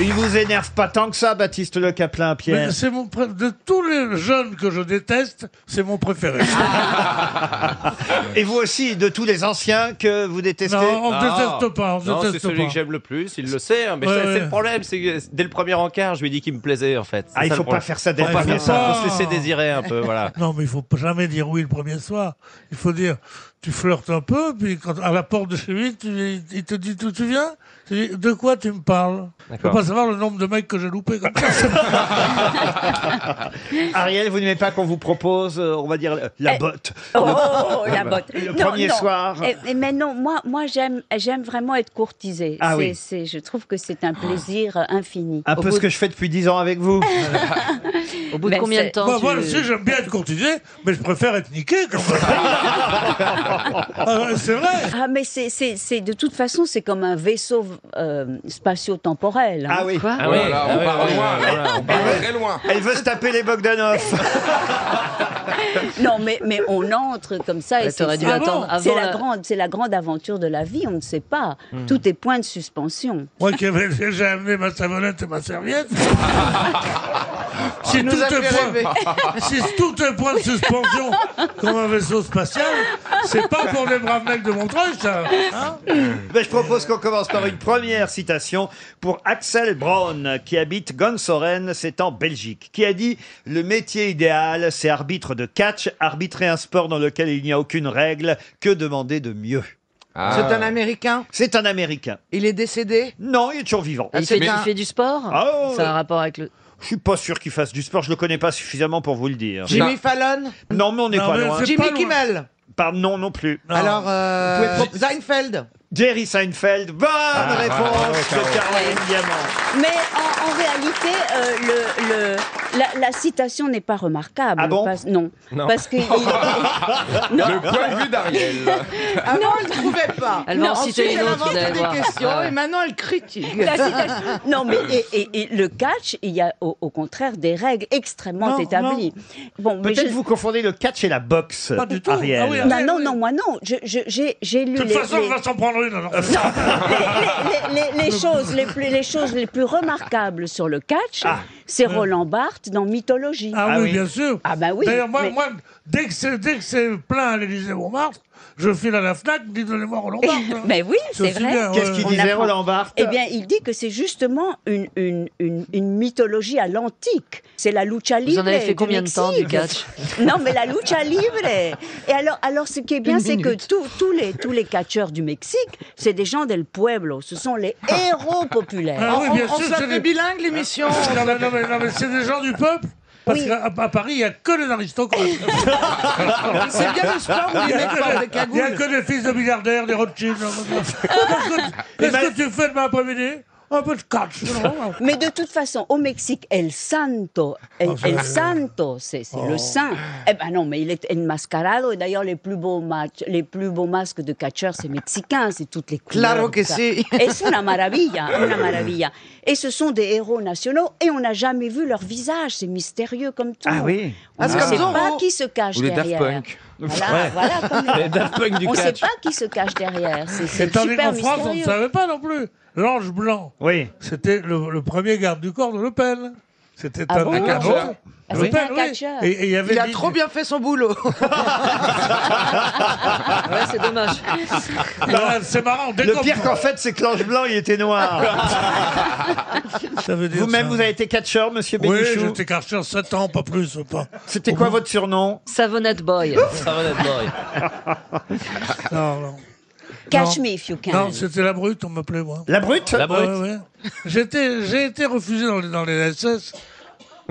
Il vous énerve pas tant que ça, Baptiste Le Caplin, Pierre. Mais c'est mon pré- de tous les jeunes que je déteste, c'est mon préféré. Et vous aussi, de tous les anciens que vous détestez Non, on Ah. déteste pas, on Non, c'est déteste celui pas. que j'aime le plus, il le sait. hein, mais Ouais, c'est ouais. c'est le problème, c'est que dès le premier encart, je lui ai dit qu'il me plaisait en fait. C'est Ah, il ça, faut le pas problème. faire ça dès Faut le pas premier faire ça, soir. faut se laisser désirer un peu, voilà. Oh. Non, mais il faut pas jamais dire oui le premier soir. Il faut dire, tu flirtes un peu, puis quand, à la porte de chez lui, tu- il te dit d'où tu viens. Tu dis, de quoi tu me parles Je peux D'accord. pas savoir le nombre de mecs que j'ai loupé comme ça. Ariel, vous n'aimez pas qu'on vous propose, euh, on va dire, euh, la botte Eh. Oh, la botte. le premier soir. Eh, eh, mais non, moi, moi j'aime, j'aime vraiment être courtisée. Ah c'est, oui. c'est- je trouve que c'est un plaisir euh, infini. Un Au peu bout ce que je fais depuis 10 ans avec vous. Au bout de Bah, Ben, combien de c'est- temps Moi, tu- moi, aussi, j'aime bien être courtisé, mais je préfère être niqué quand même. Ah, c'est vrai. Ah, mais c'est, c'est, c'est- de toute façon, c'est comme un vaisseau euh, spatio-temporel. hein. Ah oui. Quoi Ah ouais, Voilà, ah on ouais, part ouais, loin, ouais, là. voilà, on On part- part très loin. Elle veut se taper les Bogdanov. Non, mais, mais on entre comme ça. et Ouais, c'est, T'aurais dû c'est- attendre c'est avant euh, la, la- grande, c'est la grande aventure de la vie, on ne sait pas. Hmm. Tout est point de suspension. Moi qui avais déjà amené ma savonnette et ma serviette. si, tout nous a est fait rêver. point, si tout est point de suspension comme un vaisseau spatial, c'est pas pour des braves mecs de Montreuil, ça. hein Ben, je propose qu'on commence par une première citation pour Axel Braun, qui habite Gonsoren, c'est en Belgique, qui a dit « Le métier idéal, c'est arbitre de catch, arbitrer un sport dans lequel il n'y a aucune règle, que demander de mieux Ah. C'est un Américain ». C'est un Américain. Il est décédé Non, il est toujours vivant. Il fait, c'est Ah, il bien. fait du sport Ah, ouais. Ça a un rapport avec le. Je suis pas sûr qu'il fasse du sport, je le connais pas suffisamment pour vous le dire. Jimmy Fallon Non, mais on n'est Non, pas mais loin. C'est pas Jimmy loin. Kimmel Pardon, non, non plus. Non. Alors, euh, Vous pouvez pro- Seinfeld Jerry Seinfeld, bonne Ah, réponse de Caroline Diamant. Mais en, en réalité, euh, le, le- la, la citation n'est pas remarquable. Ah bon Parce- non. Non. Parce que il- Le point de vue d'Ariel. Avant, elle ne trouvait pas. Elle va en Non, citer Ensuite, une elle autre, invente vous allez des voir. questions Ah ouais. et maintenant elle critique. la citation- non, mais et, et- et le catch, il y a au, au contraire des règles extrêmement Non, établies. Bon, mais Peut-être je- Bah vous confondez le catch et la boxe, Pas du tout. Ariel. Ah oui, Non, non, non, moi non. Je- je- J'ai j'ai lu De toute les- façon, les- on va s'en prendre une. alors. les, les- les- les choses, les, plus, les choses les plus remarquables sur le catch, c'est Roland Barthes dans Mythologie. Ah, Ah oui, oui. bien sûr. Ah bah oui, D'ailleurs, moi, mais- moi, dès que c'est dès que c'est plein à l'Élysée-Montmartre, je file à la Fnac, dis donnez-moi Roland Barthes. hein. ben Mais Eh, ben oui, C'est c'est aussi vrai. bien, ouais. Qu'est-ce qu'il On disait apprend. Roland Barthes Eh bien, il dit que c'est justement une, une, une, une mythologie à l'antique. C'est la lucha libre. Vous en avez fait combien de temps du Mexique. catch Non, mais la lucha libre. Et alors, alors ce qui est bien, Une c'est que minute. tous tous les, tous les catcheurs du Mexique, c'est des gens del pueblo. Ce sont les héros populaires. Ah oui, on bien on sûr, se la c'est fait des- Ah, bilingue l'émission. Non, mais, non, mais- non, mais c'est des gens du peuple. Parce Oui. qu'à à Paris, il n'y a que les aristocrates. C'est bien le sport où les mecs portent des Il n'y a cagoules. que des fils de milliardaires, des Rothschild. Qu'est-ce que, qu'est-ce que tu fais demain après-midi Un peu de catch. non Mais de toute façon, au Mexique, El Santo, El, Oh, ça El va. Santo, c'est c'est le saint. Eh ben non, mais il est enmascarado. Et d'ailleurs, les plus beaux matchs, les plus beaux masques de catcheurs, c'est mexicain, c'est toutes les couleurs. Claro que tout ça. si. Et c'est una maravilla, una maravilla. Et ce sont des héros nationaux et on n'a jamais vu leur visage. C'est mystérieux comme tout. Ah oui. On Ah, ne c'est sait comme pas Zorro. qui se cache Ou les Daft derrière. Punk. Voilà, voilà. comme- Les Daft Punk du on ne sait catch. pas qui se cache derrière. C'est Et c'est tandis qu'en super France, on ne mystérieux. savait pas non plus. L'ange blanc, Oui. c'était le, le premier garde du corps de Le Pen. C'était Ah un bon cadeau. Ah, Le c'était Pen, un oui. catcheur. Et- et il y avait Il a dit- trop bien fait son boulot. Ouais, c'est dommage. Ah, C'est marrant. Dès Le qu'on- pire qu'en fait, c'est que l'ange blanc, il était noir. ça veut dire Vous-même, ça. vous avez été catcheur, monsieur Oui, Bénichou j'étais catcheur 7 ans, pas plus. Pas. C'était quoi votre surnom Savonnette Ah, Boy. Ça va d'être boy. Non, non. Catch Non. me if you can. Non, c'était la brute, on m'appelait, moi. La brute La brute. Ouais, ouais. J'étais, j'ai été refusé dans les, dans les SS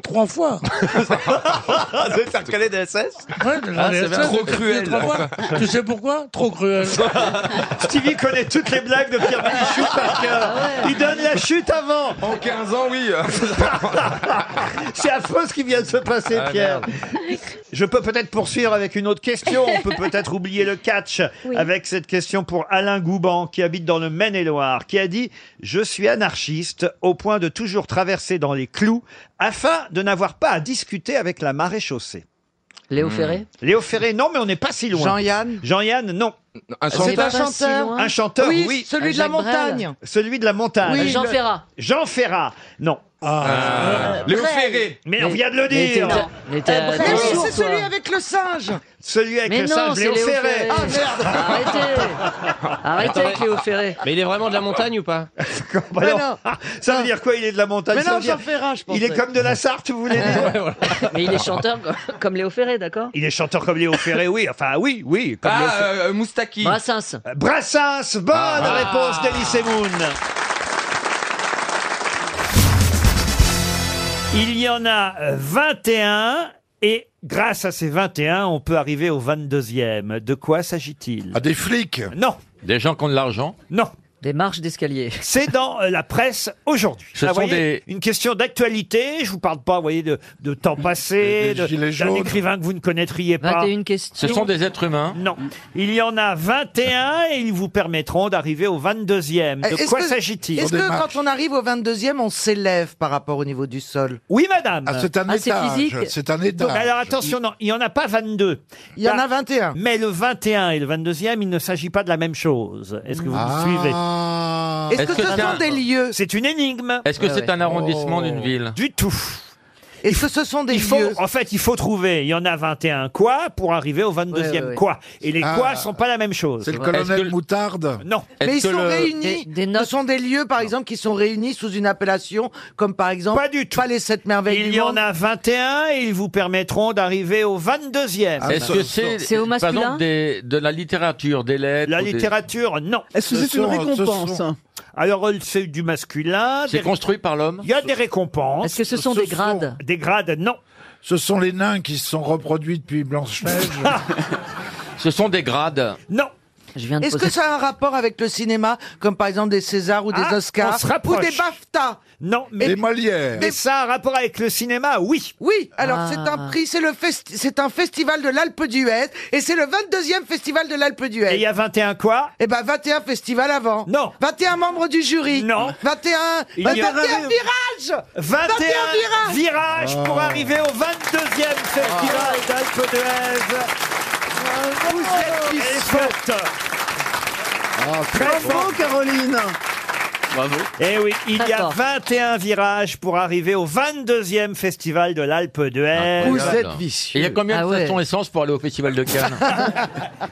trois fois. Ah, vous êtes un cadet de SS Ouais, dans Ah, les c'est SS, trop j'ai été cruel. trois fois. tu sais pourquoi Trop cruel. Stevie connaît toutes les blagues de Pierre Bénichou par Ah cœur. Il donne la chute avant. En 15 ans, oui. C'est affreux ce qui vient de se passer, Ah, Pierre. Je peux peut-être poursuivre avec une autre question. On peut peut-être oublier le catch Oui. avec cette question pour Alain Gouban, qui habite dans le Maine-et-Loire, qui a dit « Je suis anarchiste au point de toujours traverser dans les clous afin de n'avoir pas à discuter avec la marée chaussée. Léo Ferré ». Léo Ferré, non, mais on n'est pas si loin. Jean-Yann Jean-Yann, non. Un C'est chanteur pas si loin. Un chanteur, oui. Oui, celui de la Jacques Brel. montagne. Celui de la montagne. Oui, Jean le- Ferrat. Jean Ferrat. Non. Euh, Ah. Léo Brel. Ferré. Mais on Mais- vient de le Mais t'es- dire. mais t'es- Euh, Brel. Mais t'es oui, sourd, c'est toi. celui avec le singe. Celui avec Mais le non, singe c'est Léo Léo Ferré. Ferré. Ah merde. Arrêtez Arrêtez avec Léo Ferré. Mais il est vraiment de la montagne ou pas Comment- bah Mais non. non. Ça veut dire quoi Il est de la montagne. Mais ça non, veut dire- Jean Ferrat, je pense. Il est comme de la Sarthe, vous voulez dire Mais il est chanteur co- comme Léo Ferré, d'accord Il est chanteur comme Léo Ferré, oui. Enfin, oui, oui. Comme Léo Ah, Ferré. euh, Moustaki. Ah. Brassens. Brassens, bonne réponse d'Elysée Moon. Il y en a euh, 21 et grâce à ces 21, on peut arriver au 22e. De quoi s'agit-il À Ah, des flics Non, Des gens qui ont de l'argent non. Des marches d'escalier. C'est dans euh, la presse aujourd'hui. Ce Ah, sont voyez, des- Une question d'actualité. Je vous parle pas, vous voyez, de, de temps passé, Des- des de- gilets d'un jaunes. écrivain que vous ne connaîtriez pas. 21 questions. Ce sont des êtres humains Non. Il y en a 21 et ils vous permettront d'arriver au 22e. De Ah, Est-ce quoi que- s'agit-il Est-ce que quand on arrive au 22e, on s'élève par rapport au niveau du sol Oui, madame. Ah, c'est un Ah, c'est étage. physique. C'est un Donc, étage. alors attention, non, il n'y en a pas 22. Il y en Car- a 21. Mais le 21 et le 22e, il ne s'agit pas de la même chose. Est-ce que vous me suivez Ah. Est-ce que Est-ce que ce c'est sont un- des lieux Ah Oh. C'est une énigme. Est-ce que Ouais, c'est ouais. un arrondissement d'une ville Du tout. Est-ce que ce sont des Il faut, lieux en fait, il faut trouver. Il y en a 21 quoi pour arriver au 22e Ouais, ouais, ouais. quoi. Et les Ah. quoi sont pas la même chose. C'est le Est-ce colonel que- Moutarde Non. Mais Est-ce ils que sont le- Des- réunis. des ce notes. sont des lieux, par exemple, qui sont réunis sous une appellation, comme par exemple. Pas du tout. Pas les sept merveilles Il du y en monde. a 21 et ils vous permettront d'arriver au 22e. Ah, Est-ce bah, que ce c'est, C'est au par masculin exemple des- de la littérature, des lettres La ou des- littérature, non. Est-ce que Ce c'est une sont- ce récompense sont- Alors, euh, c'est du masculin. C'est des- construit par l'homme Il y a des récompenses. Est-ce que ce sont ce des sont- grades Des grades, non. Ce sont les nains qui se sont reproduits depuis Blanche-Neige. Ah, Ce sont des grades. Non. Je viens de Est-ce poser... que ça a un rapport avec le cinéma, comme par exemple des Césars ou des Ah, on Oscars se ou rapproche. des BAFTA Non, mais, les Molières. mais ça a un rapport avec le cinéma, oui. Oui, alors Ah. c'est un prix, c'est le festi- c'est un festival de l'Alpe d'Huez et c'est le 22e festival de l'Alpe Et il d'Huez. y a 21 quoi Eh ben 21 festivals avant. Non. 21 membres du jury. Non. 21 Il y a- 21 virages. 21, 21 virages. virages Oh. pour arriver au 22e festival Ah. d'Alpe d'Huez. Vous Oh, êtes qui souhaite. Ah, c'est Très bon. fort. Oh, Caroline Bravo. Eh oui, il y a D'accord. 21 virages pour arriver au 22e festival de l'Alpe d'Huez. Incroyable. Vous êtes vicieux. Et il y a combien Ah de ouais. stations essence pour aller au Festival de Cannes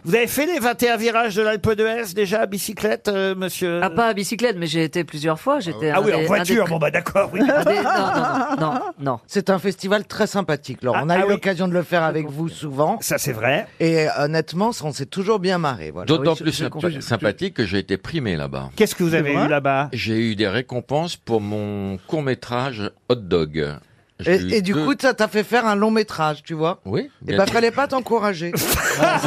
Vous avez fait les 21 virages de l'Alpe d'Huez déjà à bicyclette, euh, monsieur Ah, pas à bicyclette, mais j'ai été plusieurs fois. J'étais Ah un oui, en des- un voiture, des- bon bah Ah, d'accord, oui. un des- Non, non, non, non, non. C'est un festival très sympathique, Laurent. Ah, On a ah eu oui. l'occasion de le faire avec vous souvent. Ça c'est vrai. Et euh, honnêtement, on s'est toujours bien marré. Voilà. D'autant oui, je- plus je sympa- comprends. sympathique que j'ai été primé là-bas. Qu'est-ce que vous avez eu là-bas J'ai eu des récompenses pour mon court-métrage Hot Dog. J'ai Et, eu et du deux- coup, ça t'a fait faire un long métrage, tu vois. Oui, Et bien bah, sûr. fallait pas t'encourager. Ça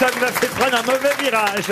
nous a fait prendre un mauvais virage.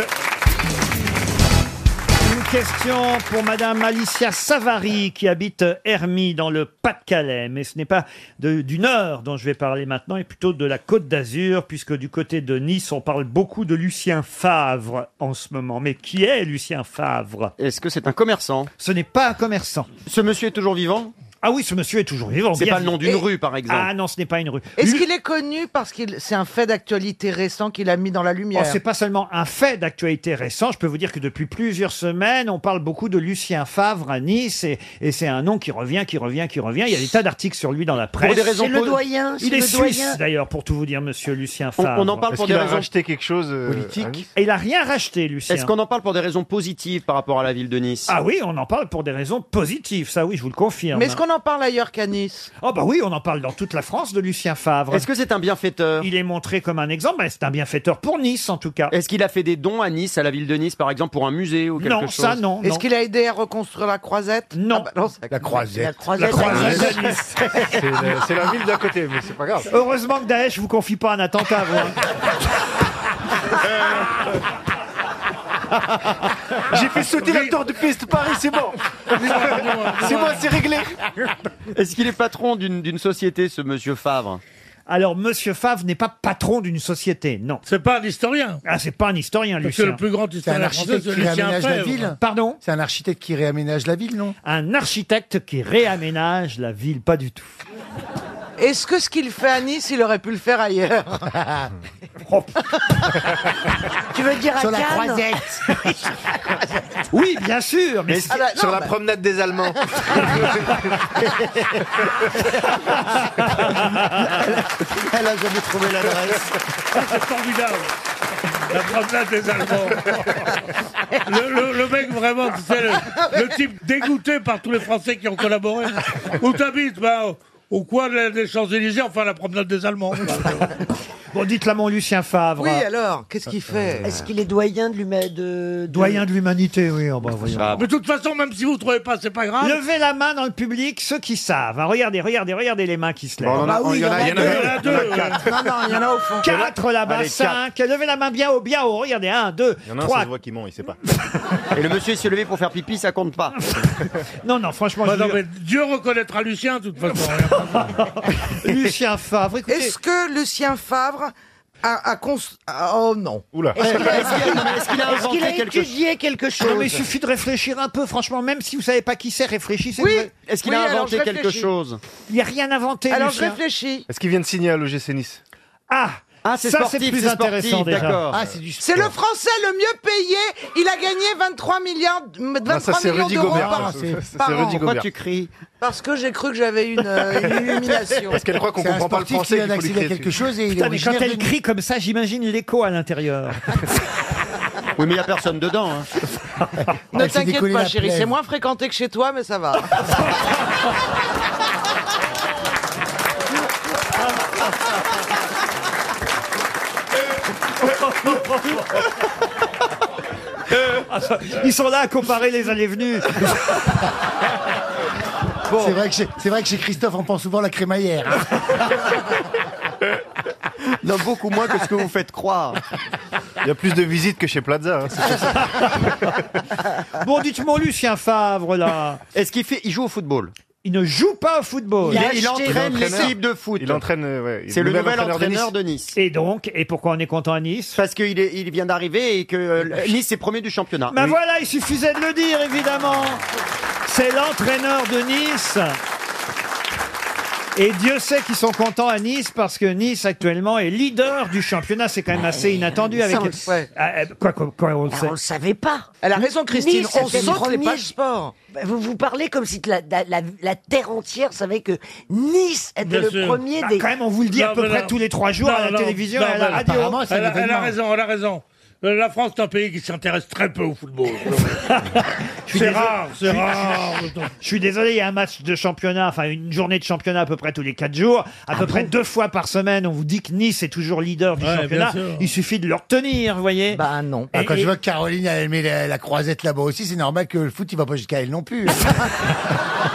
Une question pour Madame Alicia Savary qui habite Hermy dans le Pas-de-Calais. Mais ce n'est pas de- du Nord dont je vais parler maintenant, et plutôt de la Côte d'Azur, puisque du côté de Nice, on parle beaucoup de Lucien Favre en ce moment. Mais qui est Lucien Favre Est-ce que c'est un commerçant Ce n'est pas un commerçant. Ce monsieur est toujours vivant Ah oui, ce monsieur est toujours vivant. C'est bien pas le vu. nom d'une Et- rue, par exemple. Ah non, ce n'est pas une rue. Est-ce Lu- qu'il est connu parce que c'est un fait d'actualité récent qu'il a mis dans la Oh, lumière c'est pas seulement un fait d'actualité récent. Je peux vous dire que depuis plusieurs semaines, on parle beaucoup de Lucien Favre à Nice et, et c'est un nom qui revient, qui revient, qui revient. Il y a des tas d'articles sur lui dans la presse. raisons le po- doyen. Il est suisse d'ailleurs, pour tout vous dire, Monsieur Lucien on, Favre. on en parle Est-ce pour qu'il des a raisons racheté quelque chose euh, à politiques. Nice Et il a rien racheté, Lucien. Est-ce qu'on en parle pour des raisons positives par rapport à la ville de Nice Ah oui, on en parle pour des raisons positives, ça oui, je vous le confirme. Mais est-ce qu'on en parle ailleurs qu'à Nice hein. Oh bah oui, on en parle dans toute la France de Lucien Favre. Est-ce que c'est un bienfaiteur Il est montré comme un exemple, mais c'est un bienfaiteur pour Nice en tout cas. Est-ce qu'il a fait des dons à Nice, à la ville de Nice, par exemple, pour un musée ou quelque Non, chose ça non. non. Est-ce qu'il a aidé à reconstruire la croisette Non. Ah bah non, ça- La croisette. La croisette. Croisade à Nice. C'est la- c'est la ville d'à côté, mais c'est pas grave. Heureusement que Daesh vous confie pas un attentat. vous, hein. J'ai fait sauter la tour de piste Paris, c'est bon C'est bon, c'est réglé Est-ce qu'il est patron d'une d'une société, ce monsieur Favre Alors, Monsieur Favre n'est pas patron d'une société, non. C'est pas un historien. Ah, c'est pas un historien, Parce que Lucien. le plus grand historien français, c'est Lucien Fèvre. Pardon C'est un architecte qui réaménage la ville, non Un architecte qui réaménage la ville, pas du tout. Est-ce que ce qu'il fait à Nice, il aurait pu le faire ailleurs Oh. Tu veux dire Sur la Oui, bien sûr. Mais Ah bah, sur la promenade des Allemands. Elle a jamais trouvé l'adresse. C'est formidable. La promenade des Allemands. Le, le- le mec vraiment, tu sais, le, le type dégoûté par tous les Français qui ont collaboré. Où t'habites bah, au- Au coin des des Champs-Élysées, enfin la promenade des Allemands. Bon, dites-la, mon Lucien Favre. qu'est-ce qu'il Euh, fait Est-ce qu'il est doyen de l'humaine de, de- Euh, Doyen de l'humanité, oui. oh, bah, voyons. Mais de toute façon, même si vous ne trouvez pas, c'est pas grave. Levez la main dans le public, ceux qui savent. hein. Regardez, regardez, regardez les mains qui se lèvent. Bon, on en a- Ah bah oui, il y en a- il y en a- il y en a deux. Non, non, il y en a au fond. Quatre là-bas, Allez, cinq. Levez la main bien haut, bien haut. Regardez, un, deux, Il y en a un, ça trois. se voit qui ment, il sait pas. Et le monsieur s'est levé pour faire pipi, ça compte pas. Non, non, franchement, Bah je non, vous- mais Dieu reconnaîtra Lucien, de toute façon. Lucien Favre, écoutez. Est-ce que Lucien Favre a, a cons- ah, Oh non. Oula. Est-ce qu'il a- est-ce qu'il a- Est-ce qu'il a est-ce qu'il a inventé quelque chose étudié quelque chose Non, mais il suffit de réfléchir un peu, franchement, même si vous savez pas qui c'est, réfléchissez. Oui. Vous- Est-ce qu'il Oui, a alors inventé je quelque réfléchis. chose Il n'y a rien inventé, Alors je Lucien. réfléchis. Est-ce qu'il vient de signer à l'OGC Nice Ah Ah, c'est Ça, c'est sportif, plus c'est sportif, intéressant déjà. d'accord. Ah, c'est du C'est le Français le mieux payé. Il a gagné 23 milliards, 23 Ah, ça, c'est millions Rudy d'euros Gobert. par, ça, c'est- ça, par c'est an. Rudy Pourquoi Gobert. tu cries Parce que j'ai cru que j'avais une, euh, une illumination. Parce qu'elle croit qu'on C'est un comprend pas le sportif français. qui qu'il a faut lui accédé à crier quelque dessus. chose et il est Putain, mais quand originaire elle de- crie comme ça, j'imagine l'écho à l'intérieur. Oui, mais il y a personne dedans. Ne hein. Elle Ah, s'est t'inquiète décollée pas, la chérie, plaie. c'est moins fréquenté que chez toi, mais ça va. Euh. Ils sont là à comparer les allées venues. C'est vrai que chez- c'est vrai que chez Christophe, on pense souvent à la crémaillère. hein. Non, beaucoup moins que ce que vous faites croire. Il y a plus de visites que chez Plaza. hein, c'est sûr. Bon, dites-moi, Lucien Favre, là. Est-ce qu'il fait... il joue au football Il ne joue pas au football. Il, a est- il acheté- entraîne il est entraîneur. l'équipe de foot. Il entraîne. euh, ouais, C'est le nouvel entraîneur, de Nice. de Nice. Et donc, et pourquoi on est content à Nice Parce qu'il est- il vient d'arriver et que euh, Nice est premier du championnat. Ben voilà, il suffisait de le dire, évidemment. C'est l'entraîneur de Nice. Et Dieu sait qu'ils sont contents à Nice parce que Nice actuellement est leader du championnat. C'est quand même assez inattendu avec. on le sait. Ah, euh, quoi, quoi, quoi, on le Ben, Ah, sait. on le savait pas. Elle a raison, Christine. Nice, on c'était saute les premier. pages sport. Bah, Vous vous parlez comme si la, la- la- la terre entière savait que Nice était Bien le sûr. premier Bah, des. quand même, on vous le dit à Non, peu mais près non. tous les trois jours Non, à la non, télévision non, et à la mais radio. apparemment, c'est Elle a, un elle a événement. raison, elle a raison. Euh, La France est un pays qui s'intéresse très peu au football. c'est désolé. rare, c'est rare. Je suis désolé, il y a un match de championnat, enfin une journée de championnat à peu près tous les quatre jours, à peu près deux fois par semaine. On vous dit que Nice est toujours leader du Ah Ouais, bien championnat. sûr. Il suffit de le retenir, vous voyez. Bah non. Et- quand et- je vois que Caroline elle met la, la croisette là-bas aussi, c'est normal que le foot il va pas jusqu'à elle non plus.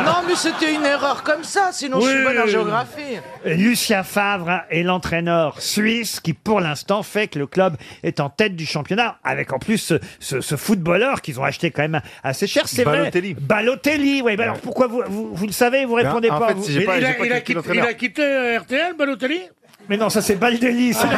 Non, mais c'était une erreur comme ça, sinon je suis Oui. bonne en géographie. Lucien Favre est l'entraîneur suisse qui, pour l'instant, fait que le club est en tête du championnat, avec en plus ce, ce- ce footballeur qu'ils ont acheté quand même assez cher. C'est vrai. Balotelli. Ben, Balotelli. Oui, bah alors pourquoi vous, vous, vous le savez, vous répondez Bah, en pas. fait, vous. j'ai Il, pas- il a, pas il a quitté quitté, l'entraîneur. il a quitté, euh, RTL, Balotelli Mais non, ça c'est Baldelli. Ah, ça.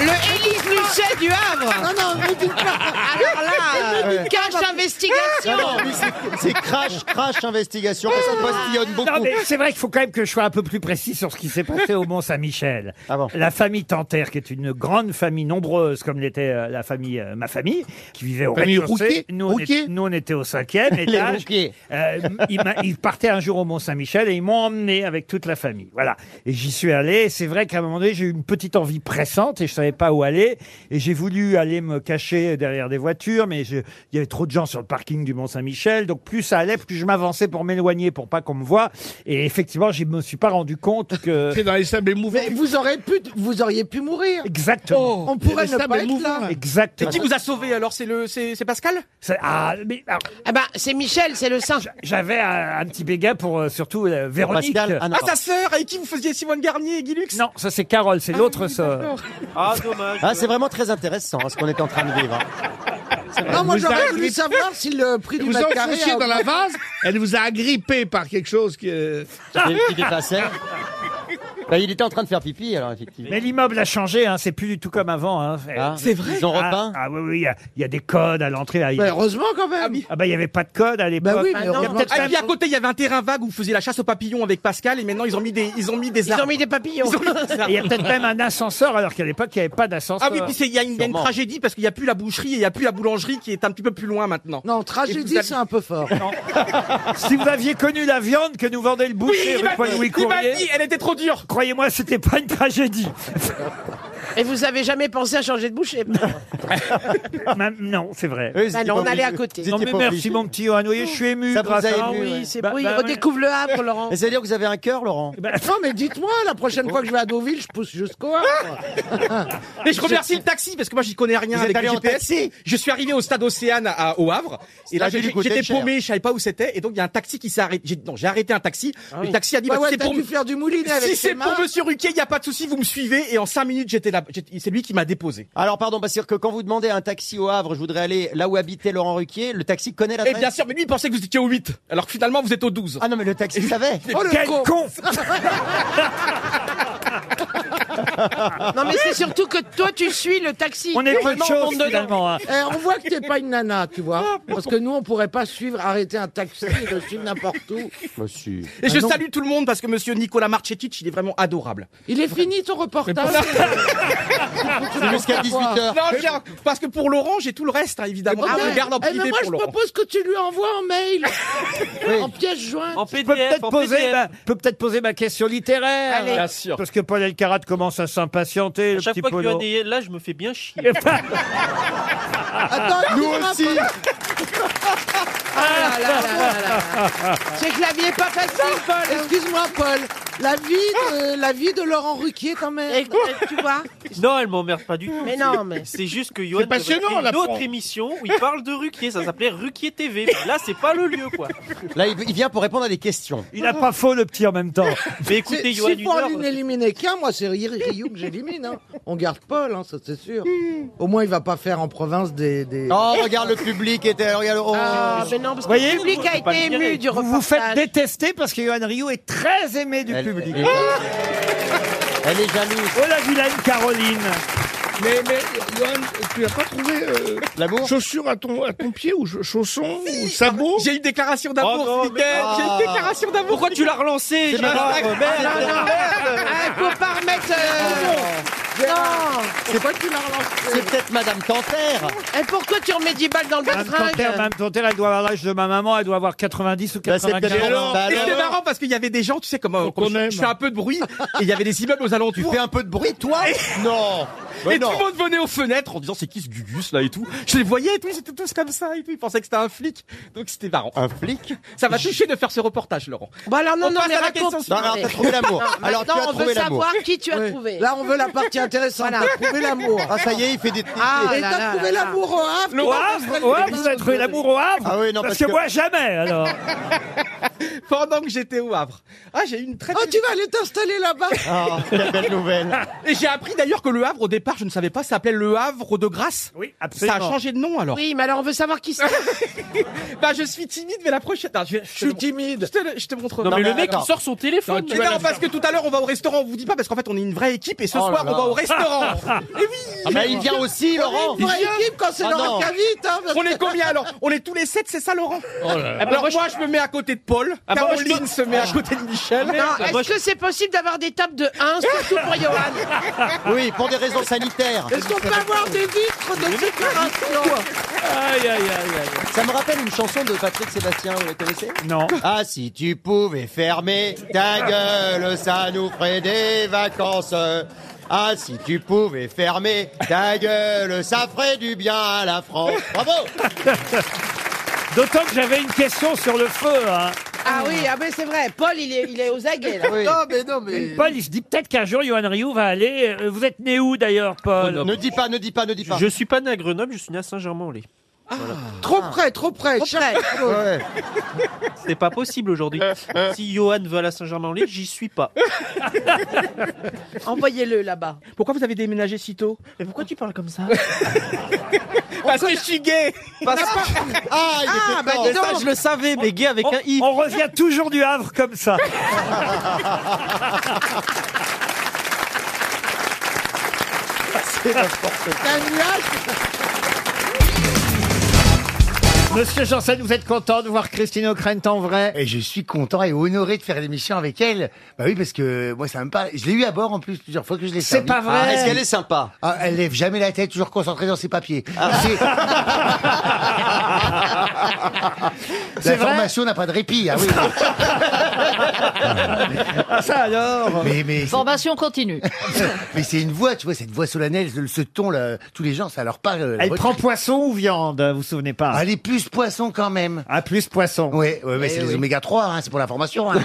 Le Élise Lucet du Havre. non, non, ne dites pas. Alors là, euh, Cache investigation C'est crash, crash investigation. Ça postillonne beaucoup. Ah. Non, mais c'est vrai qu'il faut quand même que je sois un peu plus précis sur ce qui s'est passé au Mont-Saint-Michel. Ah bon La famille Tanterre, qui est une grande famille nombreuse, comme l'était euh, la famille, euh, ma famille, qui vivait au Famille rez-de-chaussée. Rouquier Nous, on est- Rouquier nous, on était au cinquième étage. Rouquier. Euh, ils, m'a- ils partaient un jour au Mont-Saint-Michel et ils m'ont emmené avec toute la famille. Voilà. Et j'y suis allé. Et C'est vrai qu'à un moment donné, j'ai eu une petite envie pressante et je savais pas où aller. Et j'ai voulu aller me cacher derrière des voitures, mais je- il y avait trop de gens sur le parking du Mont-Saint-Michel. Donc plus ça allait, plus je m'avançais pour m'éloigner, pour pas qu'on me voie. Et effectivement, je me suis pas rendu compte que. dans les sables mouvants. mais vous, aurez pu, vous auriez pu mourir. Exactement. On pourrait ne pas être là. Exactement. vous a sauvé alors C'est le, c'est c'est Pascal Ça- ah, mais, alors, Ah bah c'est Michel, c'est le singe. j'avais un, un petit béga pour euh, surtout euh, Véronique. Pascal, ah non. Ah sa sœur avec qui vous faisiez Simone Garnier et Guy Lux Non, ça c'est Carole, c'est l'autre sœur. Ah, Ah, c'est vraiment très intéressant hein, ce qu'on est en train de vivre. hein. Non, moi Vous j'aurais avez- voulu savoir si le prix Elle du vous a mètre carré. enfoncé a dans la augmenté. vase, elle vous a agrippé par quelque chose qui... euh, Qui dépassait. Bah, il était en train de faire pipi, alors effectivement. Mais l'immeuble a changé, hein, c'est plus du tout comme avant. hein. Ah, C'est vrai ils ont Ah, repeint Ah, oui, oui, il y a- il y, a des codes à l'entrée. là, il- Bah, heureusement quand même. Ah bah il n'y avait pas de code à l'époque. oui, Il mais y a heureusement. peut-être Ah, même- et puis à côté, il y avait un terrain vague où vous faisiez la chasse aux papillons avec Pascal, et maintenant ils ont mis des, ils ont mis des Ils ont arbres. mis des papillons. Ils ont mis des arbres. Il y a peut-être même un ascenseur alors qu'à l'époque il n'y avait pas d'ascenseur. Ah oui, puis c'est- il y a une, il y a une Sûrement. tragédie parce qu'il n'y a plus la boucherie et il n'y a plus la boulangerie qui est un petit peu plus loin maintenant. Non, tragédie, c'est un peu fort. Si vous aviez connu la viande que nous vendait le boucher, Oui, il rue m'a Paul dit, Louis il m'a Courrier, dit, elle était trop dure. Croyez-moi, c'était pas une tragédie. Et vous avez jamais pensé à changer de boucher Ma- non, c'est vrai. Oui, vous Bah étiez non, pas on allait obligé. à côté. Vous Non, étiez mais pas merci obligé. mon petit Johan, Vous voyez, je suis ému. Ça vous grâce a à- ému, Ah oui, ouais. c'est- bah, ouais. le Havre, Laurent. Mais ça veut dire que vous avez un cœur, Eh Laurent ben, Non, mais dites-moi, la prochaine fois que je vais à Deauville, je pousse jusqu'au Havre. Mais je remercie le taxi parce que moi j'y connais rien Vous avec êtes allé le en GPS. taxi Je suis arrivé au stade Océane à, au Havre et là Ça a dû j'ai- lui coûter j'étais cher. paumé, je savais pas où c'était et donc il y a un taxi qui s'est arrêté. j'ai- Non, j'ai arrêté un taxi. oui. Le taxi a dit Bah ouais, c'est t'as pour dû me- faire du moulinet avec tes Si c'est pour mains. Monsieur Ruquier, il y a pas de souci, vous me suivez et en cinq minutes j'étais là. j'étais- C'est lui qui m'a déposé. Alors, pardon, parce que quand vous demandez à un taxi au Havre, je voudrais aller là où habitait Laurent Ruquier, le taxi connaît la Et Eh bien sûr, mais lui il pensait que vous étiez au 8 alors que finalement vous êtes au 12. Ah non, mais le taxi savait. Oh, le Quel con. con. Non, mais c'est surtout que toi, tu suis le taxi. On est peu de Vraiment, choses, on donne- finalement, hein. Eh, on voit que t'es pas une nana, tu Ah, vois. Parce que nous, on pourrait pas suivre, arrêter un taxi et le suivre n'importe où. Et je Ah non. salue tout le monde parce que Monsieur Nicolas Marchetic, il est vraiment adorable. Il est fini ton reportage. C'est jusqu'à 18 heures. Non, tiens, parce que pour Laurent, j'ai tout le reste, hein, évidemment. Ah Je ouais. regarde en Eh, mais privé moi, pour je Laurent. propose que tu lui envoies en mail, en pièce jointe. Je peux peut-être poser, ma- bah, je peux peut-être poser ma question littéraire. Allez. Bien bah. Parce que Paul Elkarat commence à s'impatienter. le Chaque petit fois que Polo. tu as là, je me fais bien chier. Attends, Nous dis-moi, aussi. Paul. Ah là là là là là. C'est que la vie est pas facile, Paul. Excuse-moi, Paul. La vie de, la vie de Laurent Ruquier, quand même. tu vois. Non, elle m'emmerde pas du tout. Mais non, mais- C'est juste que Johan C'est passionnant, avait fait la une autre France. émission où il parle de Ruquier. Ça s'appelait Ruquier TV. Là, c'est pas le lieu, quoi. Là, il il vient pour répondre à des questions. Il n'a pas faux, le petit, en même temps. Mais Si- écoutez, Johan euh, si pour Hunard, en éliminer qu'un, moi c'est Ry- Ryu que j'élimine. hein. On garde Paul, hein, ça c'est sûr. Au moins il va pas faire en province des. des... ben Oh, regarde le public était. Regarde, oh. Ah, mais non, parce que le public a été ému du Vous vous faites détester parce que Johan Rio est très aimé du Elle- public. elle- Elle est jalouse. Oh la vilaine Caroline Mais, mais, Johan, tu n'as pas trouvé euh, L'amour chaussures à ton, à ton pied ou chaussons ou sabots J'ai une déclaration d'amour, Oh non, ce week-end. mais- J'ai une déclaration d'amour. Pourquoi tu l'as relancé C'est ma Gérard blague. Merde. Non, non. Ah, faut pas remettre. Ah. euh, Non. C'est Pourquoi tu l'as relancé C'est peut-être Madame Canter. Et eh, pourquoi tu remets 10 balles dans le Mme Tanter, Mme Tanter, elle doit avoir l'âge de ma maman, elle doit avoir 90 ou c'est peut-être 95 elle, ans. bah, Et c'était alors marrant parce qu'il y avait des gens, tu sais, comme, euh, comme on je, aime. je fais un peu de bruit, et il y avait des immeubles aux Tu alentours. fais un peu de bruit, toi Non. Mais et non. tout le monde venait aux fenêtres en disant c'est qui ce Gugus là et tout. Je les voyais et tout, ils étaient tous comme ça et tout. Ils pensaient que c'était un flic. Donc c'était marrant. Un flic Ça va toucher de faire ce reportage, Laurent. Bon Bah, alors non, On non, passe mais à la raconte. question Non, suivante. alors t'as trouvé l'amour. Alors tu Maintenant, as on veut trouvé l'amour. savoir qui tu as trouvé. Là, on veut la partie intéressante. Trouver l'amour. Ah ça y est, il fait des. Et t'as trouvé l'amour au Havre Au Havre, au Havre, vous avez trouvé l'amour au Havre Ah oui, non, Parce parce que que- moi, jamais, alors Pendant que j'étais au Havre. Ah, j'ai eu une très Oh, tu vas aller t'installer là-bas Ah, quelle belle nouvelle. Et j'ai appris d'ailleurs que le Havre, au départ, je ne savais pas, s'appelait le Havre de Grâce. Oui, Ça absolument. a changé de nom alors. Oui, mais alors on veut savoir qui c'est. Bah, je suis timide, mais la prochaine. Attends, je, Je suis timide. Je te, le- je te montre. Non, mais, le attends. mec, il sort son téléphone. Mais non, parce que tout à l'heure, on va au restaurant. On vous dit pas parce qu'en fait, on est une vraie équipe et ce soir, on va au restaurant. et oui Oh Ah bah il vient aussi, Laurent. Une vraie Il vient. équipe quand c'est Ah non. Laurent Cavite hein, parce On est que- combien alors On est tous les sept, c'est ça, Laurent Ah, bah, Alors moi, moi, je- je me mets à côté de Paul. Ah, bah, moi, je Caroline peux- se met à côté de Michel. Ah, Non, est-ce que c'est possible d'avoir des tables de 1, surtout pour Johan Oui, pour des raisons sanitaires. Est-ce qu'on peut avoir des vitres de séparation Aïe, aïe, aïe, aïe. Ça me rappelle une chanson de Patrick Sébastien, vous la connaissez Non. Ah si tu pouvais fermer ta gueule, ça nous ferait des vacances. Ah si tu pouvais fermer ta gueule, ça ferait du bien à la France. Bravo D'autant que j'avais une question sur le feu. Hein. Ah oui, ah, mais c'est vrai. Paul, il est, il est aux aguets. Là. Oui. Non, mais non, mais. Paul, il se dit peut-être qu'un jour, Johan Rioux va aller... euh, Vous êtes né où, d'ailleurs, Paul Ne dis pas, Ah. ne dis pas, ne dis pas. suis pas né à Grenoble, je suis né à Saint-Germain-en-Laye. Trop près, trop près. Trop cherche près. autre chose. C'est pas possible aujourd'hui. si Johan veut aller à Saint-Germain-en-Laye, j'y suis pas. Envoyez-le là-bas. Pourquoi vous avez déménagé si tôt Mais pourquoi tu parles comme ça Parce que je suis gay Ah, il était Ah, bah temps. dis donc. Ça, je le savais, mais gay avec un i. On revient toujours du Havre comme ça. C'est n'importe quoi. Un nuage Monsieur Janssen, vous êtes content de voir Christine O'Krent en vrai Et je suis content et honoré de faire l'émission avec elle. Bah oui, parce que moi, ça me parle. Je l'ai eu à bord en plus plusieurs fois que je l'ai C'est servi. pas vrai. Ah, est-ce qu'elle est sympa Elle lève jamais la tête, toujours concentrée dans ses papiers. C'est- C'est la vrai formation n'a pas de répit. Ah oui. ça alors Mais, mais, Formation continue. mais c'est une voix, tu vois, cette voix solennelle, ce- ce ton, là, tous les gens, ça leur parle. euh, la Elle voix de- prend poisson ou viande, vous vous souvenez pas Elle est Ah, plus poisson quand même. Ah, plus poisson. Oui, ouais, mais Eh c'est les oui. oméga 3, hein, c'est pour l'information. Hein.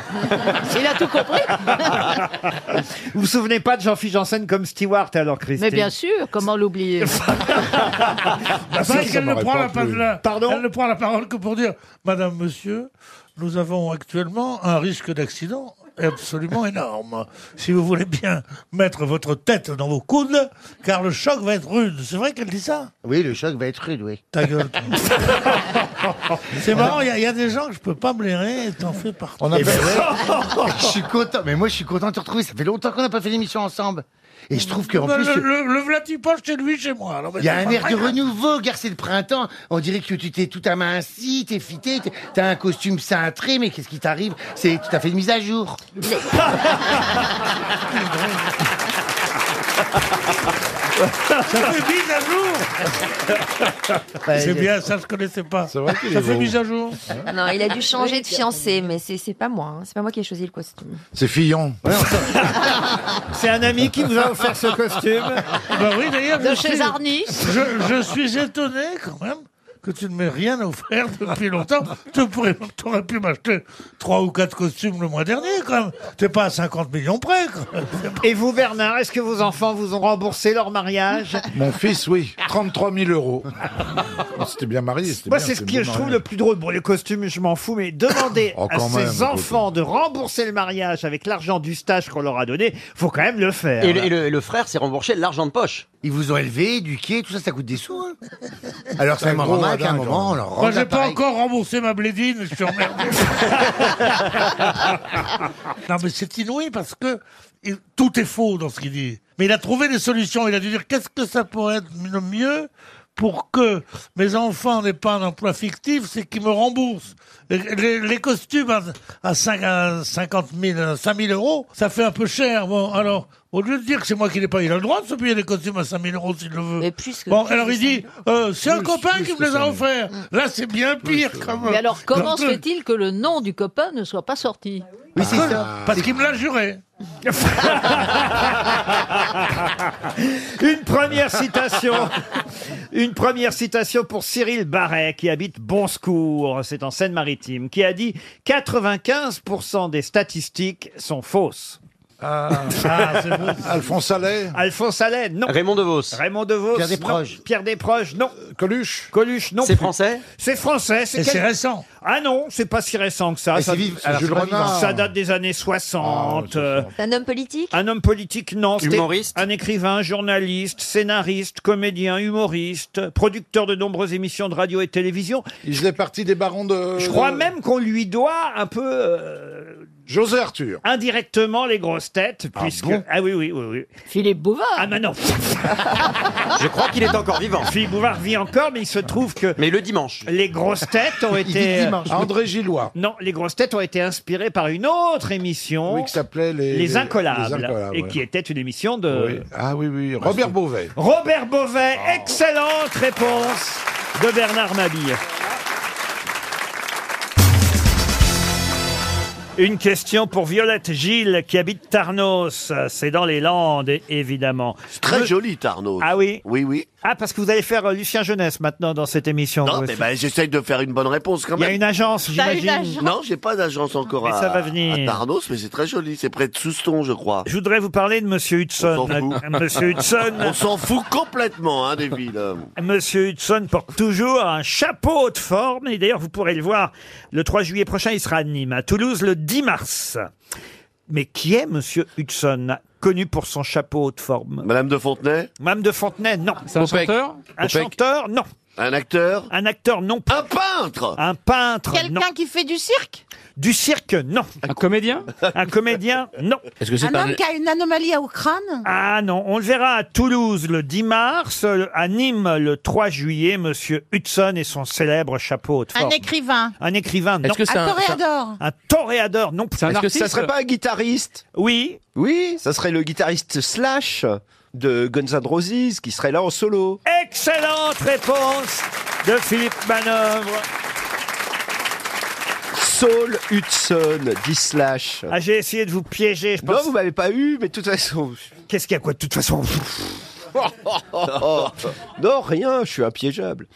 Il a tout compris. Vous vous souvenez pas de Jean-Philippe Janssen comme Stewart alors, Christine Mais bien sûr, comment l'oublier Ah, Bah, c'est vrai si, ça qu'elle ne m'aurait prend pas la plu. parole. là. Pardon Elle ne prend la parole que pour dire, Madame, Monsieur, nous avons actuellement un risque d'accident absolument énorme. Si vous voulez bien mettre votre tête dans vos coudes, car le choc va être rude. C'est vrai qu'elle dit ça Oui, le choc va être rude, oui. Ta gueule. toi. C'est marrant, il y a- il y, a des gens que je peux pas blairer et t'en fais partie. Eh ben ouais. je suis content, mais moi je suis content de te retrouver. Ça fait longtemps qu'on n'a pas fait l'émission ensemble. Et je trouve qu'en Bah, plus, le, le, le v'là-t-il pas chez lui, chez moi. Alors, bah, il y a c'est un pas air de vrai. renouveau, car c'est le printemps. On dirait que tu t'es tout aminci, t'es fité, t'es- t'as un costume cintré, mais qu'est-ce qui t'arrive C'est tout à fait une mise à jour. Ça fait mise à jour Ouais, C'est j'ai- bien, ça je connaissais pas. qu'il ça est fait beau. mise à jour. Ah Non, il a dû changer de fiancé, mais c'est c'est pas moi. hein. C'est pas moi qui ai choisi le costume. C'est Fillon. C'est un ami qui vous a offert ce costume. Bah oui, d'ailleurs, De je chez suis- Arnis. Je, je suis étonné quand même que tu ne m'aies rien offert depuis longtemps. Tu pourrais, aurais pu m'acheter trois ou quatre costumes le mois dernier quand même. T'es pas à 50 millions près. Quoi. Et vous, Bernard, est-ce que vos enfants vous ont remboursé leur mariage Mon fils, oui. 33 000 euros. C'était bien marié. c'était Moi, bien, c'est ce c'était que bon je trouve mariage. le plus drôle. Bon, les costumes, je m'en fous, mais demander Oh, à quand même, ses écoute. enfants de rembourser le mariage avec l'argent du stage qu'on leur a donné, faut quand même le faire. Et le- et frère s'est remboursé l'argent de poche. Ils vous ont élevé, éduqué, tout ça, ça coûte des sous. hein. Alors C'est ça un m'en gros remarque à un radin, moment, genre. on leur rend Moi, j'ai pas l'appareil. encore remboursé ma blédine, je suis emmerdé. non, mais c'est inouï parce que il- tout est faux dans ce qu'il dit. Mais il a trouvé des solutions. Il a dû dire qu'est-ce que ça pourrait être le mieux pour que mes enfants n'aient pas un emploi fictif, c'est qu'ils me remboursent. Les, les- les costumes à, à, cinq- à 50 000, à 5 000 euros, ça fait un peu cher. Bon, alors, au lieu de dire que c'est moi qui n'ai pas, il a le droit de se payer des costumes à 5 000 euros s'il le veut. bon, plus alors que il dit, euh, c'est un copain qui me les a offerts. Là, c'est bien pire, quand même. Mais alors, comment Donc, se fait-il que le nom du copain ne soit pas sorti Oui, c'est ça. Parce qu'il me l'a juré. Une première citation. Une première citation pour Cyril Barret, qui habite Bonsecours, c'est en Seine-Maritime, qui a dit 95% des statistiques sont fausses. Ah, c'est bon. Alphonse Allais Alphonse Allais, non. Raymond Devos. Raymond Devos. Pierre Desproges. Non. Pierre Desproges, non. Coluche. Coluche, non. C'est plus. français C'est français. Et c'est récent. Ah non, c'est pas si récent que ça. Et ça, c'est vive- alors, Jules c'est pas Renard. vivant. Ça date des années 60. euh, C'est un homme politique un homme politique, non. c'était Humoriste Un écrivain, journaliste, scénariste, comédien, humoriste, producteur de nombreuses émissions de radio et télévision. Il faisait partie des barons de... Je crois même qu'on lui doit un peu... euh, José Arthur. Indirectement les grosses têtes, puisque... bon ah oui, oui, oui, oui. Philippe Bouvard Ah mais non Je crois qu'il est encore vivant. Philippe Bouvard vit encore, mais il se trouve que... Mais le dimanche. Les grosses têtes ont Il dit été... euh, dimanche. Ah, André Gillois. Non, les grosses têtes ont été inspirées par une autre émission. Oui, qui s'appelait les... Les Incollables. Les Incollables, et ouais. qui était une émission de... Oui. Ah oui, oui. Oh. Robert Beauvais. Robert Beauvais, excellente réponse de Bernard Mabille. Une question pour Violette Gilles qui habite Tarnos, c'est dans les Landes évidemment. Très Me- joli, Tarnaud. Ah oui Oui, oui. Ah, parce que vous allez faire euh, Lucien Jeunesse maintenant dans cette émission. Non, vous mais aussi. bah, j'essaye de faire une bonne réponse quand Il y a même. une agence, T'as une j'imagine. agence Non, j'ai pas d'agence encore Mais à, ça va venir. à Tarnos, mais c'est très joli. C'est près de Souston, je crois. Je voudrais vous parler de Monsieur Hudson. Euh, Monsieur Hudson. On s'en fout complètement, hein, des villes. Monsieur Hudson porte toujours un chapeau de forme. Et d'ailleurs, vous pourrez le voir le 3 juillet prochain. Il sera à Nîmes, à Toulouse, le 10 mars. Mais qui est Monsieur Hudson Connu pour son chapeau de forme. Madame de Fontenay Madame de Fontenay, non. C'est un Popek. chanteur Un Popek. chanteur, non. Un acteur Un acteur, non. Un peintre Un peintre, non. Quelqu'un qui fait du cirque Du cirque, non. Un comédien Un comédien, non. Est-ce Un homme qui a une anomalie au crâne Ah non, on le verra à Toulouse le 10 mars, euh, à Nîmes le 3 juillet, Monsieur Hudson et son célèbre chapeau de Un forme. écrivain Un écrivain, non. Est-ce que c'est Un un- toréador Un toréador, non. C'est un Est-ce que ça ça artiste serait pas un guitariste Oui. Oui, ça serait le guitariste Slash de Guns N' Roses qui serait là en solo. Excellente réponse de Philippe Manœuvre. Saul Hudson dit Slash. Ah, j'ai essayé de vous piéger, je Non, pense. vous m'avez pas eu, mais de toute façon. Qu'est-ce qu'il y a quoi de toute façon Eh Non, rien, je suis impiégeable.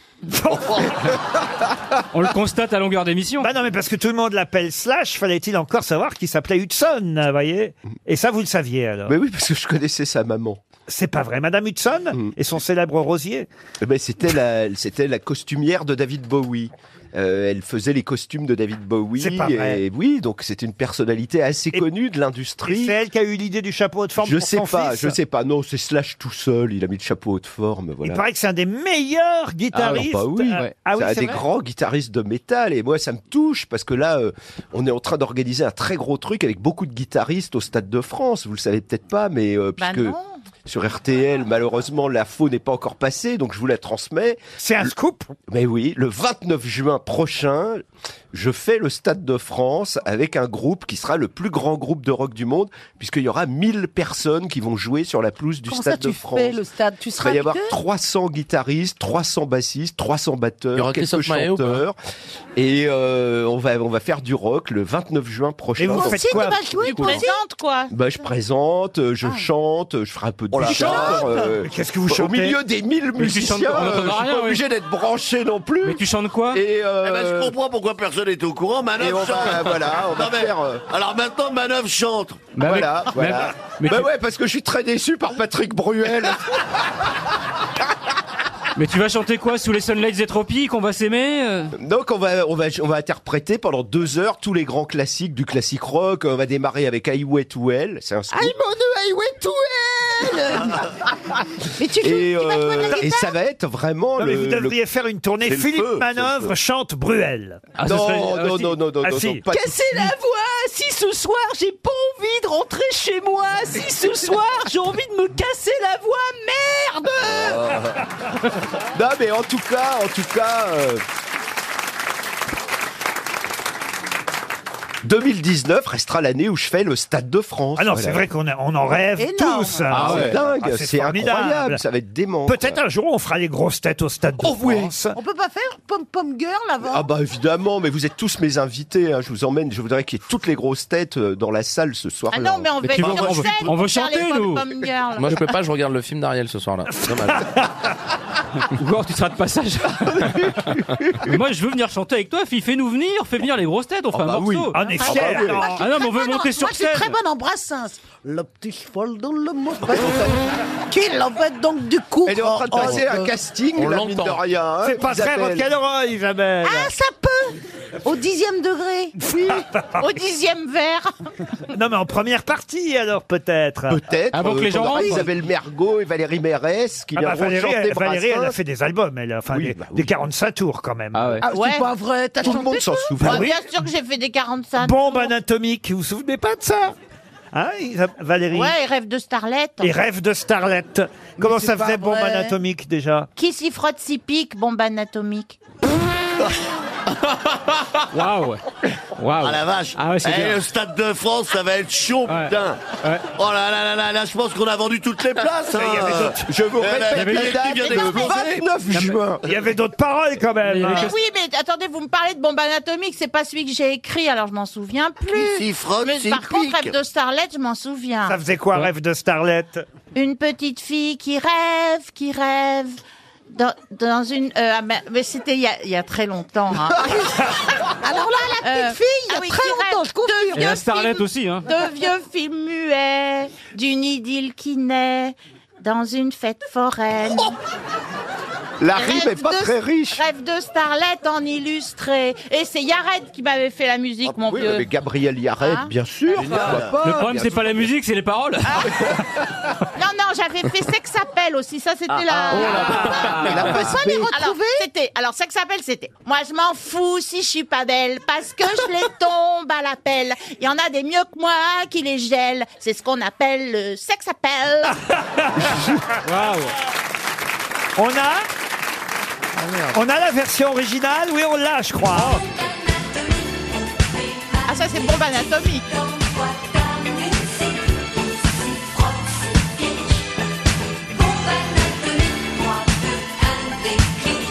On le constate à longueur d'émission. Bah non, mais parce que tout le monde l'appelle Slash, fallait-il encore savoir qu'il s'appelait Hudson, vous voyez Et ça, vous le saviez alors Mais oui, parce que je connaissais sa maman. Hmm. C'est pas vrai, Madame Hudson et son célèbre rosier. Ben, c'était la, c'était la costumière de David Bowie. Euh, elle faisait les costumes de David Bowie. C'est pas vrai. Et oui, donc c'est une personnalité assez connue de l'industrie. C'est elle qui a eu l'idée du chapeau de forme Je pour sais son pas, fils. je sais pas. Non, c'est Slash tout seul. Il a mis le chapeau haute forme. Voilà. Il paraît que c'est un des meilleurs guitaristes. Ah, non, bah oui, Ah, ouais. ah oui, c'est un c'est des vrai grands guitaristes de métal et moi ça me touche parce que là euh, on est en train d'organiser un très gros truc avec beaucoup de guitaristes au Stade de France. Vous le savez peut-être pas, mais euh, Bah puisque non. sur RTL malheureusement la faux n'est pas encore passée, donc je vous la transmets. C'est un scoop. Mais oui, le 29 juin prochain, je fais le Stade de France avec un groupe qui sera le plus grand groupe de rock du monde puisqu'il y aura 1000 personnes qui vont jouer sur la pelouse du Comment Stade ça, tu de France. fais le stade Tu Il seras va y avoir invité 300 guitaristes, 300 bassistes, 300 batteurs, Il y aura quelques Christophe Maé ou pas chanteurs. Et euh, on, va, on va faire du rock le 29 juin prochain. Toi Donc, aussi, tu vas du jouer, tu coup, présentes quoi bah, je présente, euh, je chante, euh, je ferai un peu de Oh là là. guitare. Mais qu'est-ce que vous Euh, Au chantez milieu des 1000 Mais tu musiciens, chantes- on euh, entend je suis rien, pas oui. obligé d'être branché non plus. Mais tu chantes quoi Et euh, Eh ben, je comprends pourquoi personne n'est au courant. Manœuvre Et on va- chante. voilà, on va Non, mais- faire, euh, Alors maintenant, Manœuvre chante. Bah voilà, voilà. bah ouais, parce que je suis très déçu par Patrick Bruel. Mais tu vas chanter quoi sous les sunlights des tropiques On va s'aimer euh Donc on va, on, va, on va interpréter pendant deux heures tous les grands classiques du classique rock. On va démarrer avec Highway to Hell, c'est un scoop. I'm on the highway to hell Mais tu, joues, Et, tu vas jouer de euh, la et guitare ça va être vraiment Non, mais le- vous devriez le- faire une tournée. C'est le Philippe feu, c'est le Manœuvre feu. chante Bruel. Ah, ce Non, serait- non, si. non, non, non, Ah, non, si. non, pas- Qu'est-ce- Cassez la voix si ce soir j'ai pas envie de rentrer chez moi, si ce soir j'ai envie de me casser la voix, merde Oh. Non mais en tout cas, en tout cas. euh, 2019 restera l'année où je fais le Stade de France. Ah non, Voilà. c'est vrai qu'on a- on en rêve tous. Ah, Ah, c'est ouais. dingue, Ah, c'est formidable. incroyable, ça va être dément. Peut-être un jour on fera les grosses têtes au stade de France. On peut pas faire Pom Pom Girl avant Ah bah évidemment, mais vous êtes tous mes invités. hein. Je vous emmène. Je voudrais qu'il y ait toutes les grosses têtes euh, dans la salle ce soir. Ah non, mais on va être sur scène pour faire les pom-pom girls. Moi, je peux pas, je regarde le film d'Ariel ce soir-là. Dommage. Ou alors tu seras de passage. Mais moi je veux venir chanter avec toi, fille, fais-nous venir, fais venir les grosses têtes, on fait bah un oui. morceau. On est Ah bah fiers, oui. alors. Ah non, mais on veut Moi, non, monter sur Moi, je suis scène. très bonne en brassens. Le petit cheval dans le mot. Qu'il en fait donc du coup. Elle est en train de passer Oh, un oh, casting, oh. la mine de rien. hein, C'est pas très Isabelle. rock'n'roll, Isabelle. Ah, ça peut Au dixième degré. Oui. Au dixième verre. non, mais en première partie, alors, peut-être. Peut-être. Avant que euh, les gens qu'on aura rentrent. Isabelle Mergot et Valérie Mérès qui Ah bah, viendront Valérie, chanter elle, Valérie, elle a Brassens. fait des albums, elle, enfin, des, des 45 tours quand même. Ah ouais. Ah, c'est pas vrai, t'as Tout le chanté monde s'en ça souvient. Bah, Ah oui. Bien sûr que j'ai fait des 45. Bombe anatomique, vous vous souvenez pas de ça Hein, Isa- Valérie Ouais, et rêve de starlette. Et rêve de starlette. Comment c'est ça pas faisait bombe vrai. anatomique déjà Qui s'y frotte s'y pique, bombe anatomique. Waouh Waouh Ah la vache Ah ouais, c'est Eh, bien. Le Stade de France, ça va être chaud, putain Oh là là là là, là, je pense qu'on a vendu toutes les places hein. Il y avait d'autres- Je vous Eh, la- répète la- la la- date vient de d'exploser. 29 juin. Il y avait d'autres paroles quand même. hein. Mais Ah oui, mais attendez, vous me parlez de bombe anatomique, c'est pas celui que j'ai écrit, alors je m'en souviens plus. Qui s'y frotte, mais s'y par contre, pique. rêve de starlette, je m'en souviens. Ça faisait quoi, rêve de starlette Une petite fille qui rêve, qui rêve. Dans, dans une. euh, ah, mais- mais c'était il y, a- il y a très longtemps. hein. Alors là, la petite Euh, fille, il y ah a oui, très qui rêve longtemps, je confirme. Et la starlette aussi, hein. De vieux films muets, d'une idylle qui naît, dans une fête foraine. Oh La rime Rêve est pas de- très riche. Rêve de starlette en illustré. Et c'est Yared qui m'avait fait la musique, Ah, mon Oui, vieux. mais Gabriel Yared, Hein bien Ah, sûr. Génial. pourquoi Le problème, Bien c'est sûr. pas la musique, c'est les paroles. Non, non, j'avais fait Sex Appel aussi. Ça, c'était la. Mais la On peut face pas les B. retrouver. Alors, c'était- Alors, Sex Appel, c'était. Moi, je m'en fous si je suis pas belle parce que je les tombe à l'appel. Il y en a des mieux que moi qui les gèlent. C'est ce qu'on appelle le Sex Appel. On a On a la version originale Oui, on l'a, je crois. Ah, ça, c'est bombe anatomique.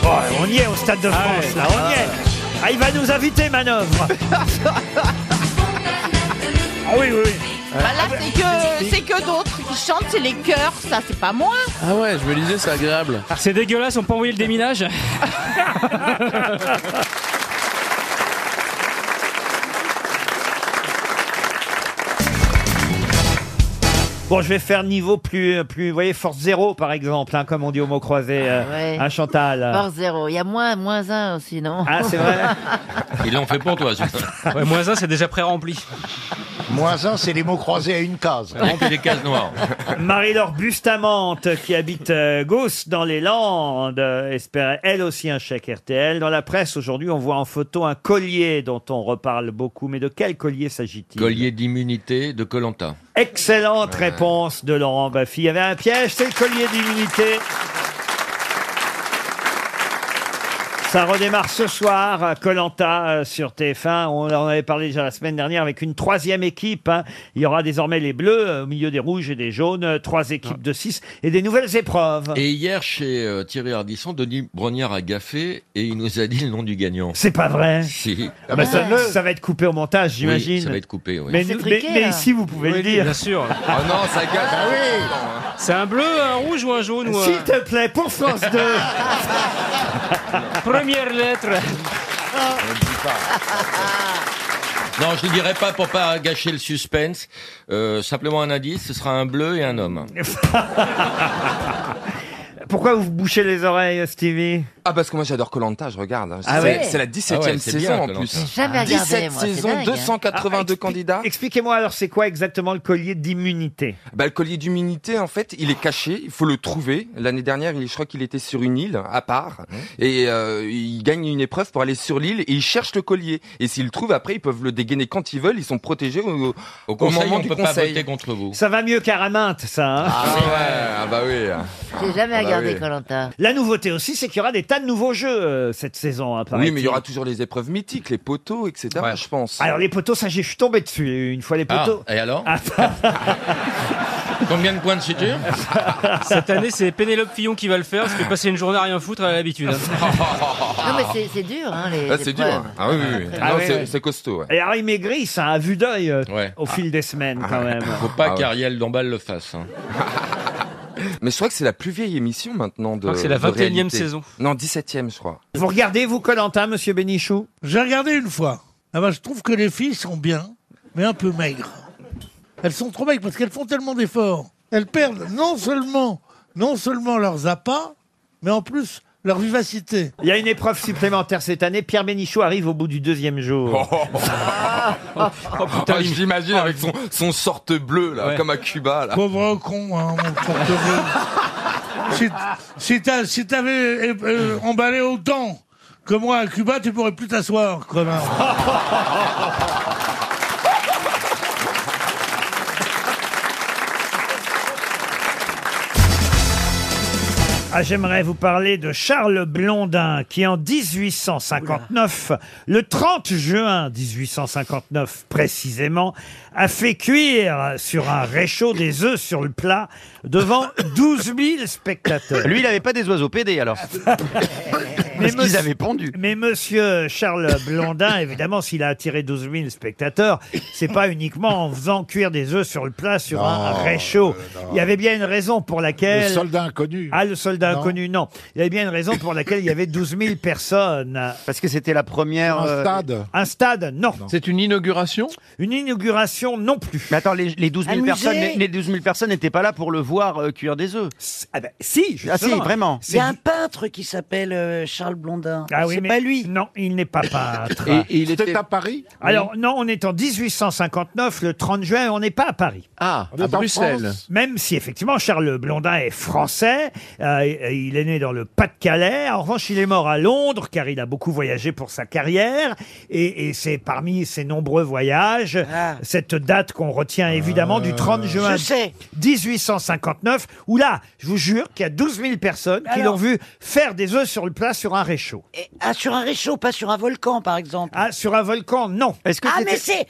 Oh, on y est au Stade de France, là, on y est. Ah, il va nous inviter, Manœuvre. ah oui, oui. Bah Ah, là, c'est que, c'est que d'autres qui chantent, c'est les chœurs. Ça, c'est pas moi. Ah ouais, je me disais, c'est agréable. C'est dégueulasse, on peut envoyer le déminage Bon, je vais faire niveau plus, plus, vous voyez, force zéro, par exemple, hein, comme on dit au mot Ah croisé euh, ouais. à Chantal. Hors zéro. Il y a moins, moins un aussi, non Ah, c'est vrai Ils l'ont fait pour toi, Ouais, moins un, c'est déjà pré-rempli. Moins un, c'est les mots croisés à une case. Remplis les cases noires. Marie-Laure Bustamante, qui habite euh, Gauss dans les Landes, euh, espérait elle aussi un chèque RTL. Dans la presse aujourd'hui, on voit en photo un collier dont on reparle beaucoup. Mais de quel collier s'agit-il Collier d'immunité de Colanta. Excellente réponse de Laurent Baffy. Il y avait un piège, c'est le collier d'immunité. Ça redémarre ce soir, Colanta euh, sur TF1. On en avait parlé déjà la semaine dernière avec une troisième équipe. hein. Il y aura désormais les bleus euh, au milieu des rouges et des jaunes, euh, trois équipes de six et des nouvelles épreuves. Ah. Et hier, chez euh, Thierry Ardisson, Denis Brognard a gaffé et il nous a dit le nom du gagnant. C'est pas vrai Si. Ah bah ça, ça va être coupé au montage, Oui, j'imagine. ça va être coupé, oui. Mais, C'est nous- triqué, mais- mais là. ici, vous pouvez le dire. bien sûr. Ah non, ça gâche. Ah C'est un bleu, un rouge ou un jaune ou un- S'il te plaît, pour France 2. Première lettre. Non, je ne dirai pas pour pas gâcher le suspense. Euh, simplement un indice, ce sera un bleu et un homme. Pourquoi vous vous bouchez les oreilles, Stevie Ah parce que moi j'adore Colanta, je regarde. hein. Ah c'est, ouais c'est la 17e Ah ouais, c'est saison bien, en Koh-Lanta. plus. J'ai jamais regardé, 17 moi, c'est saisons, dingue. 282 candidats. Expliquez-moi alors, c'est quoi Ah, exactement le collier d'immunité Bah, le collier d'immunité, en fait, il est caché, il faut le trouver. L'année dernière, il- je crois qu'il était sur une île à part, Mmh. et euh, il gagne une épreuve pour aller sur l'île, et il cherche le collier. Et s'ils le trouvent, après, ils peuvent le dégainer quand ils veulent, ils sont protégés au, au conseil, moment on du peut pas conseil. voter contre vous. Ça va mieux qu'à Raminte, ça. hein Ah ouais, ah bah oui. J'ai jamais Ah bah oui. regardé Colanta. La nouveauté aussi, c'est qu'il y aura des tas de nouveaux jeux euh, cette saison. hein, Oui, mais il paraît-il. y aura toujours les épreuves mythiques, les poteaux, etc. Je pense. Alors les poteaux, ça, j'ai- je suis tombé dessus une fois les Ah, poteaux. et alors Combien de points de suture Cette année, c'est Pénélope Fillon qui va le faire, parce que passer une journée à rien foutre, elle a l'habitude. hein. Non, mais c'est- c'est dur, hein, les. Ah, les c'est dur. preuves. hein. Ah oui, oui, oui. Ah Non, oui, c'est, oui. c'est costaud. ouais. Et alors ils maigrissent hein, à vue d'œil euh, au fil des semaines quand même. Faut pas Ah ouais. qu'Ariel Dombal le fasse. hein. Mais je crois que c'est la plus vieille émission maintenant de. crois que c'est la de 21e réalité. saison. Non, 17e, je crois. Vous regardez vous Colantin, Monsieur Bénichou J'ai regardé une fois. Ah bah, je trouve que les filles sont bien, mais un peu maigres. Elles sont trop maigres parce qu'elles font tellement d'efforts. Elles perdent non seulement, non seulement leurs appâts, mais en plus leur vivacité. Il y a une épreuve supplémentaire cette année. Pierre Bénichou arrive au bout du deuxième jour. Oh, putain, j'imagine avec son, son sorte bleu, là, comme à Cuba, là. Pauvre con, hein, mon porte-bonheur. Si, si t'as- si t'avais euh, euh, emballé autant que moi à Cuba, tu pourrais plus t'asseoir, connard. Ah, j'aimerais vous parler de Charles Blondin qui en 1859, le 30 juin 1859 précisément, a fait cuire sur un réchaud des œufs sur le plat devant 12 000 spectateurs. Lui, il n'avait pas des oiseaux PD alors. Mais qu'ils mons- avaient pendu. Mais monsieur Charles Blondin, évidemment, s'il a attiré 12 000 spectateurs, c'est pas uniquement en faisant cuire des œufs sur le plat sur un Non, réchaud. Il y avait bien une raison pour laquelle. Le soldat inconnu. Ah, le soldat Non. inconnu, non. Il y avait bien une raison pour laquelle il y avait 12 000 personnes. Parce que c'était la première. Un euh, stade. Un stade, non. C'est une inauguration Une inauguration, non plus. Mais attends, les, les 12 Un 000 personnes, musée les, les 12 000 personnes n'étaient pas là pour le voir euh, cuire des œufs. Ah ben, si, Ah si, vraiment. Il y a un peintre qui s'appelle euh, Charles Blondin. Ah oui, C'est mais pas lui. Non, il n'est pas peintre. C'était à Paris Alors non, on est en 1859, le 30 juin, on n'est pas à Paris. Ah, On est à en Bruxelles. France. Même si effectivement Charles Blondin est français, euh, il est né dans le Pas-de-Calais. En revanche, il est mort à Londres car il a beaucoup voyagé pour sa carrière. Et, et c'est parmi ses nombreux voyages cette date qu'on retient évidemment du 30 juin Ah. Je sais. 1859, où là, je vous jure qu'il y a 12 000 personnes qui Alors. l'ont vu faire des œufs sur le plat sur un réchaud. Ah, sur un réchaud, pas sur un volcan, par exemple. Ah, sur un volcan, non. Est-ce que ah, c'était- mais c'est.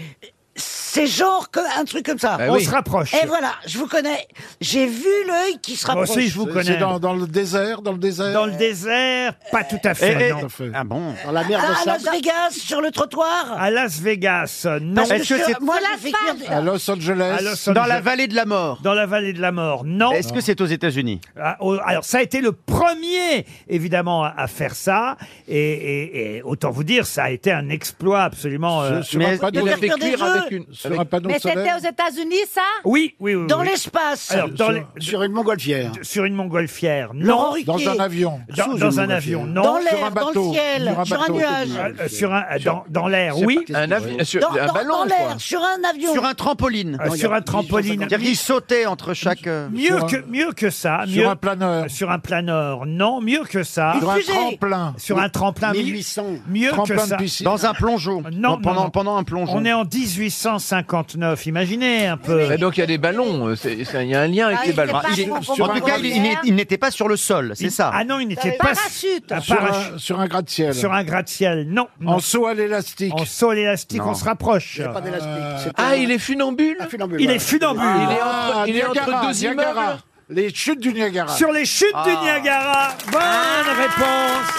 C'est genre que- un truc comme ça. Bah On oui. se rapproche. Et voilà, je vous connais. J'ai vu l'œil qui se Moi rapproche. aussi, je vous C'est- connais. C'est dans, dans le désert, dans le désert. Dans le désert, pas tout à fait. Eh, eh, non. Ah bon Dans la mer de à sable. Las Vegas, sur le trottoir. À Las Vegas, euh, non. Parce que sur- moi, j'ai fait cuire des- À Los Angeles. À Los Angeles. de la mort. Dans la vallée de la mort, non. Est-ce que c'est aux États-Unis Ah, oh, Alors, ça a été le premier, évidemment, à- à faire ça. Et, et- et autant vous dire, ça a été un exploit absolument. euh, sur un panneau il a de- fait cuire avec une- sur avec- un panneau Mais c'était aux États-Unis, ça Oui, oui, oui. Dans oui. l'espace. Alors, dans Sur- les- sur une montgolfière. Sur une montgolfière, Laurent non. Ruquier. Dans un avion. Dans, Sous dans une un montgolfière. avion, non. Dans Sur l'air, un dans le bateau. ciel, Sur un sur un bateau. nuage. Euh, Sur un, dans, dans l'air, Je sais Eh oui. pas, qu'est-ce Un que- avi- sur- Dans- un dans- ballon, dans l'air, quoi. sur un avion. Sur un trampoline. Euh, sur un trampoline. C'est-à-dire qu'ils sautaient entre chaque. euh, Mieux que, mieux que ça. Sur mieux- un euh, Sur un planeur. Non, mieux que ça. Une Ah. Sur un fusée. tremplin. Sur un tremplin. mi- 1800. Mieux Tremplin que de ça. piscine. Dans un plongeon. Non, Dans- non, pendant- non. pendant un plongeon. On est en 1859. Imaginez un peu. Eh ben, donc il y a des ballons, euh, il y a un lien avec Ah, les il ballons. était pas Il est- sur- sur en un tout cas, il, il grand-air. n'est- il n'était pas sur le sol, c'est Il- ça. Ah non, il n'était pas parachute. un Sur un- parachute. sur un gratte-ciel. Sur un gratte-ciel, non. En saut à l'élastique. En saut à l'élastique, Non. on se rapproche. Ah, il est funambule Euh, Il est funambule. Il est entre, Ah, il est entre Niagara, deux Niagara. immeubles. Les chutes du Niagara. Sur les chutes du Ah. Niagara. Bonne Ah. réponse.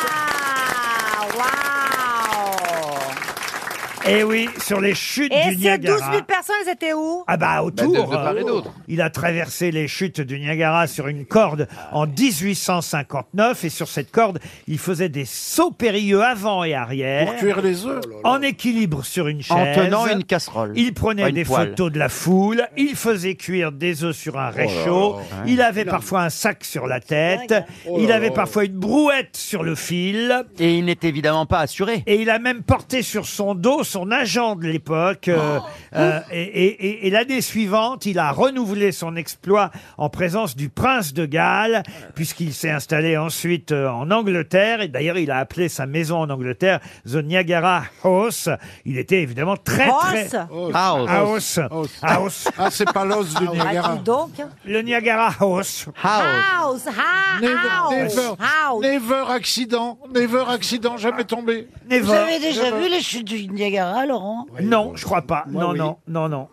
Eh oui, sur les chutes Et du ces 12 Niagara. 000 personnes, elles étaient où Ah bah autour. de- de part et d'autre. il a traversé les chutes du Niagara sur une corde Ah en 1859 et sur cette corde, il faisait des sauts périlleux avant et arrière. Pour cuire les œufs. En équilibre sur une chaise. En tenant une casserole. Il Pas prenait une des poêle. photos de la foule, il faisait cuire des œufs sur un réchaud, Oh là. Oh il avait parfois un sac sur la tête, il avait parfois une brouette sur le fil. Et il n'est évidemment pas assuré. Et il a même porté sur son dos son agent de Oh. l'époque. euh, euh, et et- et- et l'année suivante, il a renouvelé son exploit en présence du prince de Galles, puisqu'il s'est installé ensuite euh, en Angleterre. Et d'ailleurs, il a appelé sa maison en Angleterre The Niagara House. Il était évidemment très, très... House House. House. Ah, c'est pas l'os du Ah, Niagara. dis donc. Le Niagara House. House, ha- house, Ah, Never, never, house. never accident, never accident, jamais tombé. Vous avez déjà vu les chutes du Niagara, Laurent Non, je crois pas. non, non, non, non.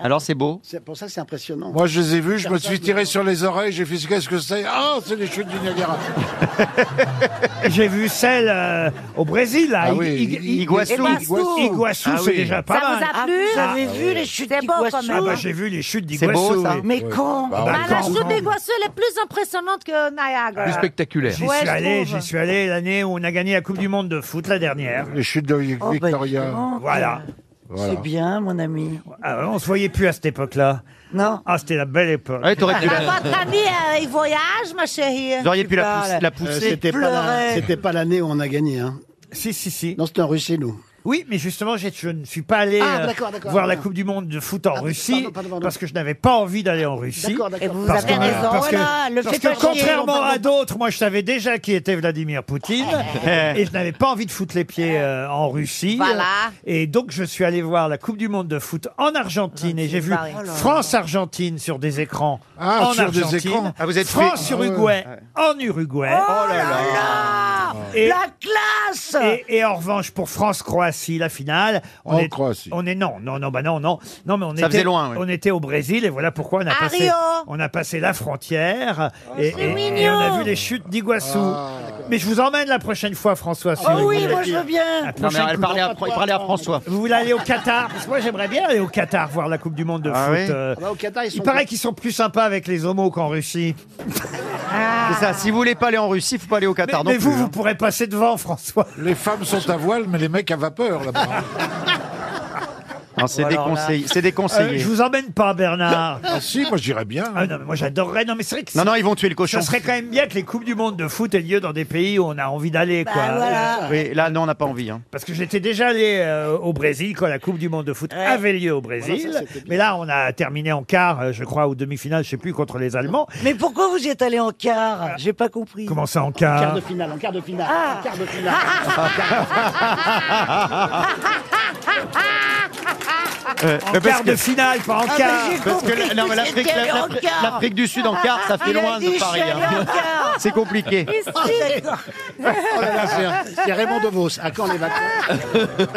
Alors c'est beau. C'est pour ça que c'est impressionnant. Moi, je les ai vus, je me suis tiré sur les oreilles, j'ai fait qu'est-ce que c'est Ah, c'est les chutes du Niagara. J'ai vu celle euh, au Brésil, là. Ah I- oui, I- I- Iguassou. Iguassou, Iguassou, Ah c'est oui. déjà Ça pas mal. vous a plu Vous avez vu les chutes C'est beau quand d'Iguassou Ah même. bah j'ai vu les chutes C'est d'Iguassou. beau, ça. oui. Mais quand Ah bah, Bah, la quand- chute d'Iguassou, elle est plus impressionnante que Niagara. J'y suis Ouais, je allé, trouve. j'y suis allé l'année où on a gagné la Coupe du Monde de foot, la dernière. Les chutes de Victoria. Voilà. Voilà. C'est bien, mon ami. Ah, on se voyait plus à cette époque-là. Non. Ah, c'était la belle époque. Ouais, t'aurais pu Ah, votre ami, euh, il voyage, ma chérie. Vous auriez pu la pousser- la pousse. Euh, pousser. Euh, C'était pas, la- Pleurait. c'était pas l'année où on a gagné. Hein. Si, si, si. Non, c'était en Russie, nous. Oui, mais justement, j'ai- je ne suis pas allé Ah, euh, d'accord, d'accord, voir la d'accord. Coupe du Monde de foot en Russie pardon, pardon, pardon. parce que je n'avais pas envie d'aller en Russie. D'accord, d'accord. Et vous Parce avez que- raison, parce que- voilà, le parce fait que pas chier, contrairement on va- à d'autres, moi, je savais déjà qui était Vladimir Poutine Euh, et je n'avais pas envie de foutre les pieds euh, en Russie. Voilà. Et donc, je suis allé voir la Coupe du Monde de foot en Ah, Argentine et j'ai vu pareil. Oh là là. France-Argentine sur des écrans Ah, en sur des Argentine, écrans. Ah, vous êtes fait- Ah, Oh France-Uruguay en Uruguay. Oh Ah. Et- La classe et, et en revanche, pour France-Croatie, la finale, on En est, Croatie. on est non, non, non, bah non, non, non, mais on Ça était, faisait loin, oui. on était au Brésil et voilà pourquoi on a À passé, Rio. on a passé la frontière et, Oh, c'est et- et mignon. Ah, on a vu les chutes d'Iguassou. Mais je vous emmène la prochaine fois, François. si Oh vous oui, voulez moi, je bien. veux bien. La Non, prochaine mais elle Coupe parlait du à- Monde. il parlait à François. Vous voulez aller au Qatar Parce que Moi, j'aimerais bien aller au Qatar voir la Coupe du Monde de Ah foot. oui euh. Ah bah, au Qatar, ils Il sont paraît plus- qu'ils sont plus sympas avec les homos qu'en Russie. C'est ça, si vous voulez pas aller en Russie, faut pas aller au Qatar Mais, non mais vous, plus, vous hein. pourrez passer devant, François. Les femmes sont à voile, mais les mecs à vapeur, là-bas. Non, c'est Alors là- déconseillé. C'est déconseillé. Euh, je vous emmène pas, Bernard. Ah si, moi j'irais bien. Ah non, mais moi j'adorerais. Non, mais c'est vrai que Non, c'est- non, ils vont tuer le cochon. Ça serait quand même bien que les Coupes du Monde de foot aient lieu dans des pays où on a envie Bah, d'aller, quoi. Oui, là, non, on n'a pas envie. hein. Parce que j'étais déjà allé euh, au Brésil quand la Coupe du Monde de foot avait lieu au Brésil. Voilà, ça, c'était bien. mais là, on a terminé en quart, euh, je crois, ou demi-finale, je sais plus, contre les Allemands. Mais pourquoi vous y êtes allé en quart J'ai pas compris. Comment ça, en En quart quart de finale, en quart de finale. Ah. En quart de finale. Euh, En mais parce quart de que- finale, pas en Ah, mais quart. j'ai Parce que la- non, mais l'Afrique- la- la- l'Afrique du Sud en quart, ça fait Ah, Il a loin dit, de Paris. je suis allé en quart. C'est compliqué. Ah, Oh là là, c'est un- c'est Raymond DeVos. À quand les vacances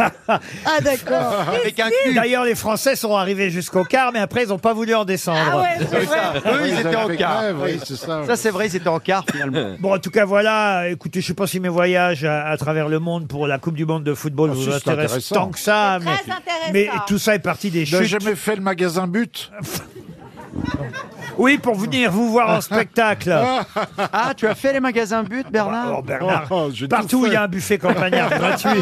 Ah d'accord. Avec un cul. D'ailleurs, les Français sont arrivés jusqu'au quart, mais après, ils n'ont pas voulu en descendre. Ah ouais, C'est ça. Eux, ils étaient en quart. oui, c'est ça. Ça, c'est vrai, ils étaient en quart finalement. Bon, en tout cas, voilà. Écoutez, je sais pas si mes voyages à, à travers le monde pour la Coupe du Monde de football Ah, si, vous c'est intéressent intéressant. tant que ça. C'est Mais, très intéressant. mais tout ça est parti Ben, des J'ai chutes. jamais fait le magasin but. Oui, pour venir vous voir en spectacle. Ah, tu as fait les magasins but, Bernard Oh, Bernard, Oh, oh, j'ai tout partout où il y a fait. un buffet campagnard gratuit.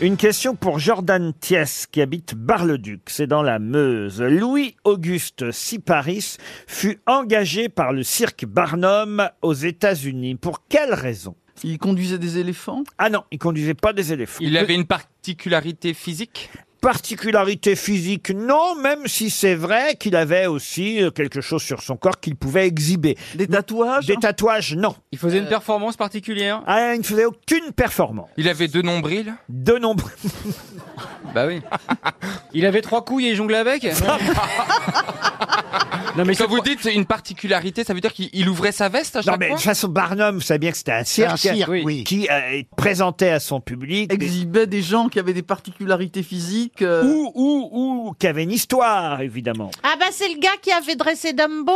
Une question pour Jordan Thiès qui habite Bar-le-Duc, c'est dans la Meuse. Louis-Auguste Siparis fut engagé par le cirque Barnum aux États-Unis. Pour quelle raison Il conduisait des éléphants Ah non, il conduisait pas des éléphants. Il avait une Particularité physique particularité physique, non, même si c'est vrai qu'il avait aussi euh, quelque chose sur son corps qu'il pouvait exhiber. Des tatouages Des tatouages, non. Il faisait une performance particulière Ah, il ne faisait aucune performance. Il avait deux nombrils Deux nombres. Bah oui. il avait trois couilles et jonglait avec Non, mais Quand vous dites une particularité, ça veut dire qu'il il ouvrait sa veste à chaque Non, mais de fois toute façon, Barnum, vous savez bien que c'était un cirque, C'est un cirque, oui. qui, euh, présentait à son public des- Exhibait des gens qui avaient des particularités physiques. euh, ou, ou, ou qui avait une histoire, évidemment. Ah bah c'est le gars qui avait dressé Dumbo.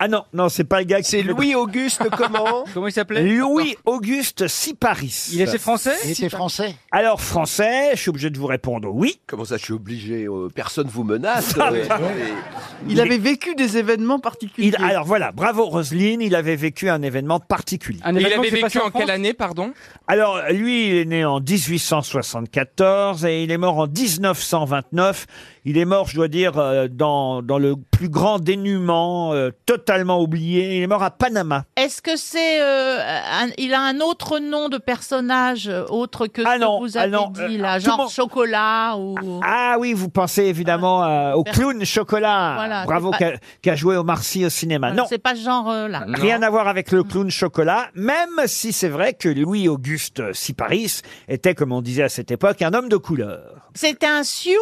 Ah non, non, c'est pas le gars qui... C'est Louis-Auguste comment Comment il s'appelait Louis-Auguste Siparis. Il était français Il était français. Alors, français, je suis obligé de vous répondre oui. Comment ça, je suis obligé euh, Personne vous menace. Ah, euh, bah. mais- Il avait vécu des événements particuliers. Il, alors voilà, bravo Roselyne, il avait vécu un événement particulier. Un Et Il avait vécu en, quelle année, pardon Alors lui, il est né en 1874 et il est mort en 1929. Il est mort, je dois dire, euh, dans, dans le plus grand dénuement, euh, totalement oublié. Il est mort à Panama. Est-ce que c'est euh, un- il a un autre nom de personnage euh, autre que ce que vous ah avez non, dit euh, là, tout genre le monde- chocolat ou Ah oui, vous pensez évidemment euh, au Super. clown chocolat. Voilà, Bravo, c'est pas- qu'a qu'a joué au Marcy au cinéma. Ah Non, c'est pas ce genre euh, là. Rien à voir avec le clown chocolat, même si c'est vrai que Louis-Auguste Siparis était, comme on disait à cette époque, un homme de couleur. C'était un Sioux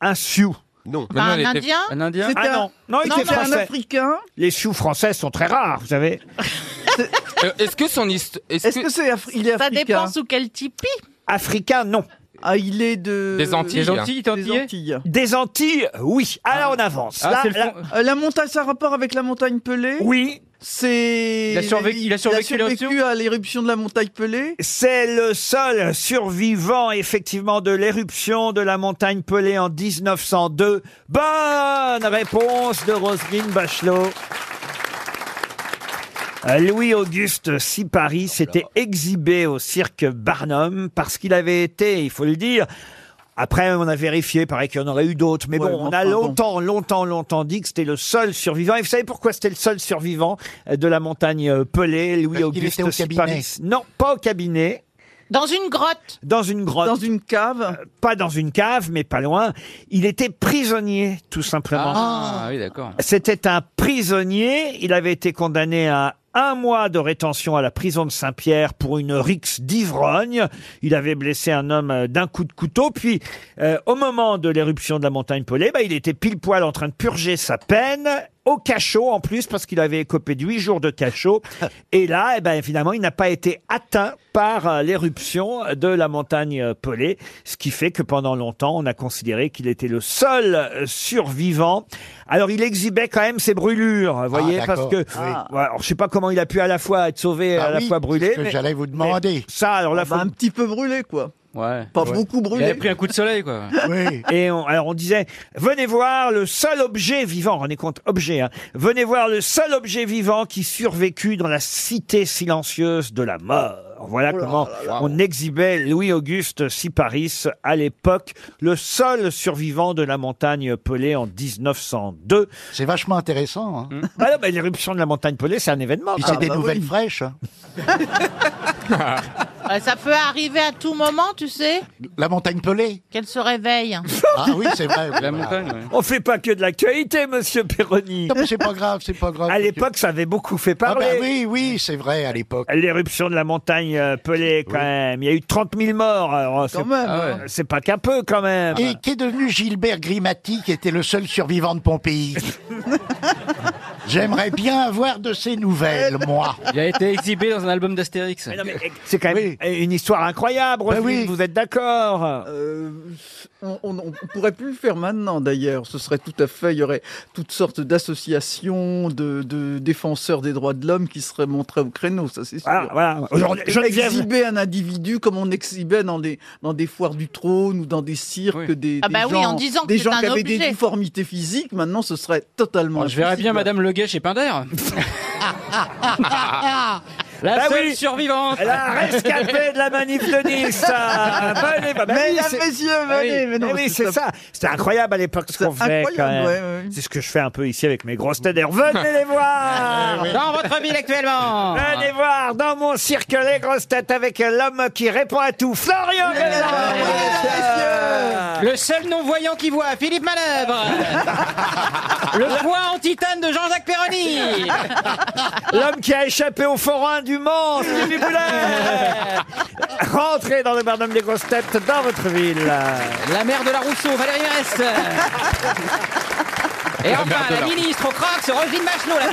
Un Sioux. Non. Bah, un Indien Un Indien Ah non, non, il était mais un français. Africain. Les Sioux français sont très rares, vous savez. Euh, Est-ce que son histoire. Est-ce que c'est Afri- il est Ça africain dépend sous quel tipi. Africains, non. Ah, il est de Des Antilles. Des Antilles, Des Antilles. Des Antilles, oui. Alors on avance. Ah, Là, c'est le là- fond- Euh, la montagne, ça a rapport avec la montagne Pelée oui, C'est. Il a survécu- il a survécu à l'éruption à l'éruption de la montagne Pelée. c'est le seul survivant, effectivement, de l'éruption de la montagne Pelée en 1902. Bonne réponse de Roselyne Bachelot. Euh, Louis-Auguste Sipari s'était exhibé au cirque Barnum parce qu'il avait été, il faut le dire, après on a vérifié, paraît qu'il y en aurait eu d'autres, mais Ouais, bon, mais on a enfin, bon. longtemps, longtemps, longtemps dit que c'était le seul survivant. Et vous savez pourquoi c'était le seul survivant euh, de la montagne euh, Pelée, était au Louis-Auguste cabinet. Siparis Non, pas au cabinet, Dans une grotte. dans une grotte. Euh, Dans une cave. Pas dans une cave, mais pas loin. Il était prisonnier, tout simplement. Ah, oui, d'accord. C'était un prisonnier. Il avait été condamné à un mois de rétention à la prison de Saint-Pierre pour une rixe d'ivrogne. Il avait blessé un homme euh, d'un coup de couteau. Puis, euh, au moment de l'éruption de la montagne Pelée, bah, il était pile poil en train de purger sa peine. au cachot en plus parce qu'il avait écopé de 8 jours de cachot. Et là, eh ben, finalement, il n'a pas été atteint par euh, l'éruption de la montagne euh, Pelée, ce qui fait que pendant longtemps, on a considéré qu'il était le seul euh, survivant. Alors, il exhibait quand même ses brûlures, vous voyez, parce Ah, d'accord. que Oui. Ouais, alors, je sais pas comment il a pu à la fois être sauvé et Bah à la oui, fois brûlé. c'est ce que mais- j'allais vous demander. mais Ça, alors là, un petit peu brûlé, quoi. Ouais. Pas beaucoup brûlé. Il a pris un coup de soleil, quoi. Et on, alors on disait, venez voir le seul objet vivant, rendez compte, objet, hein. venez voir le seul objet vivant qui survécut dans la cité silencieuse de la mort. Oh Voilà comment on exhibait Louis-Auguste Siparis à l'époque, le seul survivant de la montagne Pelée en 1902. C'est vachement intéressant. Bah L'éruption de la montagne Pelée, c'est un événement. hein. Puis c'est Ah, des bah nouvelles hein. oui. fraîches. Euh, ça peut arriver à tout moment, tu sais, La montagne pelée. qu'elle se réveille. Ah oui, c'est vrai. oui, voilà. On fait pas que de l'actualité, monsieur Perroni. Non, mais c'est pas grave, Ah, c'est pas grave. À l'époque, ça avait beaucoup fait Ah parler. bah oui, oui, c'est vrai, à l'époque. L'éruption de la montagne euh, Pelée, quand même. Il y a eu 30 000 morts. Alors, c'est- même, Ah ouais. hein. C'est pas qu'un peu, quand même. Et qui est devenu Gilbert Grimati, qui était le seul survivant de Pompéi J'aimerais bien avoir de ses nouvelles, moi. Il a été exhibé dans un album d'Astérix. Bah C'est quand même une histoire incroyable, Ben Roselyne, oui. vous êtes d'accord Euh, on, on- on pourrait plus le faire maintenant d'ailleurs. Ce serait tout à fait, il y aurait toutes sortes d'associations de, de défenseurs des droits de l'homme qui seraient montrés au créneau, ça c'est sûr. Voilà, voilà. Aujourd'hui, Geneviève- Exhiber un individu comme on exhibait dans des dans des foires du trône ou dans des cirques des, Ah bah des oui, en gens, disant que des c'est gens un qui avaient des objet. difformités physiques. Maintenant, ce serait Oh, totalement. Je verrais bien impossible. Madame Leguet chez Pinder. La Bah seule oui. survivante. Ah. La rescapée de la manif de Nice. ça. Venez, bah, Mesdames, mais c'est- messieurs, Ah oui. venez, mais non, Eh oui, c'est c'est ça. C'était incroyable à l'époque ce qu'on faisait. incroyable, quand même. ouais, ouais. C'est ce que je fais un peu ici avec mes grosses têtes. D'ailleurs, Venez les voir. Dans votre ville actuellement. Venez voir dans mon cirque les grosses têtes avec l'homme qui répond à tout, Florian Gazan. Le seul non-voyant qui voit, Euh, Philippe Manœuvre. Le foie en titane de Jean-Jacques Perroni. L'homme qui a échappé au forain du Mans, Stevie Boulet. Rentrez dans le barnum des grosses têtes dans votre ville. La mère de la Rousseau, Valérie Mérès. Et enfin, merde, la, là. ministre au crack, c'est Roselyne Bachelot, la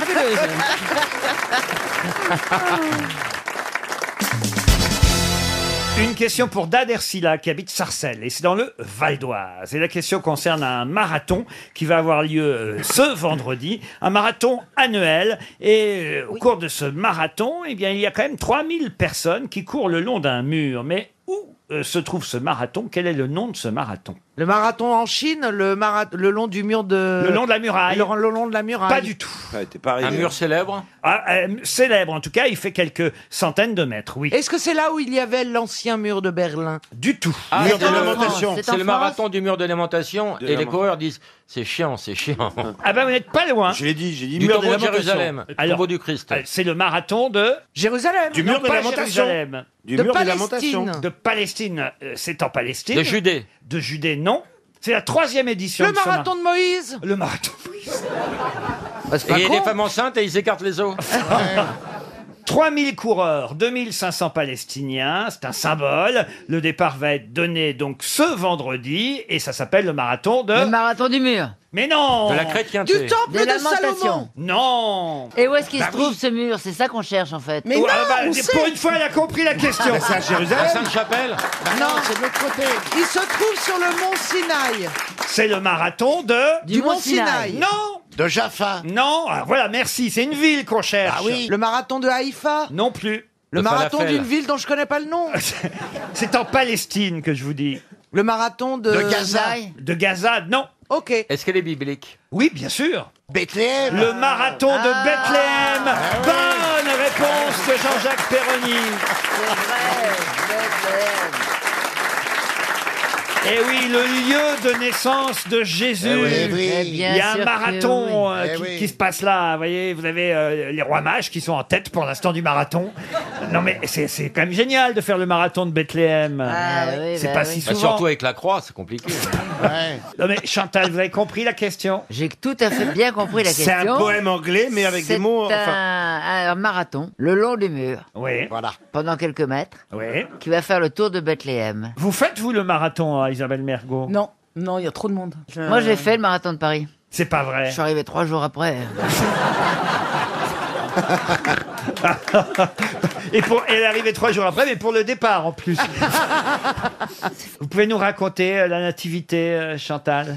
fabuleuse. Une question pour Dan Ersila qui habite Sarcelles et c'est dans le Val d'Oise. Et la question concerne un marathon qui va avoir lieu euh, ce vendredi, un marathon annuel. Et euh, au cours de ce marathon, eh bien, il y a quand même 3000 personnes qui courent le long d'un mur. Mais où euh, se trouve ce marathon Quel est le nom de ce marathon Le marathon en Chine, le, mara- le long du mur de... Le long de la muraille. Le, le long de la muraille. Pas du tout. Un mur célèbre Ah, euh, célèbre, en tout cas, il fait quelques centaines de mètres, oui. Est-ce que c'est là où il y avait l'ancien mur de Berlin Du tout. Ah, Mur c'est de le- lamentation. C'est C'est en le France marathon du mur de lamentation et les lamentation. coureurs disent c'est chiant, c'est chiant. Ah ben vous n'êtes pas loin. Je l'ai dit, j'ai dit mur tombeau des de lamentations. Jérusalem, le Alors, euh, tombeau du Christ. C'est le marathon de Jérusalem. Du mur Non, des pas lamentations. Jérusalem. Du De mur des Palestine. lamentations. De Palestine, euh, c'est en Palestine. De Judée. De Judée, non. C'est la troisième édition. Le de ce marathon de Moïse Le marathon. Et il y a des femmes enceintes et ils écartent les os. 3000 coureurs, 2500 Palestiniens, c'est un symbole. Le départ va être donné donc ce vendredi et ça s'appelle le marathon de... Le marathon du mur. Mais non De la chrétienté. Du temple Des de Lamentations. Salomon. Non Et où est-ce qu'il Bah se trouve oui. ce mur C'est ça qu'on cherche en fait. Ouais, Ah bah, Pour une fois, elle a compris la Ah, question. Bah, c'est à Jérusalem. À Sainte-Chapelle Non, c'est de l'autre côté. Ah. Il se trouve sur le mont Sinaï. C'est le marathon de... Du Du Mont Mont Sinaï. Sinaï. Non De Jaffa Non, ah, voilà, merci, c'est une ville qu'on cherche. Ah oui Le marathon de Haïfa Non plus. Le marathon d'une ville dont je connais pas le nom. C'est en Palestine que je vous dis. Le marathon de... De Gaza, non. Ok. Est-ce qu'elle est biblique Oui, bien sûr. Bethléem. Le marathon de Ah. Bethléem. Bonne réponse de Jean-Jacques Perroni. Eh oui, le lieu de naissance de Jésus. Eh oui. Eh oui. Il y Eh bien a un sûr que marathon oui. euh, Eh qui, oui. qui se passe là. Vous voyez, vous avez euh, les rois mages qui sont en tête pour l'instant du marathon. Non mais c'est c'est quand même génial de faire le marathon de Bethléem. Ah Ah oui, c'est bah pas oui. si Bah, souvent. surtout avec la croix, c'est compliqué. Non mais Chantal, vous avez compris la question J'ai tout à fait bien compris la C'est question. un poème anglais, mais avec des mots, enfin- Un, un marathon, le long du mur. Oui. Voilà. Pendant quelques mètres. Oui. Qui va faire le tour de Bethléem. Vous faites, vous, le marathon, hein, Isabelle Mergot Non. Non, il y a trop de monde. Moi, j'ai Euh, fait le marathon de Paris. C'est pas vrai. Je suis arrivé trois jours après. et pour, elle est arrivée trois jours après, mais pour le départ en plus. vous pouvez nous raconter euh, la nativité, euh, Chantal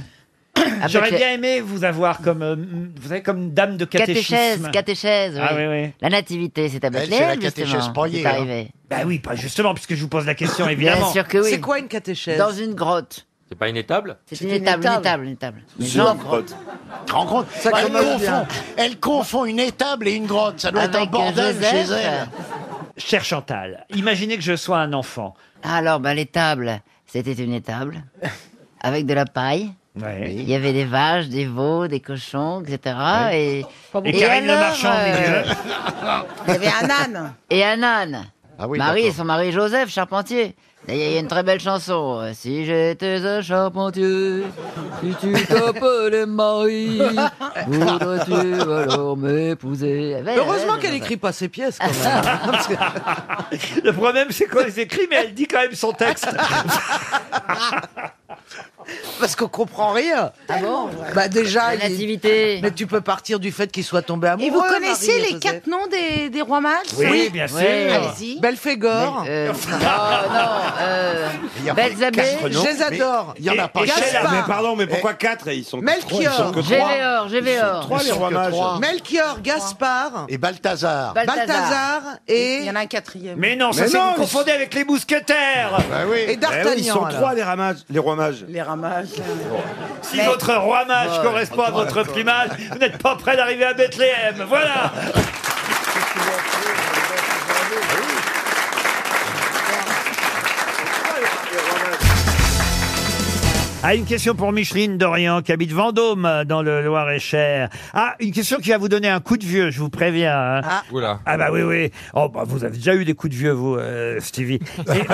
J'aurais les- bien aimé vous avoir comme, euh, vous savez, comme dame de Catéchèse, catéchisme. catéchèse, oui. Ah oui, oui. La hein. nativité, c'est à Bethléem, justement. C'est arrivé. Bah oui, pas justement, puisque je vous pose la question, Bien évidemment. sûr que oui. C'est quoi une catéchèse Dans une grotte. C'est pas une étable C'est une, étable, une étable, une étable. Mais Sur non, la grotte. Tu te rends compte Ça Bah, elle, commence confond, bien. elle confond une étable et une grotte. Ça doit être un Avec, euh, bordel Joseph, chez euh, elle. Cher Chantal, imaginez que je sois un enfant. Alors, bah, l'étable, c'était une étable avec de la paille. Ouais. Il y avait des vaches, des veaux, des cochons, etc. Ah, Et, Et Karine Le alors, Marchand hein. au euh, milieu. Il y avait un âne. Et un âne. Ah oui, Marie et d'accord. son mari Joseph Charpentier. D'ailleurs, il y a une très belle chanson. euh, Si j'étais un charpentier, si tu t'appelais Marie, voudrais-tu alors m'épouser Eh ben, Heureusement qu'elle écrit pas ses pièces, quand même. Le problème, c'est qu'on les écrit, mais elle dit quand même son texte. Parce qu'on comprend rien. Ah bon Bah déjà, La il- nativité. mais tu peux partir du fait qu'il soit tombé amoureux. Et vous connaissez Marie et les Joseph. quatre noms des, des rois mages Oui, Oui, bien sûr. Allez-y. euh, Belphégor. Il y a Belles quatre abeilles. noms, je les mais adore. il y en a Et- pas et quatre. Sheila. Mais pardon, mais pourquoi 4 Ils sont que trois, ils sont Melchior, que trois. Ils sont Gévéor, trois, les rois mages. Melchior, Gaspard, Et Balthazar. Balthazar et. Il y en a un quatrième. Mais non, ça Mais c'est non, vous ils- confondez avec les mousquetaires. Bah Eh oui, ils sont trois, les, ramages, les rois mages. Les ramages. Si votre roi mage Ouais. correspond à votre plumage, vous n'êtes pas près d'arriver à Bethléem. Voilà. Ah, une question pour Micheline Dorian, qui habite Vendôme, euh, dans le Loir-et-Cher. Ah, une question qui va vous donner un coup de vieux, je vous préviens. hein. Ah. Oula. Ah bah oui, oui. Oh, bah, vous avez déjà eu des coups de vieux, vous, euh, Stevie. Et-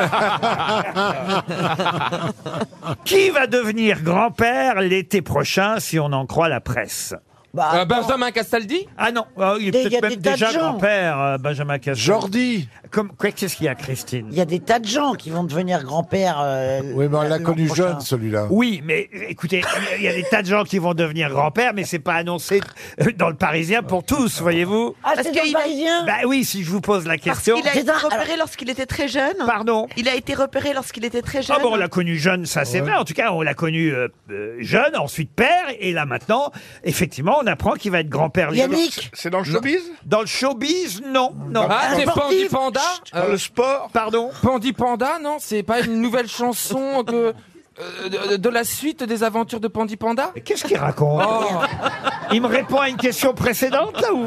qui va devenir grand-père l'été prochain, si on en croit la presse Euh, Benjamin Castaldi Ah non, euh, il est Des- y a peut-être des même tas de déjà gens. grand-père, euh, Benjamin Castaldi. Jordi Comme, quoi, Qu'est-ce qu'il y a, Christine Il y a des tas de gens qui vont devenir grands-pères. Oui, mais on l'a connu prochain. jeune, celui-là. Oui, mais écoutez, il y a des tas de gens qui vont devenir grand-père, mais c'est pas annoncé dans le Parisien pour tous, voyez-vous. Ah, c'est dans le Parisien Bah oui, si je vous pose la Parce question. qu'il a été repéré lorsqu'il était très jeune. Pardon Il a été repéré lorsqu'il était très jeune. Ah bon, on l'a connu jeune, ça c'est vrai. En tout cas, on l'a connu euh, euh, jeune, ensuite père, et là maintenant, effectivement, on apprend qu'il va être grand-père. Yannick C'est dans le showbiz Dans le showbiz, non, non. Ah, c'est Pandi Panda Dans le sport Pardon Pandi Panda, non C'est pas une nouvelle chanson que, euh, de, de la suite des aventures de Pandi Panda Oh. Qu'est-ce qu'il raconte Il me répond à une question précédente là, ou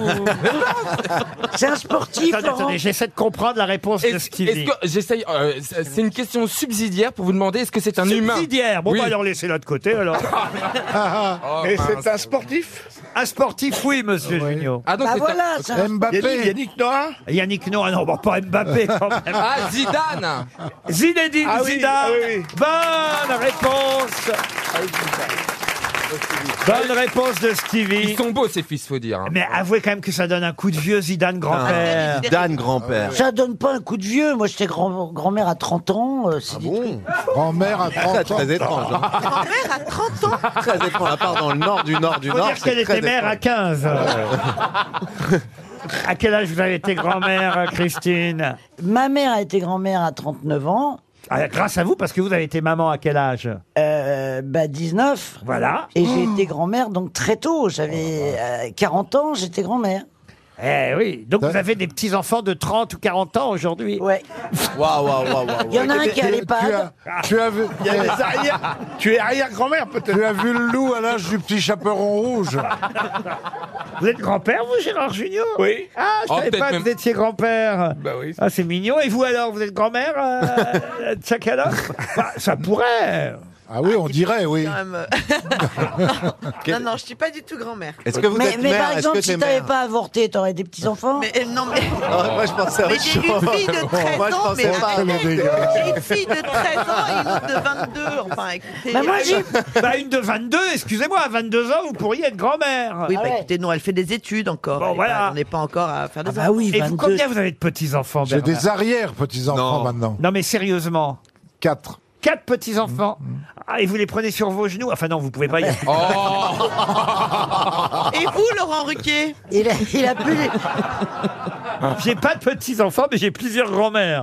C'est un sportif. Attendez, attendez, j'essaie de comprendre la réponse de Est-ce Stevie. est-ce que j'essaye euh, c'est c'est une question subsidiaire pour vous demander est-ce que c'est un humain Subsidiaire. Bon, Oui. bah, alors laissez-la de côté, alors. Oh, Et mince. c'est un sportif Un sportif, oui, monsieur Junio. Ah, donc Bah c'est un- voilà, c'est un- Mbappé. Yannick, Yannick Noah Yannick Noah, non, bon, pas Mbappé, quand même. Ah, Zidane Zinedine Ah oui, Zidane ah Ah, Bonne réponse Bonne réponse de Stevie. Ils sont beaux ces fils, faut dire. Mais avouez quand même que ça donne un coup de vieux Ah. Zidane Ah, grand-père. Dan grand-père. Ça donne pas un coup de vieux. Moi, j'étais grand- grand-mère à 30 ans. euh, c'est des trucs. Ah Grand-mère à 30 ans. Ah, Très étrange. hein. Grand-mère à 30 ans Très étrange. À part dans le nord du nord du Faut nord. dire qu'elle c'est très était mère à étrange. 15. Euh, à quel âge vous avez été grand-mère, Christine Ma mère a été grand-mère à 39 ans. Ah, Grâce à vous, parce que vous avez été maman à quel âge Euh, bah 19. Voilà. Oh Et j'ai été grand-mère donc très tôt. J'avais euh, 40 ans, j'étais grand-mère. Eh oui, donc vous avez des petits-enfants de 30 ou 40 ans aujourd'hui Ouais. Waouh, waouh, waouh, waouh. Il y en a un qui a Tu- l'EHPAD. tu as- Tu as vu. Il y a des arrières. Tu es arrière-grand-mère, peut-être. Tu as vu le loup à l'âge du petit chaperon rouge. Vous êtes grand-père, vous, Gérard Junior Oui. Ah, je Oh, savais peut-être pas même- que vous étiez grand-père. Bah oui. Ah, c'est mignon. Et vous alors, vous êtes grand-mère, euh, Tchakalov Bah, Ça pourrait. Ah oui, on dirait, oui. Non, non, je suis pas du tout grand-mère. Est-ce que vous mais, êtes mais mère par Est-ce exemple, que t'es si t'avais mère pas avorté, t'aurais des petits-enfants mais, Non, mais. Ah, moi, je pensais à Mais autre j'ai eu chose. une fille de 13 Moi, je ans, pensais mais pas. arrête. C'est dégueulasse. J'ai une fille de 13 ans et une autre de 22. Enfin, écoutez. euh, Bah, une de 22, excusez-moi, à 22 ans, vous pourriez être grand-mère. Oui, bah écoutez, non, elle fait des études encore. Bon, Elle est voilà. pas- on n'est pas encore à faire des Ah oui, Et vous, combien vous avez de petits-enfants, J'ai Bernard des arrières petits-enfants maintenant. Non, mais sérieusement. Quatre. Quatre petits-enfants. Ah, et vous les prenez sur vos genoux Enfin non, vous pouvez pas y... Oh. Et vous, Laurent Ruquier il, a, il a plus... J'ai pas de petits-enfants, mais j'ai plusieurs grands-mères.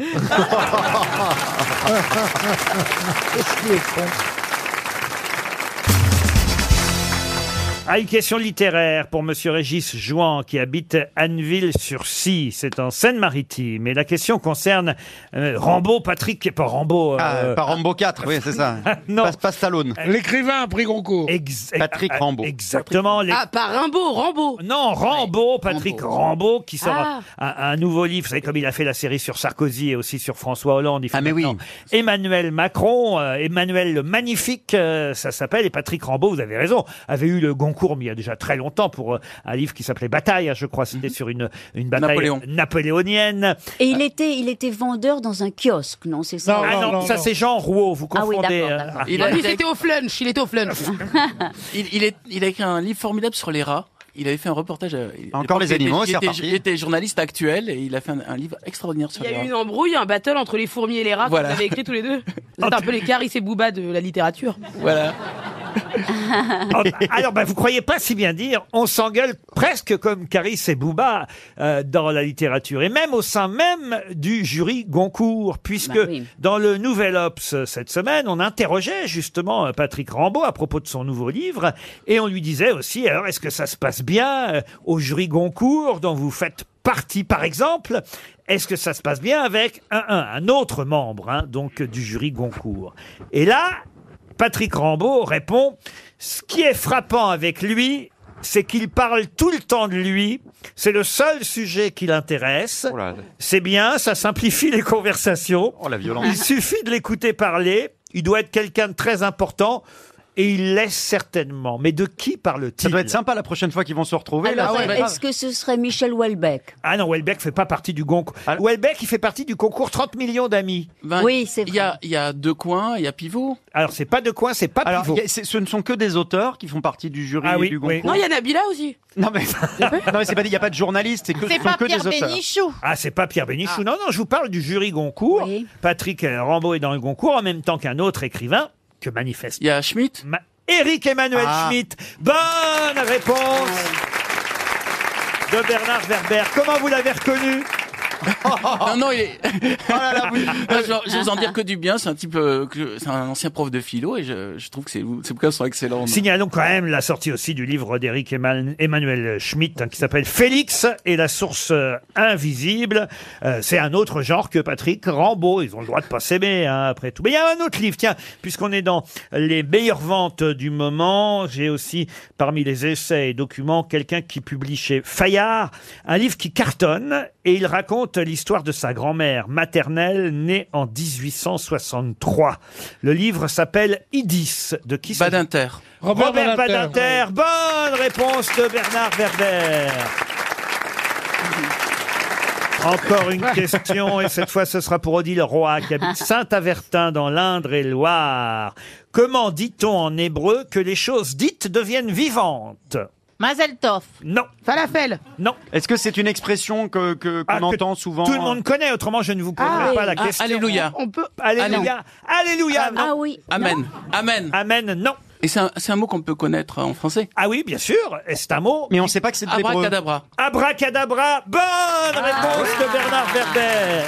Ah, une question littéraire pour Monsieur Régis Jouan, qui habite Anneville-sur-Scie. C'est en Seine-Maritime. Et la question concerne euh, Rambo, Patrick, qui est pas Rambo. Ah, pas Rambo 4, oui, c'est ça. non. Pas Stallone. L'écrivain a pris concours. Patrick Rambo. Exactement. les- Ah, pas Rimbaud, Rambo. Non, Rambo, Patrick Rambo, qui sort Ah. un, un nouveau livre. Vous savez, comme il a fait la série sur Sarkozy et aussi sur François Hollande. Il ah, mais oui. Emmanuel Macron, euh, Emmanuel le Magnifique, euh, ça s'appelle. Et Patrick Rambo, vous avez raison, avait eu le Goncourt, mais il y a déjà très longtemps, pour euh, un livre qui s'appelait Bataille, hein, je crois. C'était sur une, une bataille Napoléon. napoléonienne. Et il était, il était vendeur dans un kiosque, non C'est ça ah non, ça c'est Jean Rouault, vous Ah oui, confondez. d'accord, euh, d'accord. ah. Il a- Il était au flunch, il était au flunch. Il, est, il a écrit un livre formidable sur les rats. Il avait fait un reportage. Encore les animaux, euh, Il c'est était, reparti. il était journaliste actuel et il a fait un, un livre extraordinaire sur Il y les a rats. eu une embrouille, un battle entre les fourmis et les rats Voilà. que vous avez écrit tous les deux. C'est un peu les Caris et Booba de la littérature. Voilà. Oh, bah, alors, bah, vous croyez pas si bien dire, on s'engueule presque comme Caris et Bouba euh, dans la littérature, et même au sein même du jury Goncourt, puisque Bah oui. dans le Nouvel Ops euh, cette semaine, on interrogeait justement euh, Patrick Rambaud à propos de son nouveau livre, et on lui disait aussi, alors est-ce que ça se passe bien euh, au jury Goncourt dont vous faites partie, par exemple est-ce que ça se passe bien avec un, un, un autre membre hein, donc du jury Goncourt Et là, Patrick Rambaud répond Ce qui est frappant avec lui, c'est qu'il parle tout le temps de lui. C'est le seul sujet qui l'intéresse. C'est bien, ça simplifie les conversations. Oh, la violence. Il suffit de l'écouter parler. Il doit être quelqu'un de très important. Et il laisse certainement. Mais de qui parle-t-il Ça doit être sympa la prochaine fois qu'ils vont se retrouver. Alors, est-ce que ce serait Michel Houellebecq Ah non, Welbeck fait pas partie du concours. Ah. Welbeck, il fait partie du concours 30 millions d'amis. Oui, c'est vrai. Il y a, il y a deux coins, il y a pivot. Alors, c'est pas de coin, c'est pas Alors, pivot. y a- c'est- ce ne sont que des auteurs qui font partie du jury Ah oui, et du oui. concours. Non, il y a Nabila aussi. Non, mais non, mais c'est pas il n'y a pas de journaliste, c'est que C'est ce pas sont que Pierre des auteurs. Bénichou. Ah, c'est pas Pierre Bénichou. Non, non, je vous parle du jury Goncourt. Patrick euh, Rambaud est dans le Goncourt en même temps qu'un autre écrivain que manifeste. Il y a Schmitt Éric Emmanuel Ah. Schmitt. Bonne réponse de Bernard Werber. Comment vous l'avez reconnu Oh non, non, il est. Non, Ah, je, je vais en dire que du bien. C'est un type, euh, que- c'est un ancien prof de philo et je, je trouve que ses ses bouquins sont excellents. Signalons quand même la sortie aussi du livre d'Éric Eman- Emmanuel Schmitt hein, qui s'appelle Félix et la source euh, invisible. Euh, c'est un autre genre que Patrick Rambaud. Ils ont le droit de pas s'aimer hein, après tout. Mais il y a un autre livre, tiens, puisqu'on est dans les meilleures ventes du moment, j'ai aussi parmi les essais et documents quelqu'un qui publie chez Fayard un livre qui cartonne et il raconte l'histoire de sa grand-mère maternelle née en 1863. Le livre s'appelle Idis de qui Badinter. Robert, Robert Badinter. Badinter. Bonne réponse de Bernard Werber. Encore une question, et cette fois ce sera pour Odile Roy, qui habite Saint-Avertin dans l'Indre-et-Loire. Comment dit-on en hébreu que les choses dites deviennent vivantes Mazel Tov. Non. Falafel. Non. Ah, Est-ce que c'est une expression que que- qu'on entend souvent hein Tout le monde connaît, autrement je ne vous poserai Ah, pas oui. la Ah, question. alléluia. On peut... Ah, Alléluia. Alléluia. non. Ah oui. Amen. Amen. Amen, non. Et c'est un, c'est un mot qu'on peut connaître euh, en français Ah oui, bien sûr. Et c'est un mot. Mais on sait pas que c'est de l'hébreu. Abracadabra. Ah. Abracadabra. Bonne réponse de Bernard Werber.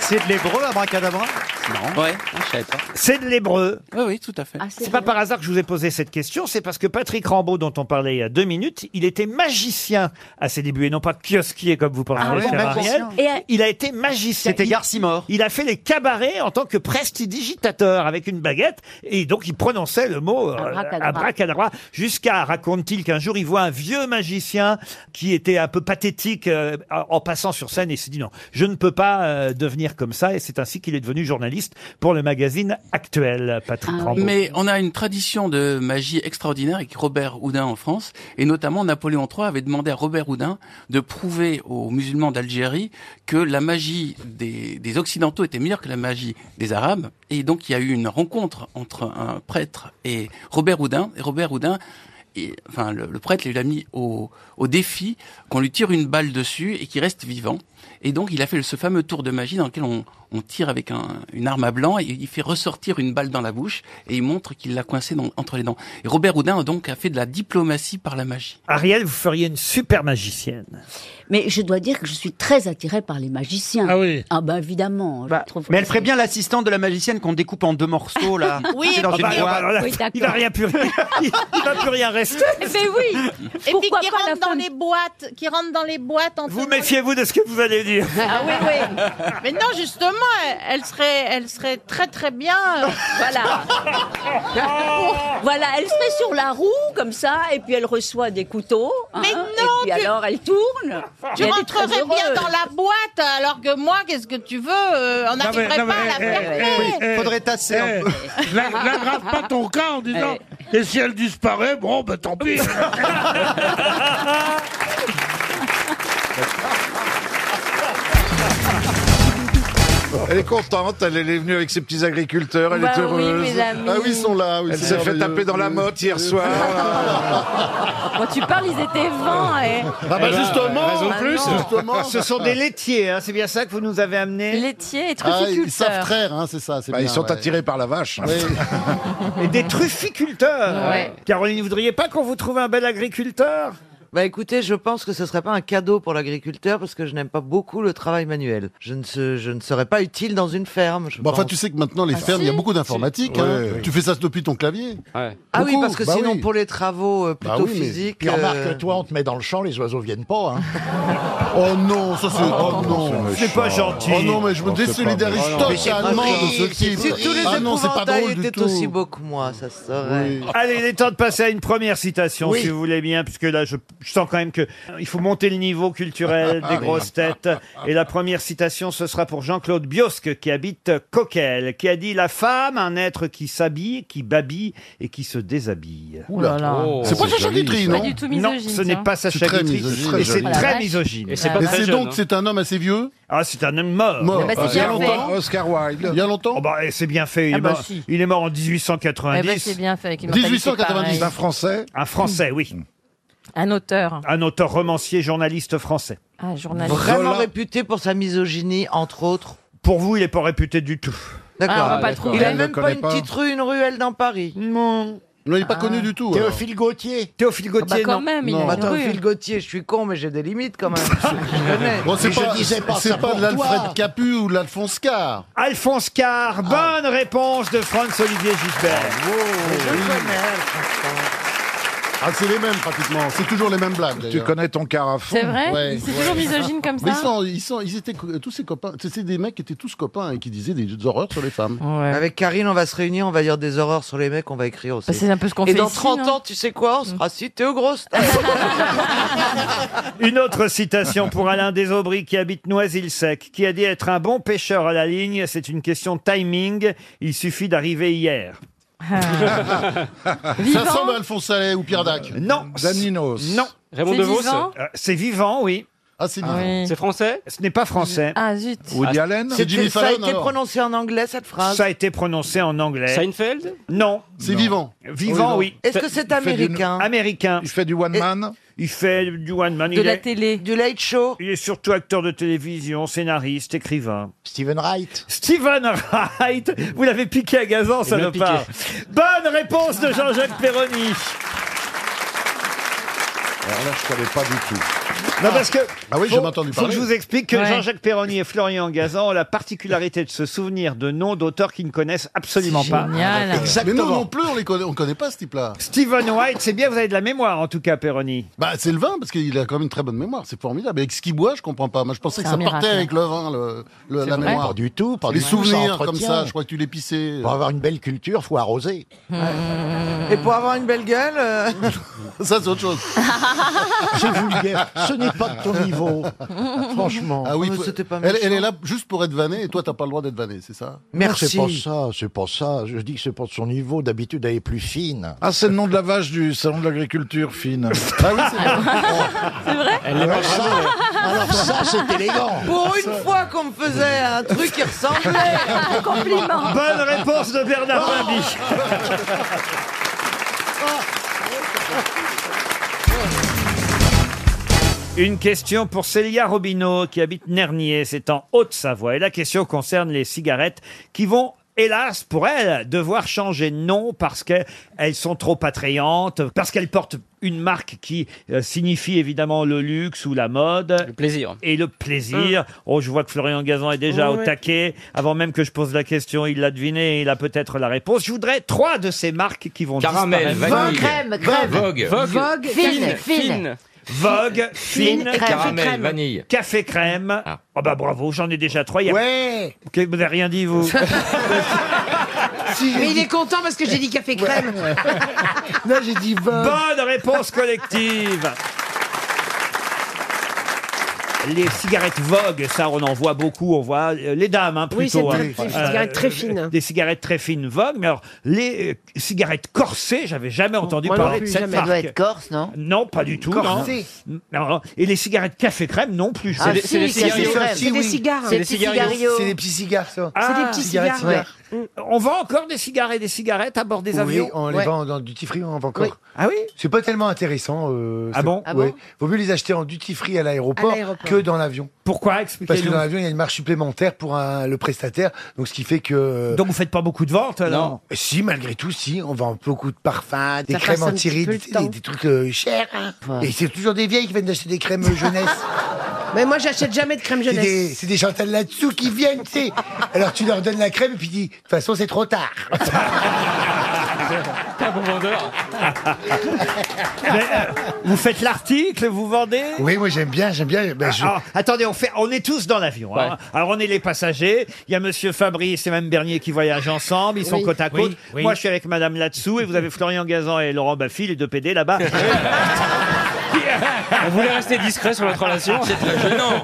C'est de l'hébreu, abracadabra Non. Ouais, je savais pas. C'est de l'hébreu. Oui, oui, tout à fait. C'est pas par hasard que je vous ai posé cette question, c'est parce que Patrick Rambaud, dont on parlait il y a deux minutes, il était magicien à ses débuts, et non pas kiosquier comme vous parlez, Ah ouais, cher magicien. Ariel. euh, Il a été magicien. C'était Il- Garcimore. Il a fait les cabarets en tant que prestidigitateur avec une baguette, et donc il prononçait le mot euh, Abracadabra. abracadabra, jusqu'à, raconte-t-il, qu'un jour il voit un vieux magicien qui était un peu pathétique euh, en passant sur scène, et il s'est dit non, je ne peux pas euh, devenir comme ça, et c'est ainsi qu'il est devenu journaliste pour le magazine actuel, Patrick Rambaud. Ah Mais on a une tradition de magie extraordinaire avec Robert Houdin en France, et notamment Napoléon III avait demandé à Robert Houdin de prouver aux musulmans d'Algérie que la magie des, des Occidentaux était meilleure que la magie des Arabes, et donc il y a eu une rencontre entre un prêtre et Robert Houdin, et Robert Houdin et- enfin, le, le prêtre il a mis au, au défi qu'on lui tire une balle dessus et qu'il reste vivant. Et donc, il a fait le- ce fameux tour de magie dans lequel on, on tire avec un- une arme à blanc et il fait ressortir une balle dans la bouche et il montre qu'il l'a coincée dans- entre les dents. Et Robert Houdin, donc, a fait de la diplomatie par la magie. Ariel, vous feriez une super magicienne. Mais je dois dire que je suis très attirée par les magiciens. Ah oui Ah bah évidemment. je trouve Mais que elle ferait bien l'assistante de la magicienne qu'on découpe en deux morceaux, là. Oui, C'est dans Ah une bah, boîte. alors là, Oui, d'accord. il va rien plus, il, il va plus rien rester. Mais oui. Et puis qui rentre dans les boîtes, qui rentre dans les boîtes en Vous tenant- méfiez-vous de ce que vous allez dire. Ah oui, oui. Mais non, justement, elle serait, elle serait très très bien. euh, Voilà. voilà, elle se met sur la roue comme ça, et puis elle reçoit des couteaux. Mais non Et puis tu- alors elle tourne. Tu Et elle est rentrerais très bien heureuse. dans la boîte, alors que moi, qu'est-ce que tu veux euh, On mais- n'arriverait non, pas mais, à la eh, faire. eh, play. eh, tasser eh, n'a- N'aggrave pas ton cas en disant Eh. Et si elle disparaît, bon, ben tant pis. Elle est contente, elle est venue avec ses petits agriculteurs, elle Bah est oui, heureuse. mes amis. Ah oui, ils sont là. oui, Elle c'est s'est fait merveilleux. taper dans la motte hier soir. Quand tu parles, ils étaient eh. 20. Et... Ah bah, Bah ce sont des laitiers, hein, c'est bien ça que vous nous avez amené. Laitiers et Ah, ils savent frères, traire, hein, c'est ça. c'est Bah, bien, ils sont ouais. attirés par la vache. Et des trufficulteurs. Ouais. Caroline, vous voudriez pas qu'on vous trouve un bel agriculteur Bah écoutez, je pense que ce serait pas un cadeau pour l'agriculteur parce que je n'aime pas beaucoup le travail manuel. Je ne, se- je ne serais pas utile dans une ferme. je Bon, enfin, pense. tu sais que maintenant, les Ah, fermes, il y a si. beaucoup d'informatique. Si. hein. Ouais, ouais. Tu fais ça depuis ton clavier. Ah oui, Beaucoup, parce que bah sinon oui. Bah pour les travaux euh, plutôt physiques. Puis remarque, euh, toi on te met dans le champ, les oiseaux viennent pas. hein. Oh non, ça Ah, c'est. Oh non, c'est pas gentil. Oh non, mais je me Oh, c'est désolidarise totalement de ce type. Si euh, tous les ah non, c'est pas épouvantails drôle du étaient tout. aussi beaux que moi, ça serait. Allez, il est temps de passer à une première citation, Oui. si vous voulez bien, puisque là, je, je sens quand même que euh, il faut monter le niveau culturel Ah des oui. grosses têtes. Et la première citation, ce sera pour Jean-Claude Biosque, qui habite Coquel, qui a dit La femme, un être qui s'habille, qui babille et qui se déshabille. Ouh là là. Oh, C'est pas c'est Sacha joli, Guitry, ça. non Pas du tout Non, misogyne, ce n'est tiens. pas C'est Sacha très Guitry. misogyne, Et très c'est joli. très Ah, misogyne. Et c'est pas Et très c'est jeune, donc- hein. c'est un homme assez vieux Ah, c'est un homme mort. Mort. Bah, c'est Il y a bien fait. longtemps Oscar Wilde. Il y a longtemps Oh, bah, C'est bien fait. Il, Ah est bah, mort, si. il est mort en 1890. Eh ben, c'est bien fait, avec une mentalité 1890, pareille. un Français. Un Français, oui. Un auteur. Un auteur romancier, journaliste français. Ah, journaliste. Vraiment Zola. réputé pour sa misogynie, entre autres. Pour vous, il n'est pas réputé du tout. D'accord. Ah, on va pas le trouver. il Je a le même pas connais une pas. petite rue, une ruelle dans Paris. Non. Non, il n'est pas Ah. connu du tout, alors. Théophile Gauthier. Théophile Gauthier, Ah bah quand non. même, il Non. a Bah, une rue. Théophile Gauthier, je suis con, mais j'ai des limites quand même. je connais. Bon, c'est Mais pas, je disais pas ça c'est pas pour de toi. l'Alfred Capu ou de l'Alphonse Carr. Alphonse Carr, bonne réponse de Franz-Olivier Gisbert. Ah, c'est les mêmes pratiquement. C'est toujours les mêmes blagues. Tu connais ton carafon C'est vrai C'est toujours misogyne comme Mais ça ils, sont- ils, sont- ils étaient co- tous ces copains. C'était des mecs qui étaient tous copains et qui disaient des horreurs sur les femmes. Avec Karine, on va se réunir, on va dire des horreurs sur les mecs, on va écrire aussi. Bah, c'est un peu ce qu'on Et fait dans ici, 30 non ans, tu sais quoi On sera cité aux grosses Une autre citation pour Alain Desaubry qui habite Noisy-le-Sec, qui a dit être un bon pêcheur à la ligne, c'est une question de timing, il suffit d'arriver hier. Ça ressemble à Alphonse Allais ou Pierre Dac. Non. Daninos. Non. Raymond C'est DeVos vivant Euh, C'est vivant, oui. Ah, c'est Ah vivant. oui. C'est français Ce n'est pas français. Ah zut. Ah, Allen C'est- Jimmy Ça a Fallon, été alors. prononcé en anglais cette phrase Ça a été prononcé en anglais. Seinfeld Non. C'est vivant. Vivant, oui. Est-ce que c'est américain Américain. Il fait du one man Il fait du one man. De la télé. Du late show. Il est surtout acteur de télévision, scénariste, écrivain. Steven Wright. Steven Wright. Vous l'avez piqué à gazon, ça Il ne m'a part. Bonne réponse de Jean-Jacques Perroni. Alors là, je savais pas du tout. Non, parce que. Ah oui, faut- j'en ai entendu Faut parler. que je vous explique que Ouais. Jean-Jacques Perroni et Florian Gazan ont la particularité de se souvenir de noms d'auteurs qu'ils ne connaissent absolument pas. Mais nous non plus, on les connaît, on connaît pas ce type-là. Steven White, c'est bien, vous avez de la mémoire en tout cas, Perroni. Bah, c'est le vin, parce qu'il a quand même une très bonne mémoire, c'est formidable. Et avec ce qu'il boit, je comprends pas. Moi, je pensais C'est que un ça miracle. partait avec le vin, le, le- C'est la vrai mémoire. Pas du tout, pas Les du tout, ça souvenirs comme entretient. ça, je crois que tu les pissais. Pour avoir une belle culture, faut arroser. Et pour avoir une belle gueule. euh, Ça, c'est autre chose. C'est vulgaire. Ce n'est pas de ton niveau. Franchement. Ah oui, Oh, mais faut- c'était pas elle, méchant. elle est là juste pour être vannée et toi, t'as pas le droit d'être vannée, c'est ça Non, C'est pas ça, c'est pas ça. Je dis que c'est pas de son niveau. D'habitude, elle est plus fine. Bah Ah, c'est le nom de la vache du salon de l'agriculture fine. ah oui, c'est Elle est pas ça, alors ça, c'est élégant. Pour une fois qu'on me faisait un truc qui ressemblait Oh. à un compliment. Bonne réponse de Bernard Rabi. Une question pour Célia Robineau qui habite Nernier, c'est en Haute-Savoie. Et la question concerne les cigarettes qui vont hélas pour elle devoir changer de nom parce qu'elles elles sont trop attrayantes, parce qu'elles portent une marque qui euh, signifie évidemment le luxe ou la mode. Le plaisir. Et le plaisir. Oh, je vois que Florian Gazan est déjà Oui, au oui. taquet. Avant même que je pose la question, il l'a deviné et il a peut-être la réponse. Je voudrais trois de ces marques qui vont Caramel, disparaître. vanille. Crème, crème. Vogue. Vogue. Vogue, fine, fine. Vogue, fine, Fine, crème. Caramel, Café crème. vanille. Café crème. Ah bah bravo, j'en ai déjà trois. Ouais. Vous n'avez rien dit vous. Mais il est content parce que j'ai dit café crème. Là j'ai dit Bonne réponse collective. Les cigarettes Vogue, ça on en voit beaucoup, on voit euh, les dames hein, Oui, plutôt. c'est hein. très fine, des cigarettes très fines. Des cigarettes très fines Vogue, mais alors les euh, cigarettes corsées, j'avais jamais entendu moi non parler de plus, cette jamais. Ça marque. doit être corse, non Non, pas du tout. Corsé. non. Non, non. Et les cigarettes café crème non plus. Ah, C'est des- si, c'est des café cigarillos. crème. C'est des cigares. C'est des cigarillos. C'est des petits cigares ça. C'est des petits Ah, cigarettes, cigares. cigares. On vend encore des cigares et des cigarettes à bord des avions Oui, on les Ouais. vend dans duty free, on en vend encore. Oui. Ah oui C'est pas tellement intéressant. euh, Ah c'est- bon Ah ouais. bon Vaut mieux les acheter en duty free à l'aéroport À l'aéroport. que dans l'avion. Pourquoi Parce que Expliquez-nous. dans l'avion, il y a une marge supplémentaire pour un- le prestataire, donc ce qui fait que. euh, Donc vous faites pas beaucoup de ventes alors Non. Si, malgré tout, si. On vend beaucoup de parfums, des Ça crèmes passe un anti-rides, petit peu le des, des trucs euh, chers. hein. Ouais. Et c'est toujours des vieilles qui viennent d'acheter des crèmes jeunesse. Mais moi, j'achète jamais de crème C'est des, jeunesse. c'est des Chantal là-dessous qui viennent, tu sais. Alors tu leur donnes la crème et puis tu dis, de toute façon, c'est trop tard. un bon vendeur. vous faites l'article, vous vendez Oui, moi j'aime bien, j'aime bien. ben, je- Alors, attendez, on, fait, on est tous dans l'avion. hein. Alors, on est les passagers. Il y a Monsieur Fabrice et même Bernier qui voyagent ensemble. Ils sont Oui. côte à côte. Oui, oui. Moi, je suis avec Madame là-dessous et vous avez Florian Gazan et Laurent Baffy, les deux PD là-bas. On voulait rester discret sur notre relation. C'est très gênant.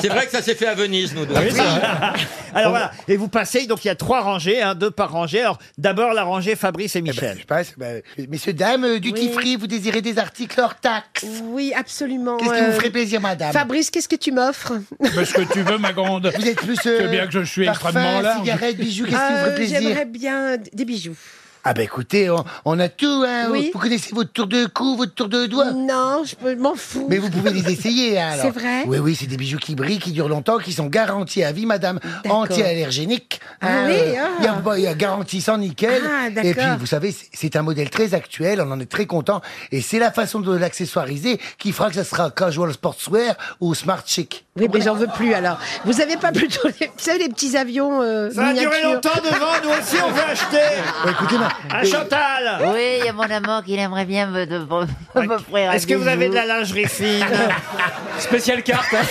C'est vrai que ça s'est fait à Venise, nous deux. Ah Alors voilà. Et vous passez. Donc, il y a trois rangées, hein, deux par rangée. Alors, d'abord la rangée Fabrice et Michel. je passe. Eh ben, messieurs, dames, euh, duty free, vous désirez des articles hors taxe Oui, absolument. euh, Qu'est-ce qui vous ferait plaisir, madame Fabrice, qu'est-ce que tu m'offres Parce que tu veux, ma grande. Vous êtes plus. euh, Tu veux bien que je suis parfum, extrêmement large. cigarettes, bijoux, qu'est-ce qui vous ferait Euh, plaisir J'aimerais bien d- des bijoux. Ah ben écoutez, on, on a tout. Hein. Oui. Vous connaissez votre tour de cou, votre tour de doigt Non, je peux- m'en fous. Mais vous pouvez les essayer, hein, alors. C'est vrai Oui, oui, c'est des bijoux qui brillent, qui durent longtemps, qui sont garantis à vie, madame. Anti-allergéniques. Ah hein, oui, euh, ah. Il y a- bah, il y, a garantie sans nickel. Ah, d'accord. et puis, vous savez, c'est- c'est un modèle très actuel, on en est très content. Et c'est la façon de l'accessoiriser qui fera que ce sera casual sportswear ou smart chic. Oui, mais j'en veux plus alors. Vous avez pas plutôt les, vous savez, les petits avions euh, Ça va durer miniatures longtemps devant. Nous aussi, on veut acheter. Bah, Bah, Ah, Un Chantal. Oui, il y a mon amant qui aimerait bien me de- me- m'offrir un Est-ce que vous bijou. avez de la lingerie fine Spéciale carte.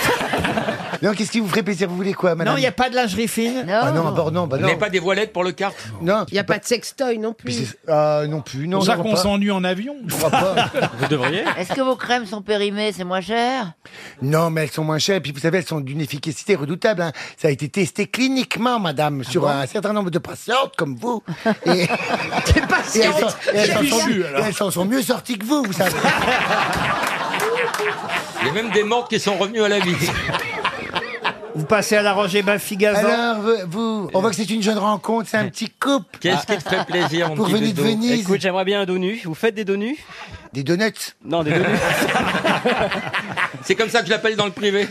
Non, qu'est-ce qui vous ferait plaisir Vous voulez quoi, madame Non, il n'y a pas de lingerie fine. Ah non, à bord, non, bah On non. n'est pas des voilettes pour le kart. Non, Il n'y a pas de sextoy non plus. Ah, non plus, non. C'est pour ça non, qu'on pas. s'ennuie en avion. Vous devriez. Est-ce que vos crèmes sont périmées C'est moins cher Non, mais elles sont moins chères. Et puis, vous savez, elles sont d'une efficacité redoutable. hein. Ça a été testé cliniquement, madame, sur un certain nombre de patientes comme vous. Et, Ah, T'es et elles patiente. s'en- et elles s'en J'ai sont, vu, et elles s'en sont mieux sorties que vous, vous savez. Il y a même des mortes qui sont revenues à la vie. Vous passez à la rangée Baffy Gazan. Alors, vous- vous, on voit que c'est une jeune rencontre, c'est un petit couple. Qu'est-ce qui te ferait plaisir, mon Pour petit venir de doudou Venise. Écoute, j'aimerais bien un dos nu. Vous faites des dos nus Des donuts. Non, des dos nus. C'est comme ça que je l'appelle dans le privé.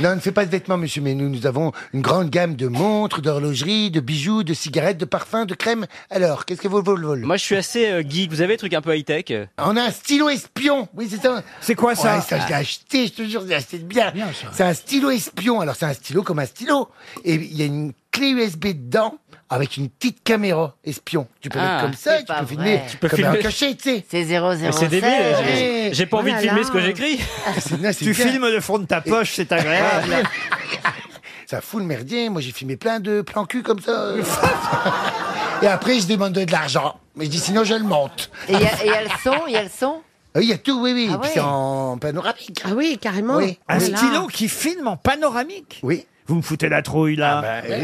Non, on ne fait pas de vêtements, monsieur, mais nous, nous avons une grande gamme de montres, d'horlogeries, de bijoux, de cigarettes, de parfums, de crèmes. Alors, qu'est-ce que vous voulez Moi, je suis assez euh, geek. Vous avez des trucs un peu high-tech On a un stylo espion. Oui, c'est ça. C'est quoi ça Ouais, ça, je l'ai acheté, je te jure, je l'ai acheté de bien. C'est un stylo espion. Alors, c'est un stylo comme un stylo. Et il y a une clé USB dedans avec une petite caméra espion. Tu peux Ah, mettre comme ça, c'est tu pas peux vrai. filmer Tu peux comme filmer. un cachet, tu sais. C'est 007. C'est débile. j'ai- J'ai pas envie de Voilà. filmer ce que j'écris. C'est- non, c'est Tu bien. filmes le fond de ta poche, c'est agréable. Ça fout le merdier. Moi, j'ai filmé plein de plans cul comme ça. Et après, je demandais de l'argent. Mais je dis, sinon, je le monte. Et il y, a- et il y a le son, il y a le son. Ah oui, Il y a tout, oui, oui. Ah Et puis ouais. c'est en panoramique. Ah oui, carrément. Oui. Oh Un Voilà. stylo qui filme en panoramique. Oui. ben, Vous me foutez la trouille là. Ah, il,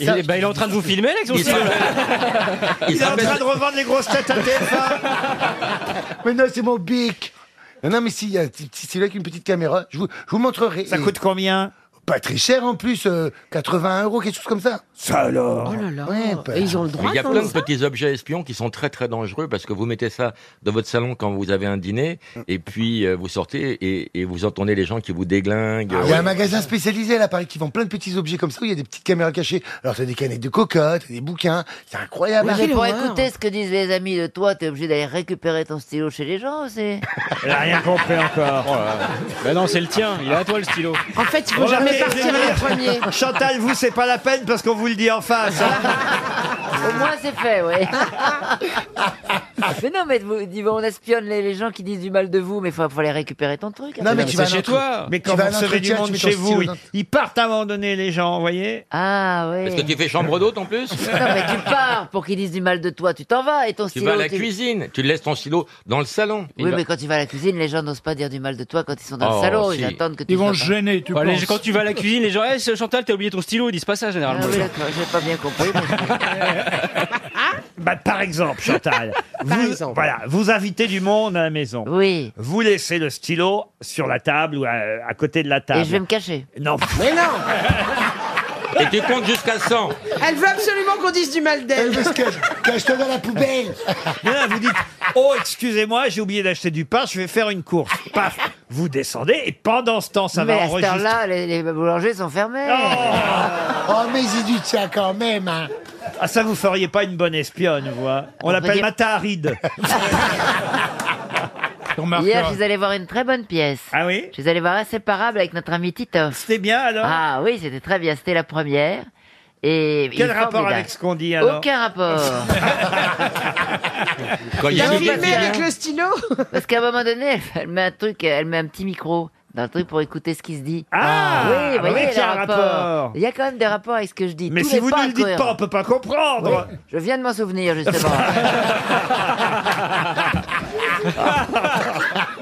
il- bah, il est en train de vous filmer, là, avec son Il stylo, là. Il est en train de revendre les grosses têtes à TF1. Mais non, c'est mon bic. Non, non, mais si, il y a un petit petit stylo avec une petite caméra. Je vous, je vous montrerai. Ça Et- coûte combien Pas très cher en plus, euh, 81 euros, quelque chose comme ça. Ça alors Oh là là. Ouais, pas- Mais Il y a plein de petits objets espions qui sont très très dangereux parce que vous mettez ça dans votre salon quand vous avez un dîner et puis euh, vous sortez et, et vous entendez les gens qui vous Ah déglinguent. Euh, Il y a un magasin spécialisé là, Paris, qui vend plein de petits objets comme ça où il y a des petites caméras cachées. Alors t'as des canettes de coca, t'as des bouquins, c'est incroyable. mais pour écouter ce que disent les amis de toi, t'es obligé d'aller récupérer ton stylo chez les gens aussi. Elle a rien compris encore. Bah non, c'est le tien. Il est à toi le stylo. En fait, il faut jamais Regardez, partir je vais en dire, premier. Chantal, vous, c'est pas la peine parce qu'on vous le dit en face. hein. Au moins, c'est fait, oui. mais non, mais vous, dis- on espionne les, les gens qui disent du mal de vous, mais faut, faut aller récupérer ton truc. après. Mais quand vous recevez du monde chez vous, ils, ils partent à un moment donné, les gens, vous voyez Ah Parce oui. que tu fais chambre d'hôte en plus Non, mais tu pars pour qu'ils disent du mal de toi, tu t'en vas et ton Tu stylo. vas à la tu- cuisine, tu laisses ton stylo dans le salon. Oui, mais quand tu vas à la cuisine, les gens n'osent pas dire du mal de toi quand ils sont dans Oh, le salon, si. ils attendent que tu. Ils vont sois se pas- gêner, Bon, allez, quand tu vas à la cuisine, les gens, hey, c'est Chantal, t'as oublié ton stylo, ils disent pas ça Ah généralement. oui, d'accord, j'ai pas bien compris. Bah, par exemple, Chantal, vous, Voilà, vous invitez du monde à la maison. Oui. Vous laissez le stylo sur la table ou à, à côté de la table. Et je vais me cacher. Non. Mais non Et tu comptes jusqu'à 100. Elle veut absolument qu'on dise du mal d'elle. Cache-toi dans la poubelle. Non, non, vous dites, oh, excusez-moi, j'ai oublié d'acheter du pain, je vais faire une course. Paf, vous descendez et pendant ce temps, ça mais va à cette enregistrer. heure-là, les, les boulangers sont fermés. Oh, mais c'est du tien quand même. hein. Ah, ça, vous feriez pas une bonne espionne, vous. hein. On On, peut l'appelle dire- Mata Aride. Hier, je suis allé voir une très bonne pièce. Ah oui Je suis allé voir Inséparable avec notre ami Titoff. C'était bien alors Ah oui, c'était très bien. C'était la première. Et il Quel est rapport formidable. avec ce qu'on dit, alors Aucun rapport. Quand il y a Ils des ont pas filmé fait, avec hein. le stylo Parce qu'à un moment donné, elle- elle met un truc, elle met un petit micro dans le truc pour écouter ce qui se dit. Ah, oui, bah vous voyez, oui, il y qu'il y a a un un rapport. rapport. Il y a quand même des rapports avec ce que je dis. Mais Tout si n'est vous ne le dites incohérent. pas, on peut pas comprendre. Oui, Je viens de m'en souvenir justement.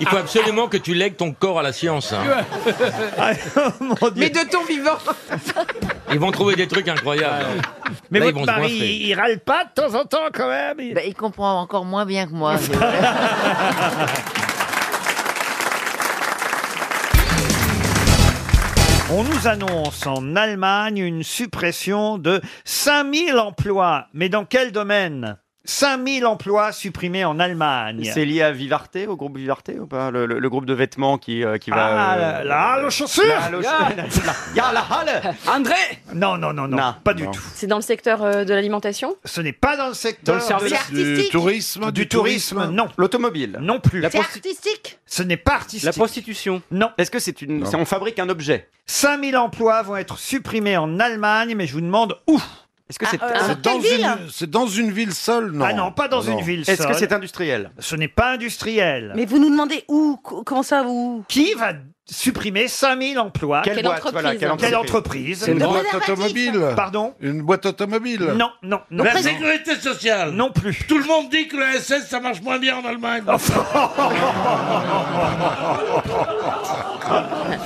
Il faut absolument que tu lègues ton corps à la science. hein. Mais de ton vivant. Ils vont trouver des trucs incroyables. Mais Là, ils votre vont se mari, coincer. il, il râle pas de temps en temps quand même. Il- Bah, il comprend encore moins bien que moi. c'est vrai. On nous annonce en Allemagne une suppression de 5000 emplois. Mais dans quel domaine 5000 emplois supprimés en Allemagne. C'est lié à Vivarte, au groupe Vivarte ou pas le, le- le groupe de vêtements qui, euh, qui va. Ah, euh, la, la halle aux chaussures La halle aux chaussures. la halle André Non, non, non, non, pas du tout. C'est dans le secteur euh, de l'alimentation Ce n'est pas dans le secteur Dans le service. de la- C'est artistique. Du tourisme, du du tourisme, tourisme. non. L'automobile. Non plus. La prosti- Artistique Ce n'est pas artistique. La prostitution. Non. Est-ce que c'est une. Non. c'est- on fabrique un objet 5000 emplois vont être supprimés en Allemagne, mais je vous demande où Est-ce que c'est. C'est dans, une, c'est dans une ville seule, non Ah non, pas dans une ville Est-ce que seule. c'est industriel Ce n'est pas industriel. Mais vous nous demandez où co- Comment ça, où Qui va supprimer 5000 emplois Quelle Quelle boîte, entreprise voilà, quelle entreprise Quelle entreprise C'est une boîte automobile. Pardon Une boîte automobile. Non, non, non. La Non. sécurité sociale. Non plus. Tout le monde dit que le SS, ça marche moins bien en Allemagne.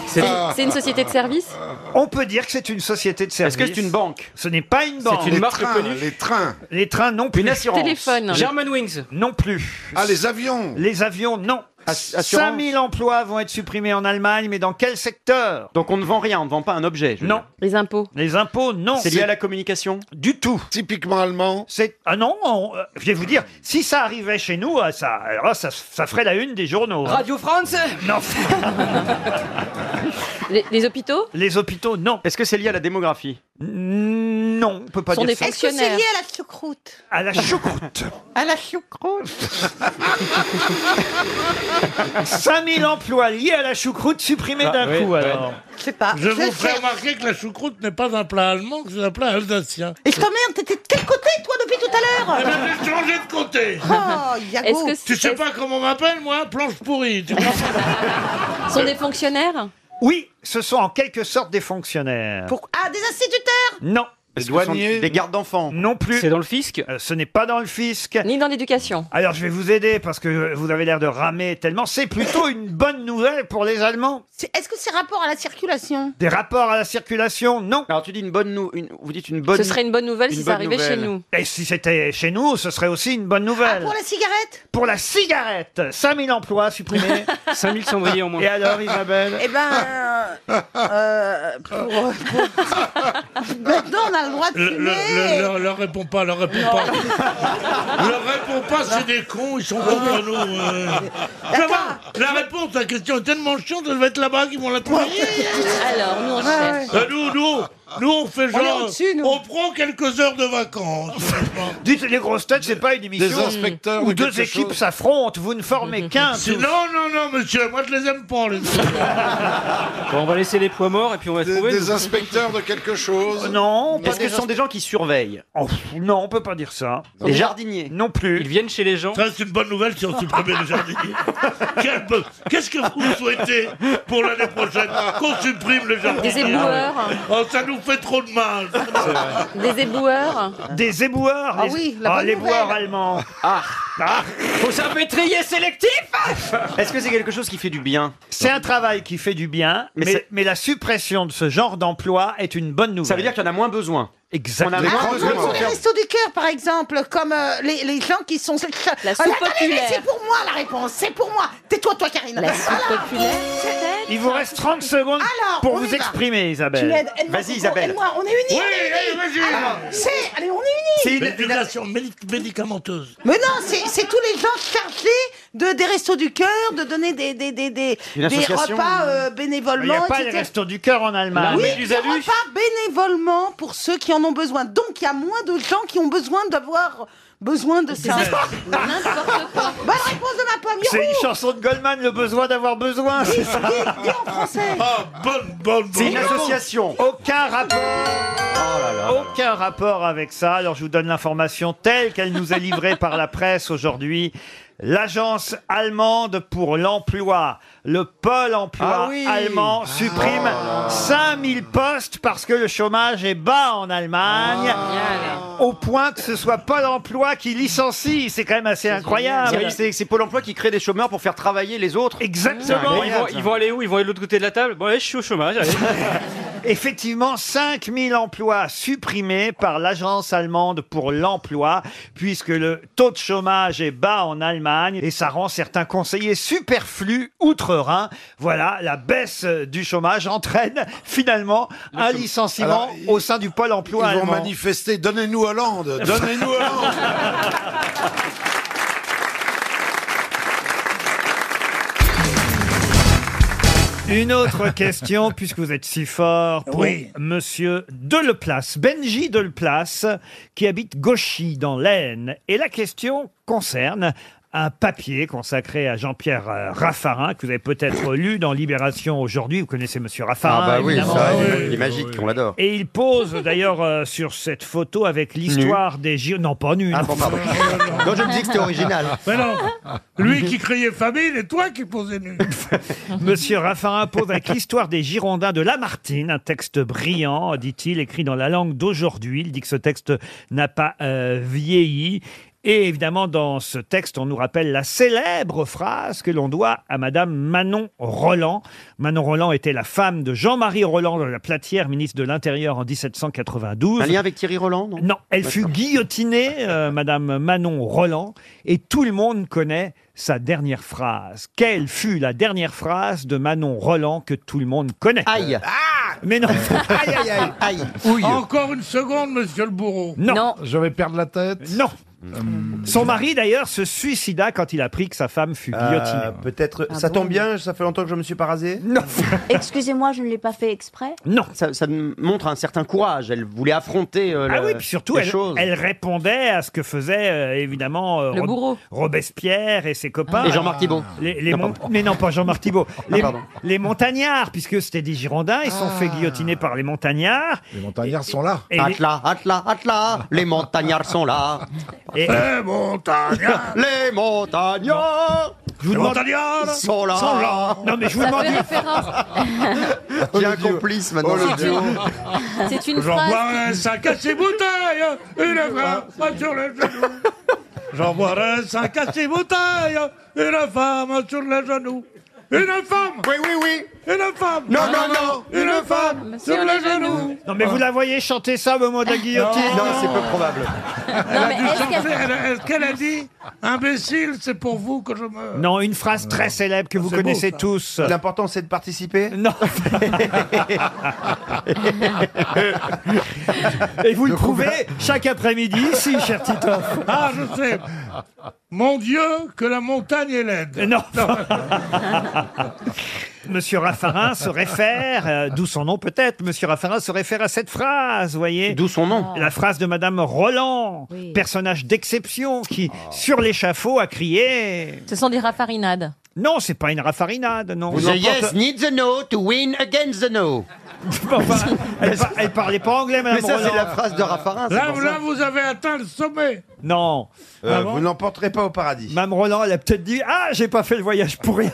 C'est c'est une société de service On peut dire que c'est une société de service. Est-ce que c'est une banque Ce n'est pas une banque. C'est une Les marque trains, connue les trains. Les trains non plus. Une assurance. Téléphone. German Wings. Non plus. Ah, les avions. Les avions, non. Ass- 5000 emplois vont être supprimés en Allemagne, mais dans quel secteur Donc on ne vend rien, on ne vend pas un objet. Non. Les impôts. Les impôts, non. C'est lié à la communication Du tout. Typiquement allemand. C'est ah non, on- euh, je vais vous dire, si ça arrivait chez nous, ah, ça, alors là, ça, ça ferait la une des journaux. hein. Radio France Non. Ah Les, les hôpitaux Les hôpitaux, non. Est-ce que c'est lié à la démographie Non, on peut pas Sont dire des ça. Est-ce que c'est lié à la choucroute À la choucroute. À la choucroute 5000 emplois liés à la choucroute supprimés Ah, d'un oui, coup, ouais. alors. Je sais pas. Je vous sais. fais remarquer que la choucroute n'est pas un plat allemand, que c'est un plat alsacien. Et je t'emmerde, t'étais de quel côté, toi, depuis tout à Eh ben, l'heure j'ai changé de côté. Ah, Oh, Yago Tu sais pas comment on m'appelle, moi Planche pourrie. Tu vois Sont des fonctionnaires Oui, ce sont en quelque sorte des fonctionnaires. Pour- Ah, des instituteurs Non. Des douaniers Des gardes d'enfants Non plus. C'est dans le fisc Euh, Ce n'est pas dans le fisc. Ni dans l'éducation. Alors je vais vous aider parce que vous avez l'air de ramer tellement. C'est plutôt une bonne nouvelle pour les Allemands. C'est- Est-ce que c'est rapport à la circulation Des rapports à la circulation Non. Alors tu dis une bonne nou- une- vous dites une bonne. Ce serait une bonne nouvelle si ça bonne arrivait chez nouvelle. nous. Et si c'était chez nous, ce serait aussi une bonne nouvelle. Ah, Pour la cigarette Pour la cigarette 5000 emplois supprimés. 5000 cendriers en moins. Et alors, Isabelle Eh ben, euh, euh, pour, pour- maintenant on a le droit de Le- le- fumer. le- Leur leur réponds pas, leur réponds pas. Leur réponds pas, c'est des cons, ils sont contre nous. euh. Ça va, la réponse à la question est tellement chiante, elle va être là-bas qu'ils vont la trouver. Alors, nous, on cherche. Euh, nous, nous, nous, on fait On est genre, on, prend quelques heures de vacances. Dites les grosses têtes, c'est pas une émission Des inspecteurs où de deux quelque équipes chose. s'affrontent. Vous ne formez qu'un. Si- non, non, non, monsieur, moi je les aime pas, les Bon, on va laisser les poids morts et puis on va se trouver. nous. de quelque Euh, chose. Non. Est-ce que ce sont des gens qui surveillent Oh, Non, on peut pas dire Ah ça. Des jardiniers Non plus. Ils viennent chez les gens. Ça, c'est une bonne nouvelle si on supprimait les jardiniers. Quel bon- Qu'est-ce que vous souhaitez pour l'année prochaine Qu'on supprime les jardiniers Des éboueurs. Oh, ça nous fait trop de mal. Des éboueurs. Des éboueurs Ah les- oui, la bonne les nouvelle. éboueurs allemands. Ah. Ah. Faut s'un pétrier sélectif Est-ce que c'est quelque chose qui fait du bien C'est un travail qui fait du bien, mais, Mais mais, c'est- la suppression de ce genre d'emploi est une bonne nouvelle. Ça veut dire qu'il y en a moins besoin. Exactement. On a moins besoin. Ah, Pour les restos du cœur, par exemple, comme euh, les, les gens qui sont. Ah, La soupe populaire. C'est pour moi la réponse, c'est pour moi. Tais-toi, toi, Karine. La soupe populaire. Il vous reste 30 secondes Alors, pour Ah, on y vous va. exprimer, Tu Isabelle. m'aides, aide-moi, Coco, aide-moi, on est unis. Oui, on est allez, unis. vas-y. Alors, C'est, allez, on est unis. L'éducation médic- médicamenteuse. Mais non, c'est c'est tous les gens chargés de, des restos du cœur, de donner des, des, des, des, Une des association. repas euh, Il n'y a bénévolement, pas les etc. restos du cœur en Allemagne. oui, des repas bénévolement pour ceux qui en ont besoin. Donc, il y a moins de gens qui ont besoin d'avoir besoin de ça. N'importe quoi. Bonne réponse de ma pomme. Ah, C'est youhou. une chanson de Goldman, le besoin d'avoir besoin. Dis- dis- dis en français. Ah, bonne, bonne, Ah, Oh C'est bonne. une association. Aucun rapport. Aucun rapport avec ça. Alors je vous donne l'information telle qu'elle nous est livrée par la presse aujourd'hui. L'agence allemande pour l'emploi, le pôle emploi Ah oui. allemand Oh supprime 5000 postes parce que le chômage est bas en Allemagne. Ah. Au point que ce soit Pôle emploi qui licencie, c'est quand même assez incroyable. C'est- C'est c'est Pôle emploi qui crée des chômeurs pour faire travailler les autres. Exactement. Ils vont, ils vont aller où Ils vont aller de l'autre côté de la table. Bon, allez, je suis au chômage. allez. Effectivement, 5000 emplois supprimés par l'Agence allemande pour l'emploi, puisque le taux de chômage est bas en Allemagne et ça rend certains conseillers superflus outre-Rhin. Voilà, la baisse du chômage entraîne finalement un licenciement Alors, au sein du pôle Ils vont emploi allemand. manifester. Donnez-nous Hollande. Donnez-nous Hollande. Une autre question, puisque vous êtes si fort, pour Oui. Monsieur Deleplace, Benji Deleplace, qui habite Gauchy, dans l'Aisne. Et la question concerne un papier consacré à Jean-Pierre euh, Raffarin, que vous avez peut-être lu dans Libération aujourd'hui. Vous connaissez Monsieur Raffarin, Ah bah oui, évidemment. ça, il est- il est magique, on l'adore. Et il pose d'ailleurs euh, sur cette photo avec l'histoire des JO. Non, pas nu. Ah non. bon, pardon. Non, je me dis que c'était original. Mais non, lui qui criait famine et toi qui posais nu. Monsieur Raffarin pose avec l'histoire des Girondins de Lamartine, un texte brillant, dit-il, écrit dans la langue d'aujourd'hui. Il dit que ce texte n'a pas euh, vieilli. Et évidemment, dans ce texte, on nous rappelle la célèbre phrase que l'on doit à Madame Manon Roland. Manon Roland était la femme de Jean-Marie Roland de la Platière, ministre de l'Intérieur en 1792. Un lien avec Thierry Roland, non Non, elle fut guillotinée, euh, Madame Manon Roland, et tout le monde connaît sa dernière phrase. Quelle fut la dernière phrase de Manon Roland que tout le monde connaît Euh, Aïe. Mais non Ah! Aïe, aïe, aïe, aïe. Encore une seconde, monsieur le bourreau. Non, Je vais perdre la tête. Euh, non. Son mari, d'ailleurs, se suicida quand il apprit que sa femme fut guillotinée. Euh, Peut-être. Ah ça bon tombe bien, ça fait longtemps que je me suis pas rasé. Non. Excusez-moi, je ne l'ai pas fait exprès. Non. Ça, ça montre un certain courage. Elle voulait affronter euh, Ah la- oui, puis surtout, les elle, choses. elle répondait à ce que faisait euh, évidemment euh, Le Ro- bourreau. Ah. Robespierre et ses copains. Ah. Et Jean-Marc Thibault. Les, les Non, mon- pardon. Ah, Mais non, pas Jean-Marc Thibault. les, pardon. Ah. les montagnards, puisque c'était des Girondins, ils se sont fait guillotiner par les montagnards. Les montagnards sont là. Et les- Atla, atla, atla, les montagnards sont là. Et- Les montagnards Les montagnards Je vous Le demande. Montagnard Ils sont là. Non, mais je vous Ça demande. fait Oh, J'ai un complice maintenant. C'est une J'en bois un sac à six bouteilles, une femme sur le genou. J'en bois un sac à six bouteilles, une femme sur le genou. Une femme Oui, oui, oui Une femme Non, non, non. Une femme sur le genou Non, mais vous la voyez chanter ça au moment de la guillotine Non, non, c'est peu probable. Elle a dû chanter, elle a- Est-ce qu'elle a dit Imbécile, c'est pour vous que je meurs Non, une phrase très célèbre que vous c'est connaissez beau, ça. tous. L'important, c'est de participer Non. Et vous le trouvez chaque après-midi ici, cher Titoff. Ah, je sais Mon Dieu, que la montagne est laide Non, Monsieur Raffarin se réfère, euh, d'où son nom peut-être, Monsieur Raffarin se réfère à cette phrase, vous voyez D'où son nom La phrase de Madame Roland, personnage d'exception qui, sur l'échafaud, a crié... Ce sont des raffarinades. Non, c'est pas une raffarinade, non. The yes needs a no to win against the no. elle, par- elle parlait pas anglais, Madame Roland. Ah, Là, là, vous avez atteint le sommet Non. Euh, vous n'emporterez pas au paradis. Mme Roland, elle a peut-être dit Ah, j'ai pas fait le voyage pour rien.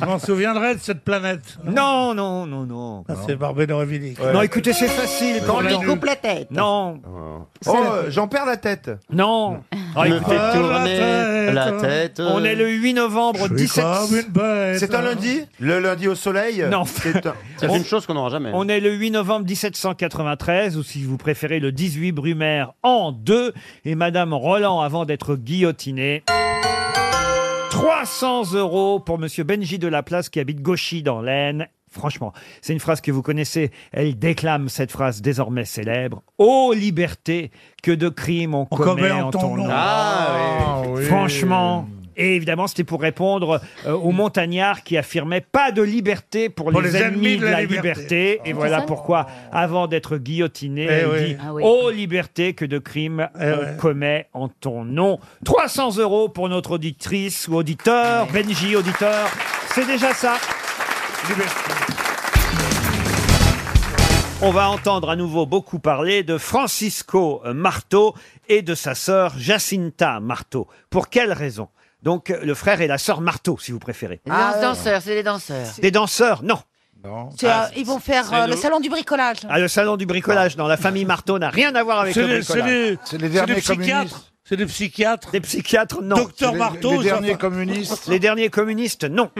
Je m'en souviendrai de cette planète. Non, non, non, non. Ah, c'est Barbé-Norévili. Non, écoutez, c'est facile. Quand on lui coupe la tête. Non. Oh, euh, j'en perds la tête. Non. Ah, Me écoutez, fait tourner la tête. On est le 8 novembre Je suis 17. comme une bête. C'est un lundi Le lundi au soleil Non. C'est un- C'est une chose qu'on n'aura jamais. On est le 8 novembre 1793, ou si vous préférez, le 18 Brumaire en 2. Et Madame Roland, avant d'être guillotinée. 300 euros pour Monsieur Benji de la Place qui habite Gauchy dans l'Aisne. Franchement, c'est une phrase que vous connaissez. Elle déclame cette phrase désormais célèbre. Ô liberté, que de crimes on, commet, en ton, nom. Ah, oui. Franchement. Et évidemment, c'était pour répondre euh, aux montagnards qui affirmaient pas de liberté pour, Pour les, ennemis, de la, liberté. Et Ah. voilà C'est ça pourquoi, avant d'être guillotiné, Eh elle oui. dit Ah oui. Ô liberté, que de crimes on commet en ton nom. 300 euros pour notre auditrice ou auditeur, Benji, auditeur. C'est déjà ça. On va entendre à nouveau beaucoup parler de Francisco Marteau et de sa sœur Jacinta Marteau. Pour quelle raison Donc le frère et la sœur Marteau, si vous préférez. Les Ah danseurs, c'est les danseurs. Des danseurs Non. Ah, C'est, Ah, euh, ils vont faire c'est euh, le nous. salon du bricolage. Ah, le salon du bricolage, non. La famille Marteau n'a rien à voir avec C'est le les, c'est bricolage. les, c'est des psychiatres. C'est des psychiatres. Des psychiatres, non. Docteur Marteau, ça- Les derniers communistes, non.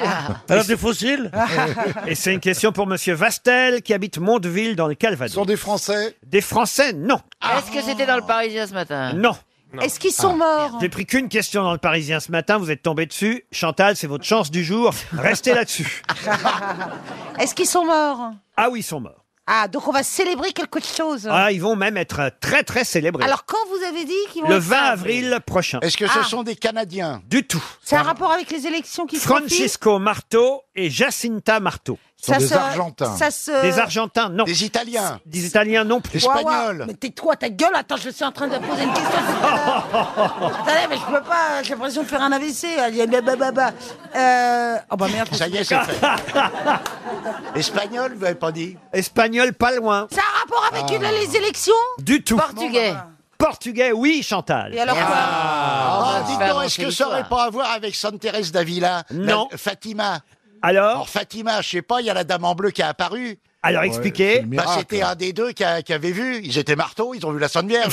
Ah, Alors des fossiles Et c'est une question pour Monsieur Vastel qui habite Mondeville dans le Calvados. Sont des Français Des Français, non. Est-ce que c'était dans le Parisien ce matin Ah. Non. Ah. Est-ce qu'ils sont morts hein J'ai pris qu'une question dans le Parisien ce matin, vous êtes tombé dessus. Chantal, c'est votre chance du jour. Restez là-dessus. Est-ce qu'ils sont morts Ah oui, ils sont morts. Ah, donc on va célébrer quelque chose. Ah, ils vont même être très très célébrés. Alors quand vous avez dit qu'ils vont le être 20 ça avril prochain. Est-ce que ce Ah. sont des Canadiens Du tout. C'est un rapport avec les élections qui se profilent Francisco Marteau et Jacinta Marteau. Ce Ça sont des se- Argentins. ça se- Des Argentins, non. Des Italiens. Des Italiens, non plus. Ouah, ouah, Mais tais-toi, ta gueule, attends, je suis en train de poser une question. depuis tout à l'heure. Attendez, mais je peux pas, j'ai l'impression de faire un AVC. Allez, bah, bah, bah, bah. Euh... Oh bah merde. Ça y est, c'est fait. Espagnol, vous n'avez pas dit Espagnol, pas loin. C'est un rapport avec Ah. une- les élections Du tout. bah, Portugais. Portugais, oui, Chantal. Et alors quoi Ah, bah, dis bah, donc, est-ce c'est que ça n'aurait l'histoire. pas à voir avec Sainte Thérèse d'Avila Non. La- Fatima. Alors Fatima, je sais pas, il y a la dame en bleu qui a apparu. Alors, Ouais, expliquez. c'est le Bah, miracle. C'était un des deux qui, a- qui avait vu. Ils étaient marteaux, ils ont vu la Sainte Vierge.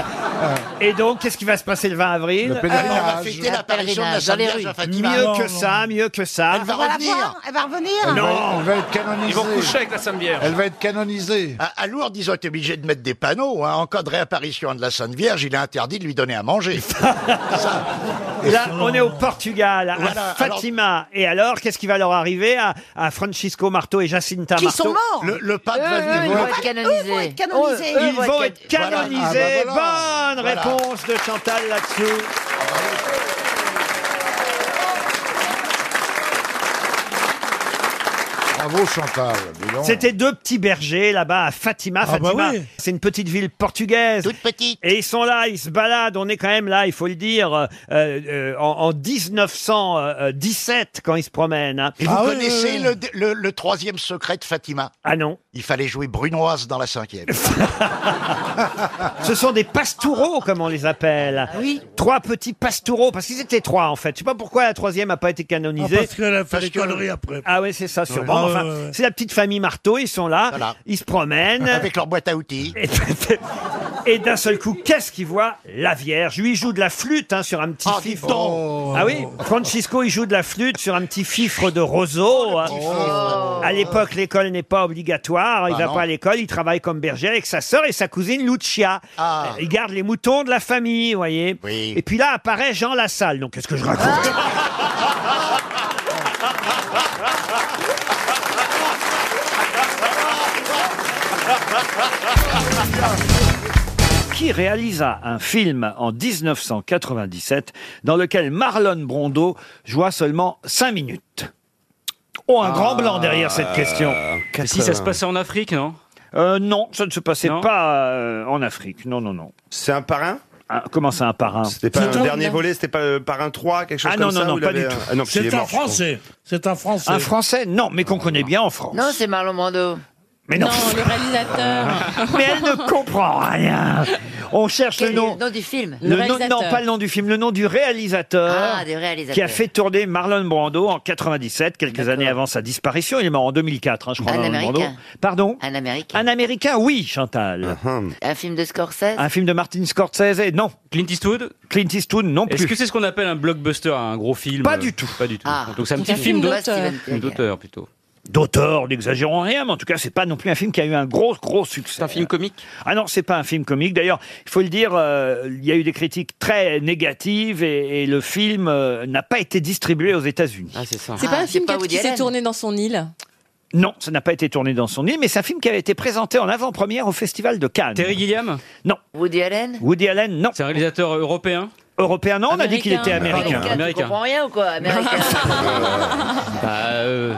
Et donc, qu'est-ce qui va se passer le 20 avril Le pèlerinage. Euh, on va fêter l'apparition de la Sainte Vierge à Fatima. Mieux Non, que non. ça, mieux que ça. Elle va On va la revenir. voir, elle va revenir. Elle Euh, Non. Oh, va, elle va être canonisée. Ils vont coucher avec la Sainte Vierge. Elle va être canonisée. À, à Lourdes, ils ont été obligés de mettre des panneaux. hein. En cas de réapparition de la Sainte Vierge, il est interdit de lui donner à manger. Ça. Là, on est au Portugal, à Voilà, Fatima. Et alors, qu'est-ce qui va leur arriver à, à Francisco Marteau et Jacinta Qui Marteau sont morts. Le- le pape Eux, va venir. eux, ils vont être canonisés. Eux vont être canonisés. Ils Eux vont vont être être can- canonisés. Voilà. Ah, bah Bonne voilà. réponse de Chantal là-dessous. Bravo Chantal. dis donc. C'était deux petits bergers là-bas à Fatima. Ah bah Fatima, oui. c'est une petite ville portugaise. Toute petite. Et ils sont là, ils se baladent. On est quand même là, il faut le dire, euh, euh, en, en 1917 quand ils se promènent. hein. Et vous connaissez le, le- le troisième secret de Fatima Ah non. Il fallait jouer brunoise dans la cinquième. Ce sont des pastoureaux, comme on les appelle. Ah Oui. Trois petits pastoureaux, parce qu'ils étaient trois en fait. Je sais pas pourquoi la troisième n'a pas été canonisée. Ah, parce qu'elle a fait des conneries après. Ah ouais, c'est ça, sûrement. Ah ouais, Enfin, ouais, ouais. C'est la petite famille Marteau, ils sont là, ils se promènent. Avec leur boîte à outils. Et, et d'un seul coup, qu'est-ce qu'ils voient La Vierge. Lui, il joue de la flûte hein, sur un petit Ah, dis fifre. donc. Ah oui, Francisco, il joue de la flûte sur un petit fifre de roseau. Oh, hein. À l'époque, l'école n'est pas obligatoire. Il Ah va non. pas à l'école, il travaille comme berger avec sa sœur et sa cousine Lucia. Ah. Euh, Il garde les moutons de la famille, vous voyez. Et puis là apparaît Jean Lassalle. Donc qu'est-ce que je raconte qui réalisa un film en 1997 dans lequel Marlon Brando joua seulement 5 minutes. Oh, un Ah. grand blanc derrière cette question. Mais Si ça se passait en Afrique, non Euh, non, ça ne se passait Non pas euh, en Afrique. Non, non, non. C'est un parrain Comment c'est un parrain C'était pas le dernier volet, c'était pas euh, le parrain 3, quelque chose Ah comme non, ça non, non, où il pas avait du un- tout. Ah non, parce qu'il C'est est un mort, je crois. Français. C'est un Français. Un Français Non, mais qu'on connaît bien en France. Non, c'est Marlon Brando. Mais non. le réalisateur. Mais elle ne comprend rien. On cherche le nom. du film. Le nom, non, pas le nom du film, le nom du réalisateur, Ah, du réalisateur. qui a fait tourner Marlon Brando en 97, quelques années avant sa disparition. Il est mort en 2004, hein, je crois. Un Marlon Brando. Américain. Pardon Un Américain. Un Américain, oui, Chantal. Un film de Scorsese. Un film de Martin Scorsese, non. Clint Eastwood Clint Eastwood, non plus. Est-ce que c'est ce qu'on appelle un blockbuster, un gros film euh, Pas du tout. Pas du tout. Ah. Donc c'est un petit Un film film d'auteur. d'auteur. D'auteur plutôt. D'auteur, n'exagérons rien, mais en tout cas, c'est pas non plus un film qui a eu un gros, gros succès. C'est un film comique Ah non, c'est pas un film comique. D'ailleurs, il faut le dire, euh, il y a eu des critiques très négatives et, et le film euh, n'a pas été distribué aux États-Unis. Ah, c'est ça. C'est pas un film qui- qui s'est tourné dans son île. Non, ça n'a pas été tourné dans son île, mais c'est un film qui avait été présenté en avant-première au Festival de Cannes. Terry Gilliam Non. Woody Allen. Woody Allen, non. C'est un réalisateur européen Ah, Européen, non, on a dit qu'il était américain. Tu comprends rien ou quoi Américain. Ah, Bah, euh,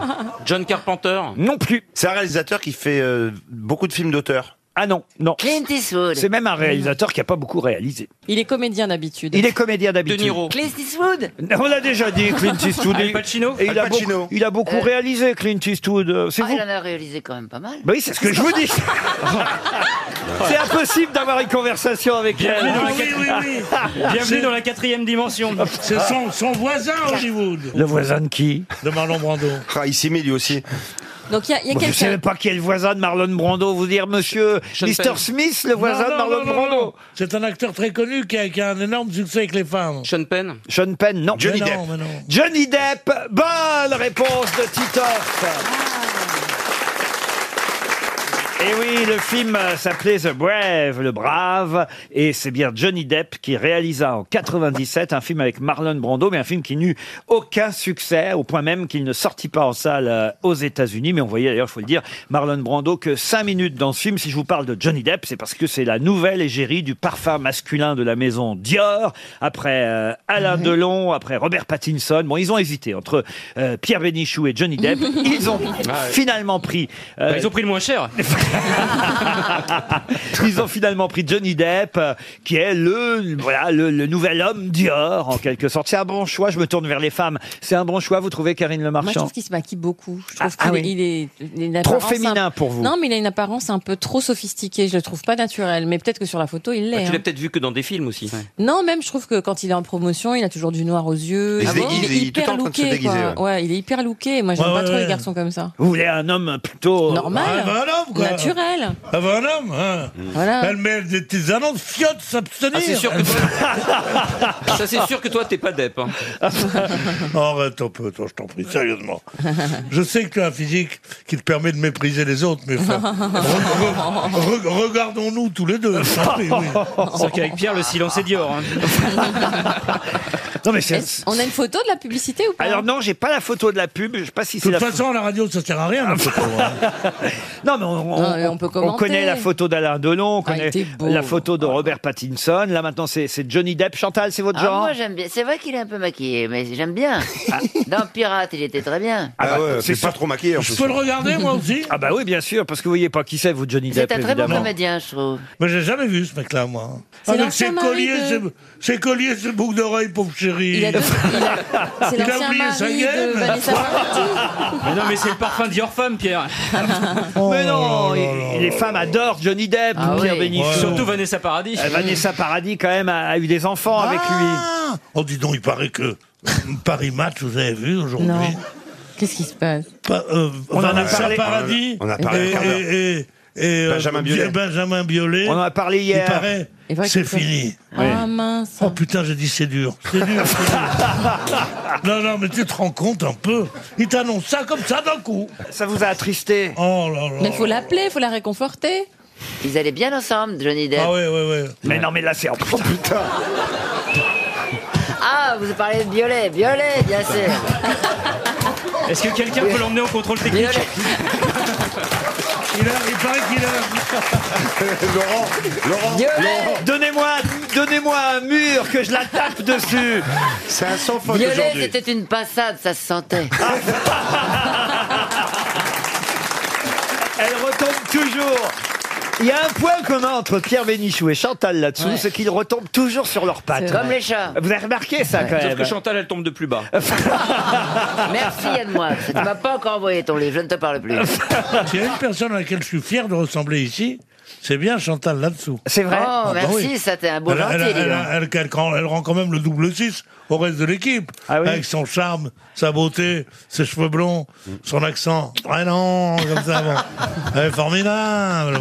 John Carpenter Non plus. C'est un réalisateur qui fait euh, beaucoup de films d'auteur. Ah non, non. Clint Eastwood. C'est même un réalisateur qui n'a pas beaucoup réalisé. Il est comédien d'habitude. Il est comédien d'habitude. Clint Eastwood. On l'a déjà dit, Clint Eastwood. Al Pacino Et il, a Al Pacino. beaucoup, il a beaucoup Euh. réalisé, Clint Eastwood. C'est Ah, vous il en a réalisé quand même pas mal. Bah oui, c'est ce que je vous dis. c'est impossible d'avoir une conversation avec Bienvenue elle. Ah. dans la quatrième- Bienvenue dans la quatrième dimension. C'est son, son voisin Hollywood. Le voisin de qui De Marlon Brando. Ah, ici, mais lui aussi. Donc il y a, il y a Moi, je ne savais quelqu'un. pas qui est le voisin de Marlon Brando. Vous dire, monsieur, Sean Mr. Penn. Smith, le voisin Non, de non, Marlon non, non, Brando. non. C'est un acteur très connu qui a, qui a un énorme succès avec les femmes. Sean Penn Sean Penn, non. Johnny Mais non, Depp. mais non. Johnny Depp, bonne réponse de Titoff. Et Eh oui, le film euh, s'appelait The Brave, le brave, et c'est bien Johnny Depp qui réalisa en 97 un film avec Marlon Brando, mais un film qui n'eut aucun succès, au point même qu'il ne sortit pas en salle euh, aux États-Unis. Mais on voyait d'ailleurs, faut le dire, Marlon Brando que 5 minutes dans ce film. Si je vous parle de Johnny Depp, c'est parce que c'est la nouvelle égérie du parfum masculin de la maison Dior, après euh, Alain Delon, après Robert Pattinson. Bon, ils ont hésité entre euh, Pierre Bénichou et Johnny Depp. Ils ont finalement pris. euh, Bah, ils ont pris le moins cher. ils ont finalement pris Johnny Depp, euh, qui est le, voilà, le, le nouvel homme Dior, en quelque sorte. C'est un bon choix, je me tourne vers les femmes. C'est un bon choix, vous trouvez, Karine Le Moi, je Marchand trouve qu'il se maquille beaucoup. Je Ah, trouve ah qu'il oui. est- il est, il a une Trop apparence féminin un- pour vous. Non, mais il a une apparence un peu trop sophistiquée. Je le trouve pas naturel. Mais peut-être que sur la photo, il Ah, l'est. Tu l'as hein. peut-être vu que dans des films aussi. Non, même je trouve que quand il est en promotion, il a toujours du noir aux yeux. Il se Ah bon déguise, il est il est tout le temps hyper en train de se looké. déguiser, quoi. Ouais, il est hyper looké. Moi, j'aime Ouais, pas Ah ouais, trop les ouais. garçons comme ça. Vous voulez un homme plutôt Ah, Normal. ben un homme, quoi. Naturel. Ah ben un homme, hein. Voilà. Elle met des petites annonces, fiottes, s'abstenir. Ah, c'est sûr que toi- Ça, c'est sûr que toi, t'es pas Depp. hein. Arrête un peu, toi, je t'en prie, sérieusement. Je sais que tu as un physique qui te permet de mépriser les autres, mais enfin, re- re- re- regardons-nous tous les deux. je t'en prie, oui. C'est sûr qu'avec Pierre, le silence est Dior. hein. Non, mais c'est- Est-ce- On a une photo de la publicité ou pas Alors non, j'ai pas la photo de la pub, je sais pas si De c'est toute la hein. façon, la radio, ça sert à rien. notre pauvre. Non, mais on, on Ah, et on peut commenter. connaît la photo d'Alain Delon, on connaît Ah, était beau. la photo de Robert Pattinson. Là maintenant, c'est c'est Johnny Depp. Chantal, c'est votre Ah, genre Ah. moi j'aime bien. C'est vrai qu'il est un peu maquillé, mais j'aime bien. Dans Pirate, il était très bien. Ah, ouais, c'est pas trop maquillé. en plus. hein. aussi Ah bah oui, bien sûr, parce que vous voyez pas qui c'est, vous, Johnny C'est Depp, un très bon évidemment. comédien, je trouve. Mais j'ai jamais vu ce mec-là, moi. Ah, C'est Avec l'ancien ses mari colliers, de- ses, ses colliers, ses boucles d'oreilles, pauvre chérie. Il a deux- il a- Il a oublié sa gaine. mais non, mais c'est le parfum Dior femme, Pierre. mais non, il- les femmes adorent Johnny Depp, Ah Pierre oui. Bénichou. Surtout Vanessa Paradis. Euh, Vanessa Paradis, quand même, a, a eu des enfants avec lui. Ah Oh, dis donc, il paraît que Paris Match, vous avez vu aujourd'hui Non. Qu'est-ce qui se passe Pa- euh, On en a Vanessa parlé. Paradis On en a parlé et- tout à l'heure. et- et- et, euh, Benjamin Biolay. Benjamin Biolay. On en a parlé hier. Il paraît, Il paraît c'est qu'il faut- fini. Ah mince. Oh putain, j'ai dit c'est dur. C'est dur. c'est dur. non, non, mais tu te rends compte un peu. Il t'annonce ça comme ça d'un coup. Ça vous a attristé Oh là là. Mais faut l'appeler, faut la réconforter. Ils allaient bien ensemble, Johnny Depp. Ah ouais, ouais, ouais. Mais non, mais là, c'est... Oh putain, Ah, vous parlez de Violet, Violet, bien sûr. Est-ce que quelqu'un peut l'emmener au contrôle technique Il, a, il paraît qu'il a. Laurent, Laurent, Laurent. Donnez-moi donnez-moi un mur que je la tape dessus C'est un sans faute Violet, aujourd'hui. c'était une passade, ça se sentait. Elle retombe toujours il y a un point commun entre Pierre Bénichou et Chantal là-dessous, c'est qu'ils retombent toujours sur leurs pattes. C'est vrai. Comme les chats. Vous avez remarqué ça quand Sauf même que Chantal, elle tombe de plus bas. Merci, Yann Moix. Tu m'as pas encore envoyé ton livre, je ne te parle plus. S'il y a une personne à laquelle je suis fier de ressembler ici, c'est bien Chantal là-dessous. Ah, C'est vrai Oh, merci, ça, t'es un beau bah elle, gentil, elle, dis elle- donc. elle- elle- elle- elle rend quand même le double 6 au reste de l'équipe. Avec son charme, sa beauté, ses cheveux blonds, son accent. Ah non, comme ça, bon. Elle est formidable.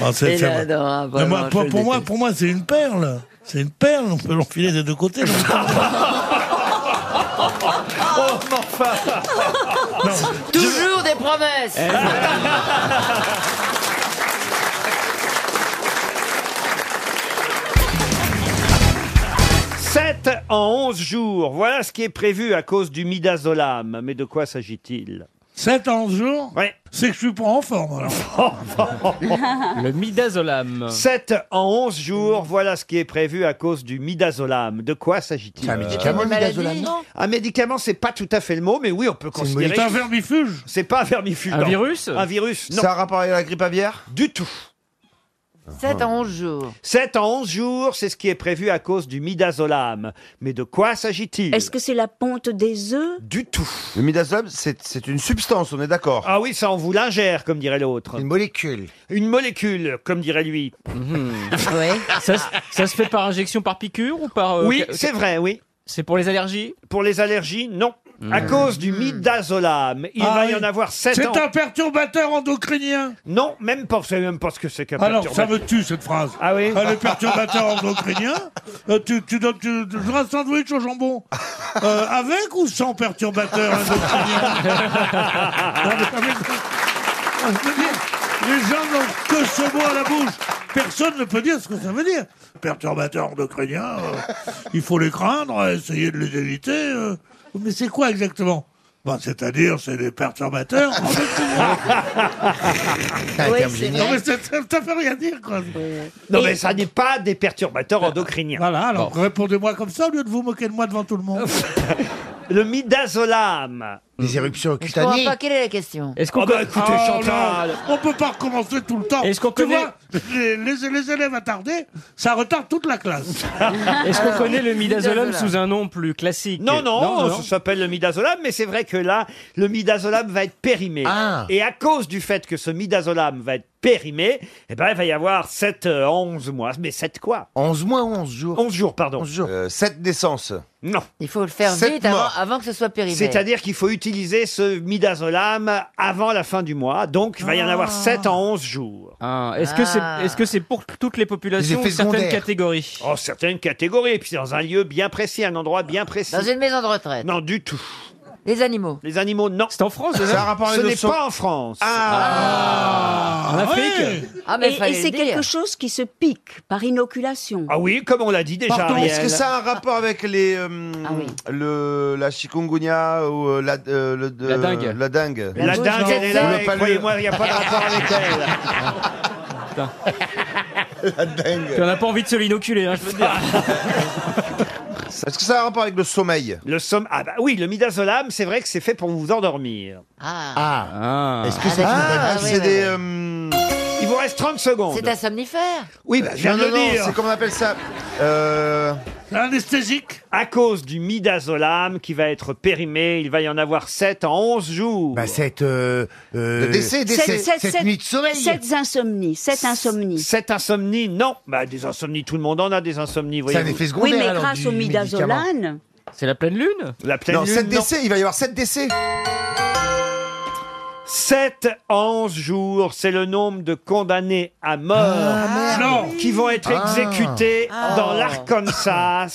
Bon, c'est- Elle c'est- est adorable, Mais moi, vraiment, pour, je pour le moi, pour moi, c'est une perle. C'est une perle, on peut l'enfiler des deux côtés. Oh, mais enfin Oh, Toujours des promesses. Sept en 11 jours, voilà ce qui est prévu à cause du midazolam. Mais de quoi s'agit-il 7 ans de jour C'est que je suis pas en forme, alors. Le midazolam. 7 en 11 jours, voilà ce qui est prévu à cause du midazolam. De quoi s'agit-il C'est un médicament, le midazolam, non Un médicament, c'est pas tout à fait le mot, mais oui, on peut une considérer. molécule. C'est un vermifuge C'est pas un vermifuge. Un non. virus Un virus, non. hein. Ça a rapport avec la grippe aviaire Du tout. 7 à 11 jours. 7 en 11 jours, c'est ce qui est prévu à cause du midazolam. Mais de quoi s'agit-il Est-ce que c'est la ponte des œufs Du tout. Le midazolam, c'est c'est une substance, on est d'accord. Ah oui, ça on vous l'ingère, comme dirait l'autre. Une molécule. Une molécule, comme dirait lui. Mhm. Ça, se- ça se fait par injection, par piqûre ou par. euh, Oui, ca- c'est vrai, oui. C'est pour les allergies Hmm. Pour les allergies, non. À cause du midazolam, il Ah va y oui. en avoir 7 C'est ans. un perturbateur endocrinien. Non, même pas, vous savez même pas ce que c'est qu'un Alors, Ah ça perturbateur. me tue cette phrase. Ah oui Ah, le perturbateur endocrinien, euh, tu, tu donnes tu, tu feras un sandwich au jambon. Euh, avec ou sans perturbateur endocrinien Non, mais ça m'étonne. Je veux dire, Les gens n'ont que ce mot à la bouche. Personne ne peut dire ce que ça veut dire. Perturbateur endocrinien, euh, il faut les craindre, essayer de les éviter. euh. Mais c'est quoi exactement Bah, C'est-à-dire, c'est des perturbateurs endocriniens. Oui, c'est Non, vrai. mais ça ne veut rien dire, quoi. Non, mais ça n'est pas des perturbateurs endocriniens. Voilà, alors répondez-moi comme ça au lieu de vous moquer de moi devant tout le monde. Le midazolam. Des éruptions Je comprends pas, quelle est la question Est-ce qu'on Ah bah, co- écoutez, Oh, Chantal. non, on peut pas recommencer tout le temps. Est-ce qu'on Tu connaît- vois, les, les- les élèves attardés, ça retarde toute la classe. Est-ce qu'on connaît le midazolam. midazolam sous un nom plus classique Non, non, ça s'appelle le midazolam, mais c'est vrai que là, le midazolam va être périmé. Ah. Et à cause du fait que ce midazolam va être périmé, eh ben, il va y avoir 7, 11 mois. Mais 7 quoi 11 mois ou 11 jours 11 jours, pardon. Euh, 7 naissances. Non. Il faut le faire Sept vite avant, morts. avant que ce soit périmé. C'est-à-dire qu'il faut utiliser ce midazolam avant la fin du mois. Donc, il va y en Ah. avoir 7 en 11 jours. Ah, Est-ce que c'est est-ce que c'est pour toutes les populations Les effets certaines secondaires. catégories En certaines catégories, et puis dans un lieu bien précis, un endroit bien précis. Dans une maison de retraite. Non, du tout. Les animaux. Les animaux, non. C'est en France déjà Ça a rapport avec Ce le n'est son. pas en France. Ah. En Afrique Ah, mais Et- et fallait c'est le dire. quelque chose qui se pique par inoculation. Ah oui, comme on l'a dit déjà. Pardon, est-ce Ariel. que ça a un rapport avec les euh, le la chikungunya ou euh, la euh, le- de- La dingue. La dingue. La dingue, elle est là, Le et palu- croyez-moi, il n'y a pas de rapport avec elle. La dingue. Puis on n'a pas envie de se l'inoculer, hein, je peux te dire. Est-ce que ça a un rapport avec le sommeil Le sommeil. Ah bah oui, le midazolam, c'est vrai que c'est fait pour vous endormir. Ah. Ah. Est-ce que c'est- Ah, oui, oui, oui. Il vous reste 30 secondes. C'est un somnifère. Oui, bah, je viens Non, de non, le non, dire. c'est comment on appelle ça Anesthésique À cause du midazolam qui va être périmé, il va y en avoir 7 en 11 jours. Bah, 7 euh, Sept- sept- sept- Sept insomnies, sept insomnies. Cette insomnie, non. Bah, des insomnies, tout le monde en a des insomnies. C'est un effet secondaire, Oui, mais alors, grâce du au midazolam. midazolam. Anne. C'est la pleine lune La pleine Non, lune. sept décès, il va y avoir 7 décès. 7 en 11 jours, c'est le nombre de condamnés à mort qui vont être Ah. exécutés Ah. dans l'Arkansas.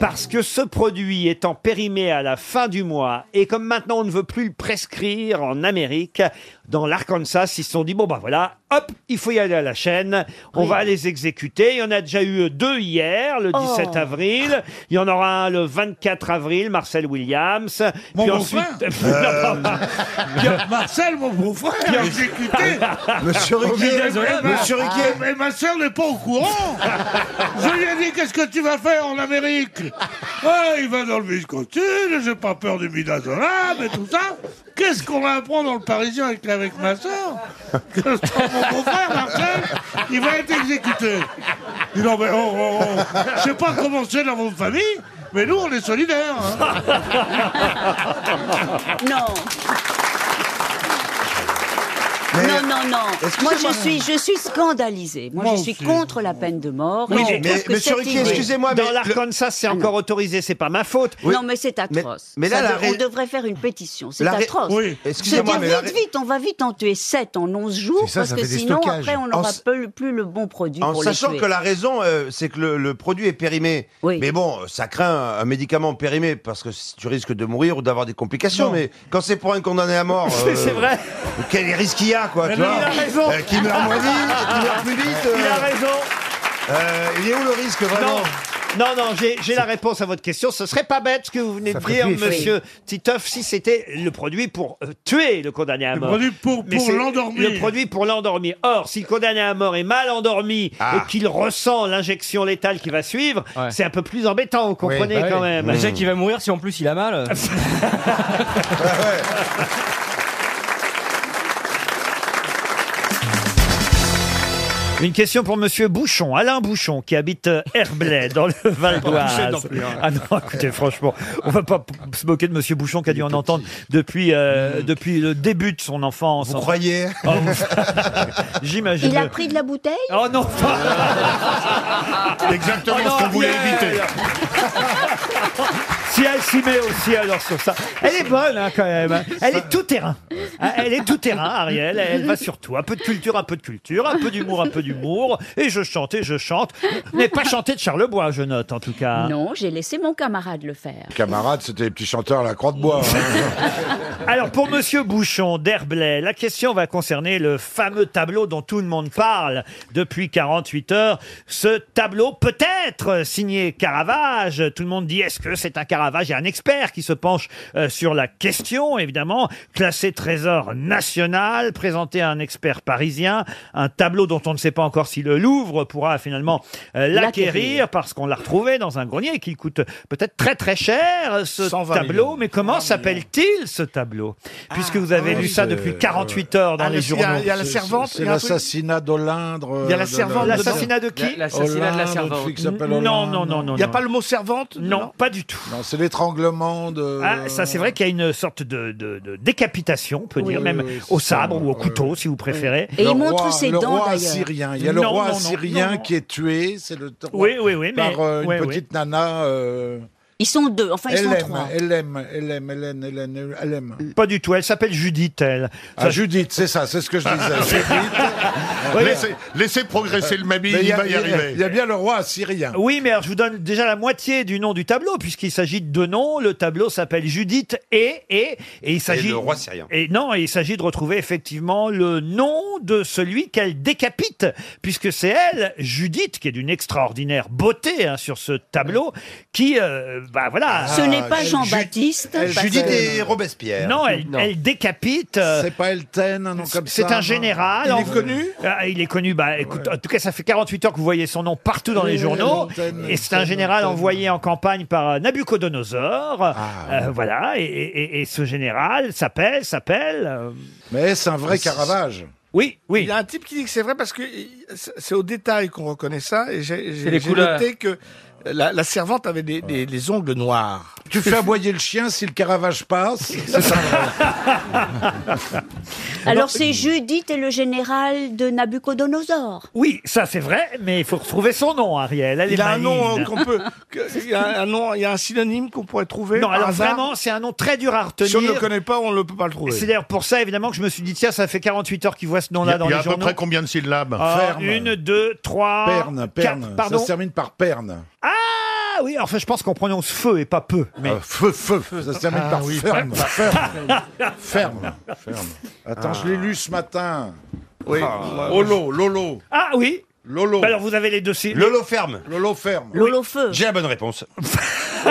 Parce que ce produit étant périmé à la fin du mois, et comme maintenant on ne veut plus le prescrire en Amérique, dans l'Arkansas, ils se sont dit, bon bah voilà, hop, il faut y aller à la chaîne, on va les exécuter. Il y en a déjà eu deux hier, le 17 Oh. avril, il y en aura un le 24 avril, Marcel Williams. Mon puis beau-frère. ensuite... Euh, Marcel, mon Frère, exécuté Monsieur Riquet. Et ma- Monsieur Riquet. Et Ah, ma soeur n'est pas au courant Je lui ai dit, qu'est-ce que tu vas faire en Amérique Ah, Il va dans le Wisconsin, j'ai pas peur du midazolam et tout ça. Qu'est-ce qu'on apprend dans le Parisien avec, avec ma soeur Que mon beau-frère, Marcel, il va être exécuté. Dis non, mais oh, oh, oh. je sais pas comment c'est dans votre famille, mais nous, on est solidaires. hein. Non. non, non, non. Moi, je suis, je suis scandalisée. Moi, Moi je suis aussi. contre la peine de mort. et je trouve que cette idée- dans l'Arkansas, c'est encore Hmm. autorisé, c'est pas ma faute. Non, mais c'est atroce. Mais, là, Ça la de- ré- on devrait faire une pétition. C'est La ré- atroce. Oui, Se excusez-moi, dire mais la vite, ré- vite, on va vite en tuer 7 en 11 jours, C'est ça, parce ça que fait des sinon, stockages. après, on En n'aura s- plus, plus le bon produit En pour les sachant tuer. que la raison, euh, c'est que le, le produit est périmé. Mais bon, ça craint un médicament périmé parce que si tu risques de mourir ou d'avoir des complications. Non. Mais quand c'est pour un condamné à mort, euh, C'est- c'est vrai. Quel risque il y a, quoi Mais tu non, vois il a raison. Euh, Qui meurt moins vite, qui meurt Ah, plus vite. Il a raison. Euh, il est où le risque vraiment Non. Non, non, j'ai j'ai la réponse à votre question. Ce serait pas bête ce que vous venez Ça de ferait dire, plus. monsieur Titoff, si c'était le produit pour euh, tuer le condamné à mort. produit pour- Mais pour c'est l'endormir. Le produit pour l'endormir. Or, si le condamné à mort est mal endormi Ah. et qu'il ressent l'injection létale qui va suivre, c'est un peu plus embêtant, vous comprenez bah oui. quand même. Mmh. Déjà qu'il va mourir si en plus il a mal. Une question pour Monsieur Bouchon, Alain Bouchon, qui habite euh, Herblay, dans le Val Bouchon non d'Oise. plus, hein. Ah non, écoutez, franchement, on va pas p- se moquer de Monsieur Bouchon qui a dû en entendre depuis euh, depuis le début de son enfance. Vous croyez J'imagine. Il a pris de la bouteille Oh non Exactement Oh non, Ariel Si elle s'y met aussi alors sur ça. Elle est bonne hein, quand même. hein. Elle est tout terrain. Ah, Elle est tout terrain, Ariel. Elle va sur tout. Un peu de culture, un peu de culture, un peu d'humour, un peu d'humour. Et je chante et je chante. Mais pas chanter de Charlebois, je note en tout cas. Non, j'ai laissé mon camarade le faire. Camarades, c'était les petits chanteurs à la croix de bois. hein. Alors pour Monsieur Bouchon d'Herblay, la question va concerner le fameux tableau dont tout le monde parle depuis 48 heures. Ce tableau peut-être signé Caravage. Tout le monde dit est-ce que c'est un Caravage Il y a un expert qui se penche euh, sur la question, évidemment. Classé trésor national, présenté à un expert parisien, un tableau dont on ne sait pas encore si le Louvre pourra finalement euh, l'acquérir parce qu'on l'a retrouvé dans un grenier et qu'il coûte peut-être très très cher ce 120 tableau. millions. Mais comment s'appelle-t-il ce tableau Puisque vous Ah, avez lu ça depuis euh, 48 heures dans les journaux. C'est l'assassinat d'Olindre. Il y a la servante dedans. L'assassinat de qui L'assassinat de la servante. Non, non, non, non, Il y a non. pas le mot servante Non, pas du tout. Non, c'est l'étranglement de. Ah, ça, c'est vrai qu'il y a une sorte de, de- de décapitation, on peut Oui, dire, oui, même oui, au sabre ou au couteau, si vous préférez. Le roi- le roi assyrien. Il y a le Non, roi non, non, assyrien non, non. qui est tué, c'est le t- Oui, oui, oui, mais- par euh, une ouais, petite nana. euh, Ils sont deux, enfin ils elle sont l'aime, trois. elle l'aime, elle l'aime, elle l'aime, elle l'aime, elle l'aime. Pas du tout, elle s'appelle Judith, elle. Ah, Judith, c'est ça, c'est ce que je disais. Oui. laissez, laissez progresser le mamie, Mais il y a- va y y a- arriver. Il y a bien le roi assyrien. Oui, mais alors je vous donne déjà la moitié du nom du tableau, puisqu'il s'agit de deux noms. Le tableau s'appelle Judith et, et, et il s'agit. le roi syrien. Et non, et il s'agit de retrouver effectivement le nom de celui qu'elle décapite, puisque c'est elle, Judith, qui est d'une extraordinaire beauté hein, sur ce tableau, qui, euh, bah voilà. Ah, Ce n'est pas Jean-Baptiste. parce que- Robespierre. Non, elle, elle décapite. C'est pas Elten, un nom comme C'est ça, un non général. Il en- est connu Ah, Il est connu. Bah, écoute, En tout cas, ça fait 48 heures que vous voyez son nom partout dans les Oui, journaux. Elten, Et c'est un Elten, général Elten. envoyé en campagne par euh, Nabucodonosor. Ah, Euh, voilà. Et, et- et ce général s'appelle, s'appelle. euh, Mais c'est un vrai Caravage. Oui, oui. Il y a un type qui dit que c'est vrai parce que il- c'est c'est au détail qu'on reconnaît ça. Et j'ai C'est les j'ai- j'ai couleurs. noté que la, la servante avait des, des- des ongles noirs. Tu fais aboyer le chien si le Caravage passe. C'est ça. Alors c'est Judith et le général de Nabucodonosor. Oui, ça c'est vrai, mais il faut retrouver son nom, Ariel. Elle Il est a un nom maligne. euh, qu'on peut. que- Il y, a un nom- il y a un synonyme qu'on pourrait trouver. Non, par alors hasard. vraiment, c'est un nom très dur à retenir. Si on ne le connaît pas, on ne peut pas le Et trouver. C'est d'ailleurs pour ça, évidemment, que je me suis dit, tiens, ça fait 48 heures qu'il voit ce nom-là dans les journaux. combien de syllabes Ah, Une, deux, trois. Perne, perne. quatre, ça pardon. se termine par perne. Ah oui, enfin, je pense qu'on prononce feu et pas peu. Mais... Euh, feu, feu, ça se termine Ah par oui. ferme. Ferme. ferme. ferme. Ah. Attends, je l'ai lu ce matin. Oui. Ah. Lolo, Lolo. Ah oui Lolo. Bah alors, vous avez les deux signes. Lolo ferme. Lolo ferme. Lolo feu. J'ai la bonne réponse.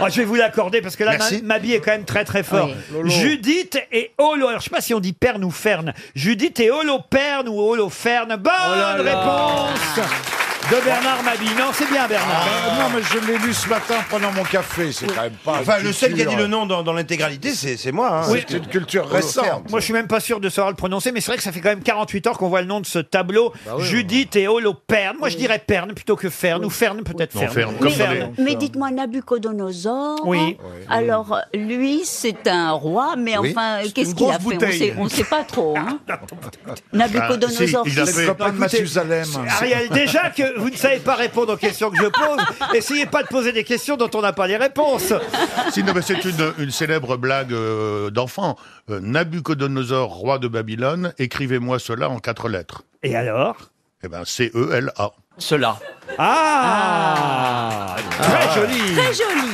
Ah, je vais vous l'accorder parce que là, ma, Merci. Mabi est quand même très très fort. Oui. Lolo. Judith et Holo. Alors, je sais pas si on dit Perne ou Ferne. Judith et Holo Perne ou Holo Ferne. Bonne Oh là là. réponse de Bernard Mabi. Non, c'est bien Bernard. Ah, non, mais je l'ai lu ce matin en prenant mon café. C'est quand même pas. Enfin, une le seul qui a dit culture. le nom dans, dans l'intégralité, c'est c'est moi. hein. Oui. C'est une culture récente. Moi, je suis même pas sûr de savoir le prononcer, mais c'est vrai que ça fait quand même 48 heures qu'on voit le nom de ce tableau. oui, Judith et Holo Perne. Moi, je dirais Perne plutôt que Ferne, ou Ferne peut-être Non, Ferne. Ferne, Ou comme Ferne. dans Mais dites-moi, Nabucodonosor. Oui. Alors, lui, c'est un roi, mais Oui. enfin, C'est qu'est-ce une qu'il a grosse fait On bouteille. sait- On ne sait pas trop. hein. Ah, Nabucodonosor. fils. C'est le copain de Mathusalem. Ariel, déjà que vous ne savez pas répondre aux questions que je pose, essayez pas de poser des questions dont on n'a pas les réponses. Sinon, mais c'est une, une célèbre blague euh, d'enfant. Euh, Nabucodonosor, roi de Babylone, écrivez-moi cela en quatre lettres. Et alors Eh ben, C-E-L-A. Cela. Ah, Très joli. Très joli.